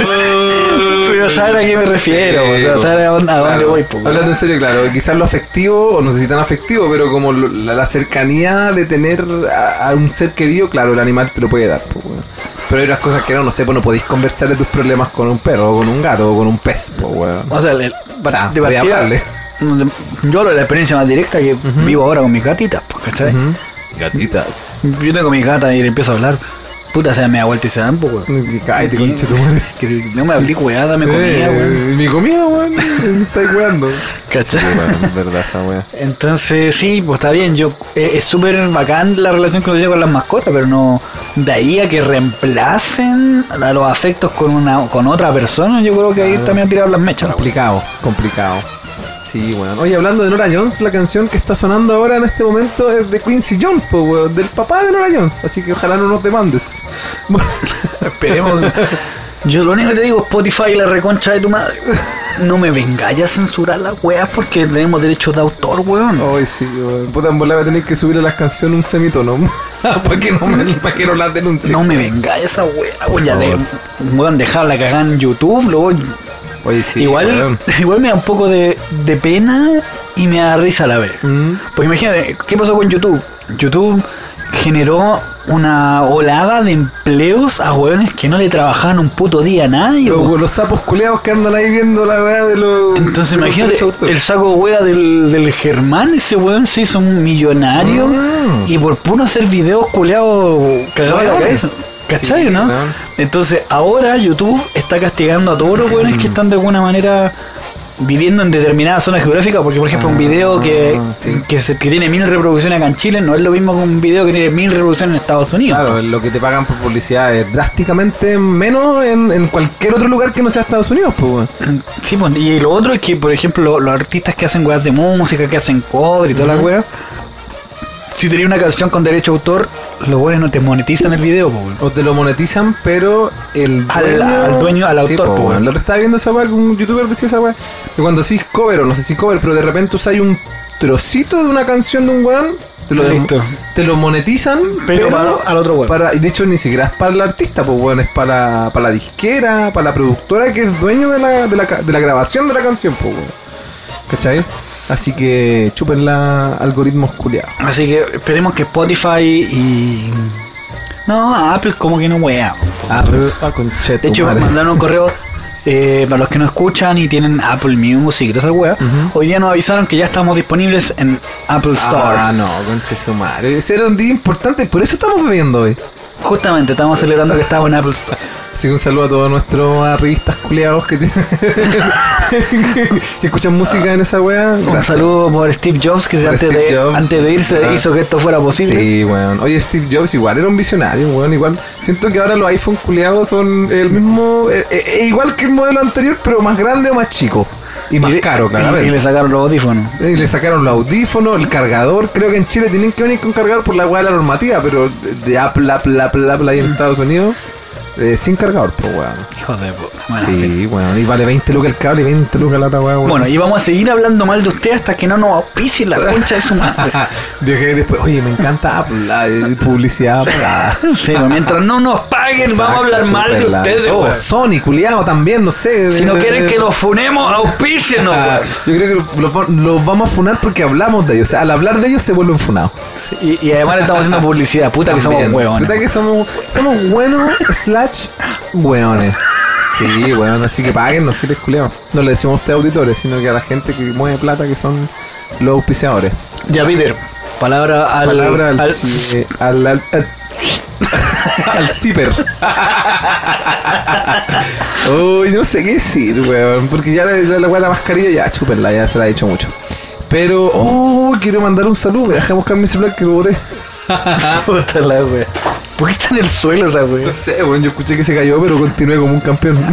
S2: Pero saben a qué me refiero, o sea, saben a dónde, a dónde
S1: Claro.
S2: voy, po, weón.
S1: Hablando en serio, claro, quizás lo afectivo, o no sé si tan afectivo, pero como lo- la, la cercanía de tener a, a un ser querido, claro, el animal te lo puede dar. po, weón. Pero hay unas cosas que no, no sé, pues no podéis conversar de tus problemas con un perro, o con un gato, o con un pez, po, weón.
S2: O sea, el-
S1: O sea,
S2: de
S1: voy a
S2: partida-
S1: hablarle.
S2: Yo hablo de la experiencia más directa que vivo ahora con mis gatitas, pues, ¿cachai?
S1: Ujú. Gatitas.
S2: Yo tengo mi gata y le empiezo a hablar. Puta, se me ha vuelto y se dan, pues, weón.
S1: Cállate, conche tu madre.
S2: [LAUGHS] Que no me hablé, weá, dame comida,
S1: Eh,
S2: weón.
S1: Mi comida, weón. [LAUGHS] Me estáis weando.
S2: ¿Cachai?
S1: Weón, verdad esa weá.
S2: Entonces, sí, pues está bien. yo eh, Es súper bacán la relación que uno tiene con las mascotas, pero no. De ahí a que reemplacen a los afectos con una con otra persona, yo creo que ahí
S1: Claro.
S2: también ha tirado las mechas. pues. la weá.
S1: Complicado, complicado. Sí, weón. Oye, hablando de Nora Jones, la canción que está sonando ahora en este momento es de Quincy Jones, po, weón, del papá de Nora Jones. Así que ojalá no nos demandes. [LAUGHS] Bueno,
S2: Esperemos. Yo lo único que te digo, Spotify, la reconcha de tu madre. No me vengáis a censurar las weas porque tenemos derechos de autor, weón.
S1: Ay, sí, weón. Puta, en volada voy a tener que subir a las canciones un semitono. [LAUGHS] para que no me, para que no las denuncie.
S2: No me vengáis a esa wea, weón. Ya
S1: favor.
S2: de- weón, dejarla cagar en YouTube, luego.
S1: Oye, sí.
S2: igual,
S1: weón.
S2: [LAUGHS] igual me da un poco de, de pena y me da risa a la vez.
S1: Mm.
S2: Pues imagínate, ¿qué pasó con YouTube? YouTube generó una olada de empleos a weones que no le trabajaban un puto día a nadie.
S1: Los,
S2: weón.
S1: los sapos culeados que andan ahí viendo la weá de los. [LAUGHS]
S2: Entonces
S1: de los
S2: imagínate,
S1: derechos de autor.
S2: el saco de wea del, del Germán, ese weón se hizo un millonario
S1: Mm.
S2: y por puro hacer videos culeados cagados en la
S1: Weones.
S2: cabeza. ¿Cachai,
S1: Sí,
S2: no?
S1: weón.
S2: Entonces ahora YouTube está castigando a todos los weones que
S1: Mm.
S2: están de alguna manera viviendo en determinada zona geográfica, porque por ejemplo un video que,
S1: Ah, sí.
S2: que, se- que tiene mil reproducciones acá en Chile no es lo mismo que un video que tiene mil reproducciones en Estados Unidos.
S1: Claro, lo que te pagan por publicidad es drásticamente menos en, en cualquier otro lugar que no sea Estados Unidos, pues, weón.
S2: Sí, pues, y lo otro es que, por ejemplo, lo- los artistas que hacen weas de música, que hacen cover y toda la wea, si tenés una canción con derecho a autor, los weones no te monetizan el video, po, weón.
S1: O te lo monetizan, pero el
S2: Al-
S1: dueño...
S2: al dueño, al
S1: Sí,
S2: autor,
S1: po,
S2: po,
S1: weón.
S2: weón.
S1: Lo que estaba viendo esa weá, un youtuber decía esa weá, que cuando decís cover, o no sé si cover, pero de repente usáis un trocito de una canción de un weón, te lo,
S2: Listo.
S1: te lo monetizan,
S2: Pero al- al otro weón.
S1: Para, y de hecho ni siquiera es para el artista, pues weón, es para, para la disquera, para la productora que es dueño de la, de la, ca- de la grabación de la canción, pues weón. ¿Cachai? Así que chúpenla algoritmos culiados.
S2: Así que esperemos que Spotify y. No, Apple como que no wea. po, Ah,
S1: Ah, conchetumare.
S2: De hecho, mandaron un correo eh, para los que no escuchan y tienen Apple Music y toda esa wea. Hoy día nos avisaron que ya estamos disponibles en Apple Store.
S1: Ah, no, conchetumare. Ese era un día importante, por eso estamos bebiendo hoy.
S2: Justamente estamos celebrando que estamos en Apple Store.
S1: Así que un saludo a todos nuestros artistas culeados que, tienen- [LAUGHS] que escuchan música en esa wea.
S2: Un
S1: Gracias.
S2: saludo por Steve Jobs, que
S1: Por
S2: antes
S1: Steve
S2: de,
S1: Jobs.
S2: antes de irse
S1: Ah.
S2: hizo que esto fuera posible.
S1: Sí, weón. Oye, Steve Jobs igual era un visionario, weón. Igual siento que ahora los iPhone culeados son el mismo, eh, eh, eh, igual que el modelo anterior, pero más grande o más chico. Y más
S2: le-
S1: caro, claramente.
S2: Y le sacaron los audífonos.
S1: Eh, le sacaron los audífonos, el cargador. Creo que en Chile tienen que venir con cargador por la weá de la normativa, pero de- de Apple, Apple, Apple, Apple
S2: Mm.
S1: ahí en Estados Unidos, eh, sin cargador, pues weón.
S2: Hijos de pu- Bueno, en fin.
S1: Sí, weón. Y vale 20 lucas el cable y 20 lucas la otra weá, weón.
S2: Bueno, y vamos a seguir hablando mal de usted hasta que no nos auspicien la concha de su madre.
S1: Dejé Ah, después, oye, me encanta Apple, la, eh, publicidad Apple. la-
S2: [LAUGHS] [LAUGHS] Sí, pero mientras no nos paguen, vamos a hablar
S1: Exacto,
S2: mal de
S1: superla-
S2: ustedes,
S1: Oh,
S2: weón.
S1: Sony, culiado también, no sé.
S2: Si no quieren que los funemos, auspícenos,
S1: Ah,
S2: weón.
S1: yo creo que los los vamos a funar porque hablamos de ellos. O sea, al hablar de ellos se vuelven funados.
S2: Y, y además le estamos haciendo publicidad, puta que somos
S1: También.
S2: huevones.
S1: Puta que somos, somos buenos slash hueones. Sí, weón, así que paguen los giles culeados. No le decimos a ustedes auditores, sino que a la gente que mueve plata que son los auspiciadores.
S2: Ya, Peter, palabra al.
S1: Palabra al
S2: al-
S1: ci- eh, al al, al, al ciper. Uy, no sé qué decir, weón. Porque ya la, la, la, la mascarilla ya, chúpenla, ya se la he hecho mucho. Pero, oh, quiero mandar un saludo. Me dejé buscar mi celular que lo boté.
S2: [LAUGHS] Puta la wea. ¿Por qué está en el suelo esa wea?
S1: No sé, weón, yo escuché que se cayó, pero continué como un campeón. [LAUGHS]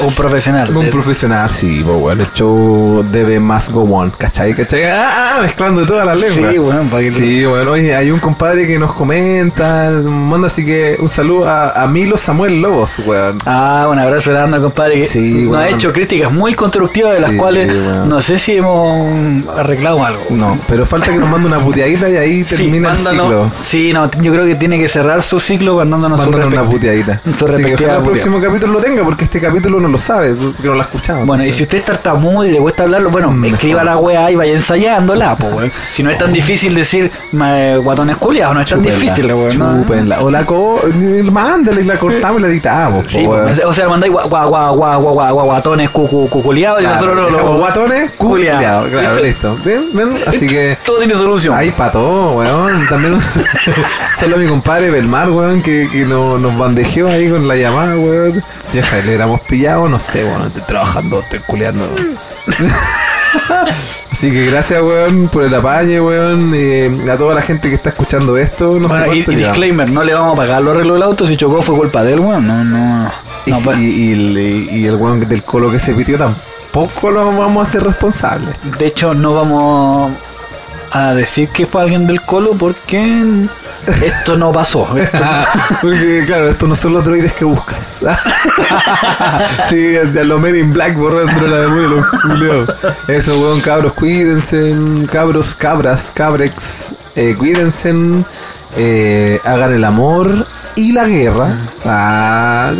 S2: Un profesional.
S1: Un profesional, sí, pues bueno, el show debe más go on, ¿cachai? ¿Cachai? Ah, ah, mezclando todas las lenguas.
S2: Sí, weón, para que-
S1: Sí, bueno, oye, hay un compadre que nos comenta, manda así que un saludo a, a Milo Samuel Lobos, weón.
S2: Ah, un abrazo grande, compadre. Que
S1: Sí,
S2: nos ha
S1: weón.
S2: hecho críticas muy constructivas de las
S1: Sí,
S2: cuales
S1: weón.
S2: no sé si hemos arreglado algo.
S1: No, pero falta que nos mande una puteadita y ahí
S2: Sí,
S1: termina
S2: mándanos-
S1: el ciclo.
S2: Sí, no, yo creo que tiene que cerrar su ciclo mandándonos su
S1: Mándanos una
S2: respecti-
S1: puteadita.
S2: su
S1: Así que
S2: respectiva
S1: ojalá el
S2: puteada.
S1: próximo capítulo lo tenga, porque este capítulo no lo sabe, que no lo ha escuchado.
S2: Bueno, y
S1: entonces-
S2: si usted es tartamudo y le cuesta hablarlo, bueno,
S1: Mejor. Oh.
S2: escriba la weá y vaya ensayándola, po, weón. Si no es tan difícil decir ma- eh, guatones culiados, no es tan
S1: Chúpenla,
S2: difícil, weón. ¿no?
S1: chúpenla. O la co... Mándale y la cortamos y la editamos,
S2: Sí,
S1: po,
S2: po.
S1: Oh, weón.
S2: o sea, mandáis gua- gua- gua- gua- gua- gua- gua- guatones cu- cu- cu- culiados y
S1: Claro,
S2: nosotros lo-
S1: dejamos
S2: lo.
S1: guatones,
S2: culiao.
S1: culiao, Claro, listo. ¿Ven? ¿Ven? Así que.
S2: Todo tiene solución.
S1: Ay, pa' todo, weón. También [LAUGHS] un saludo a mi compadre Belmar, weón, que, que no- nos bandejeó ahí con la llamada, weón. Ya le éramos pillados, no sé, weón. Estoy trabajando, estoy culeando. [LAUGHS] Así que gracias, weón, por el apañe, weón. eh, a toda la gente que está escuchando esto. No sé
S2: Bueno, y,
S1: cuánto
S2: y
S1: llevamos.
S2: disclaimer, no le vamos a pagar los arreglos del auto, si chocó fue culpa de él, weón. No, no.
S1: Y,
S2: no
S1: si-
S2: pues,
S1: y- y el, y el weón del colo que se pitió tampoco lo vamos a hacer responsable.
S2: De hecho, no vamos a decir que fue alguien del colo porque esto no pasó. Esto
S1: [LAUGHS] Porque, claro, estos no son los droides que buscas. [LAUGHS] sí, a lo Men in Black borrando la memoria de los culeos. Eso, weón, cabros, cuídense. Cabros, cabras, cabrex, eh, cuídense. eh, hagan el amor y la guerra. Ah,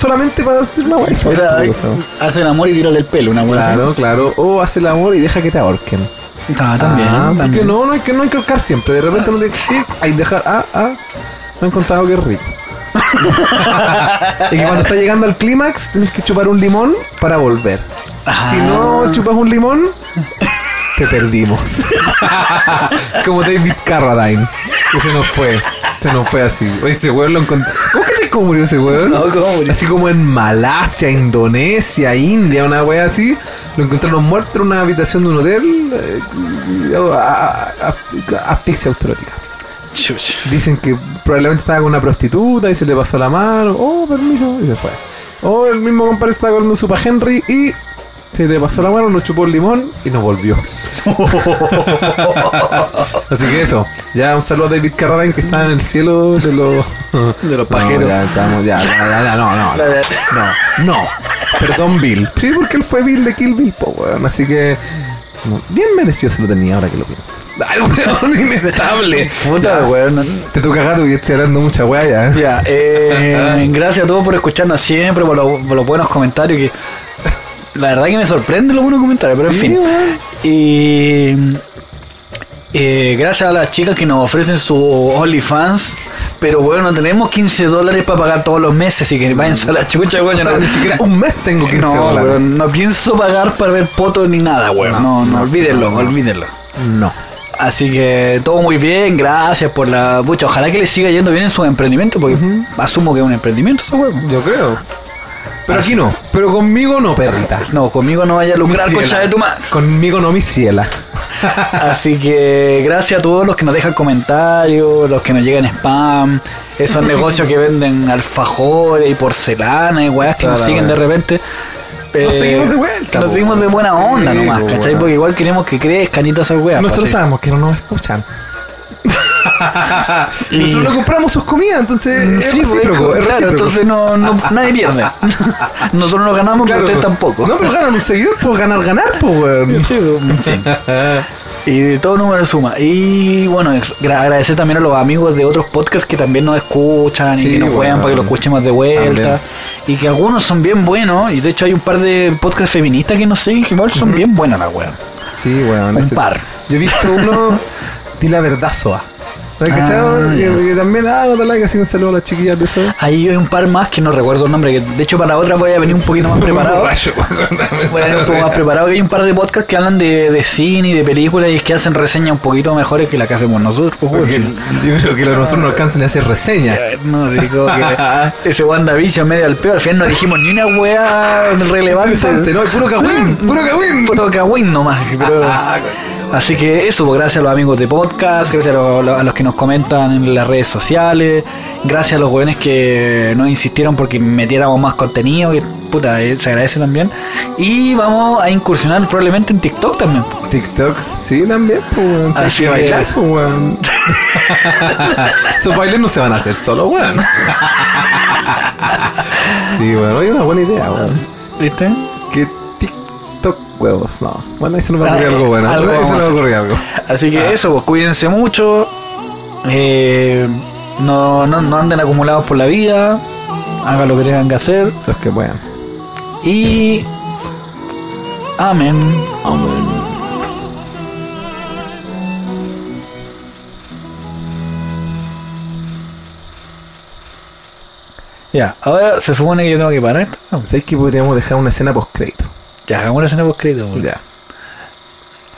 S1: solamente para hacer la wifi.
S2: [LAUGHS] O sea, hacen amor y tírale el pelo, una buena
S1: Claro, claro. O haz el amor y deja que te ahorquen.
S2: Ah, también.
S1: Ah, porque
S2: también.
S1: no, no hay que no hay que ahorcar siempre. De repente no tiene que sí, hay que dejar. Ah, ah. Me han contado que es rico. y que cuando está llegando al clímax tienes que chupar un limón para volver.
S2: Ah.
S1: Si no chupas un limón, te perdimos.
S2: [LAUGHS]
S1: Como David Carradine, que se nos fue. Se nos fue así. Oye, ese weón lo encontró. ¿Cómo cachai cómo murió ese weón?
S2: No, ¿cómo murió?
S1: Así como en Malasia, Indonesia, India, una wea así. Lo encontraron muerto en una habitación de un hotel. eh, y- a- a- a- Asfixia autorótica.
S2: Chuch.
S1: Dicen que probablemente estaba con una prostituta y se le pasó la mano. Oh, permiso. Y se fue. Oh, el mismo compadre estaba corriendo su pa' Henry y se le pasó la mano, nos chupó el limón y nos
S2: [LAUGHS]
S1: volvió. Así que eso. Ya un saludo a David Carradine que está en el cielo de los...
S2: [LAUGHS] De los
S1: No,
S2: pajeros.
S1: ya, estamos, ya, ya, ya, ya, no, no, no, no, no. Perdón, Bill. Sí, porque él fue Bill de Kill Bill, po, weón. Así que... no, bien merecido se lo tenía ahora que lo pienso. Ay,
S2: [LAUGHS]
S1: weón, inestable.
S2: Puta,
S1: Ya.
S2: weón.
S1: Te toca gato y estoy hablando mucha weá ya. [LAUGHS]
S2: Ya, eh, gracias a todos por escucharnos siempre, por, lo- por los buenos comentarios que... La verdad que me sorprende los buenos comentarios, pero en
S1: Sí,
S2: fin.
S1: weón.
S2: Y... eh, gracias a las chicas que nos ofrecen su OnlyFans. Pero bueno, tenemos 15 dólares para pagar todos los meses. Así que váyanse a la chucha, weón.
S1: Mm. O sea,
S2: yo no- Uh,
S1: ni siquiera un mes tengo 15
S2: no,
S1: dólares.
S2: weón, no pienso pagar para ver poto ni nada, weón. No, no, olvídenlo, olvídenlo.
S1: No.
S2: Así que todo muy bien, gracias por la pucha. Ojalá que les siga yendo bien en su emprendimiento, porque asumo que es un emprendimiento esa weón.
S1: Yo creo. Pero aquí no. Pero conmigo no, perrita.
S2: No, conmigo no vaya a lucrar,
S1: Mi
S2: concha
S1: ciela.
S2: de tu madre.
S1: Conmigo no, mi
S2: [LAUGHS]
S1: ciela.
S2: Así que gracias a todos los que nos dejan comentarios, los que nos llegan spam, esos negocios que venden alfajores y porcelana y weas que nos
S1: Claro,
S2: siguen de
S1: weón.
S2: repente.
S1: Nos
S2: Eh,
S1: seguimos de vuelta,
S2: Nos
S1: po,
S2: seguimos de buena
S1: weón.
S2: onda
S1: Sí,
S2: nomás,
S1: po,
S2: ¿cachai?
S1: weón.
S2: Porque igual queremos que crezcan y todas esas weas.
S1: Nosotros
S2: po, así.
S1: sabemos que no nos escuchan.
S2: [LAUGHS] Y-
S1: Nosotros no compramos sus comidas, entonces es
S2: Sí, pues,
S1: recíproco. es
S2: claro,
S1: recíproco.
S2: entonces
S1: [LAUGHS]
S2: no, no- nadie pierde. Nosotros no ganamos,
S1: Claro,
S2: pero ustedes
S1: pues.
S2: tampoco. [LAUGHS]
S1: No, pero ganan un seguidor, pues ganar, ganar, pues, weón.
S2: Sí, pues, en fin. Y todo número suma. Y bueno, es- gra- agradecer también a los amigos de otros podcasts que también nos escuchan y
S1: Sí,
S2: que nos juegan
S1: bueno,
S2: para que lo escuchemos de vuelta.
S1: también.
S2: Y que algunos son bien buenos. Y de hecho hay un par de podcasts feministas que no sé, que igual son bien buenas las weas.
S1: Sí, weón.
S2: Un
S1: ese-
S2: par.
S1: Yo he visto uno, di la verdad, Soa. ¿No has
S2: Ah,
S1: cachado?
S2: ya.
S1: Que, que también, ah, no te like, así un saludo a las chiquillas de eso.
S2: Ahí hay un par más que no recuerdo el nombre. Que de hecho para la otra voy a venir un
S1: [LAUGHS]
S2: poquito más preparado. Voy a venir un poco más preparado. pues, que Hay un par de podcasts que hablan de, de cine y de películas y que hacen reseñas un poquito mejores que las que hacemos nosotros. pues, weón.
S1: Porque yo creo que los nosotros no alcanzan a hacer reseña.
S2: No, sí, como
S1: [LAUGHS]
S2: que ese WandaVision medio al peor. Al final no dijimos ni una wea relevante.
S1: Interesante, ¿no? Y Puro
S2: [LAUGHS]
S1: cagüín, puro cagüín. Ah,
S2: Puto cagüín nomás.
S1: [LAUGHS]
S2: pero- Así que eso, pues, gracias a los amigos de podcast, gracias a, lo- lo- a los que nos comentan en las redes sociales, gracias a los jóvenes que nos insistieron porque metiéramos más contenido, que puta, eh, se agradece también. Y vamos a incursionar probablemente en TikTok también. pues.
S1: TikTok, sí, también, pues, weón. Sí,
S2: Así
S1: hay que
S2: que-
S1: bailar, pues,
S2: [LAUGHS]
S1: weón. Esos bailes no se van a hacer solo, weón. [LAUGHS] sí, weón, hay una buena idea, weón.
S2: ¿Viste?
S1: Que TikTok, huevos, no. Bueno, ahí se nos va a
S2: Ah,
S1: ocurrir algo bueno.
S2: algo
S1: Ahí se
S2: vamos
S1: nos va
S2: a
S1: a ocurrir algo.
S2: Así
S1: Ah.
S2: que eso, pues cuídense mucho. eh, no, no, no anden acumulados por la vida. Hagan lo que tengan que hacer.
S1: Los que puedan.
S2: Y. Amén. Ya, ahora se supone que yo tengo que parar. esto?
S1: ¿Sabes que podríamos dejar una escena post-crédito?
S2: Ya, hagamos una escena post-crédito. boludo.
S1: Ya.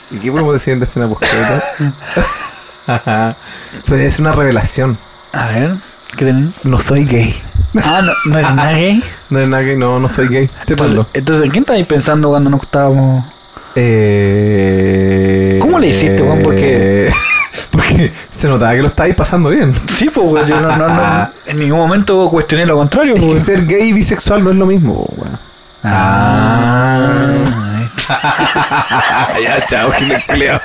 S1: ¿Y qué podemos decir en la escena post-crédito?
S2: [LAUGHS]
S1: Ajá. Podría ser una revelación.
S2: A ver, ¿qué tenés?
S1: No soy gay.
S2: Ah, no, no eres nada gay.
S1: No es nada gay, no, no soy gay.
S2: Entonces,
S1: Sépanlo.
S2: entonces, ¿en quién estabais pensando cuando nos estábamos?
S1: Eh,
S2: ¿Cómo le hiciste, Juan? Porque-
S1: [LAUGHS] Porque se notaba que lo estáis pasando bien.
S2: Sí, pues, güey, yo no, no, no, en ningún momento cuestioné lo contrario,
S1: Es que
S2: pues.
S1: ser gay y bisexual no es lo mismo, weón.
S2: Ah.
S1: ya, chao, que me he culeado.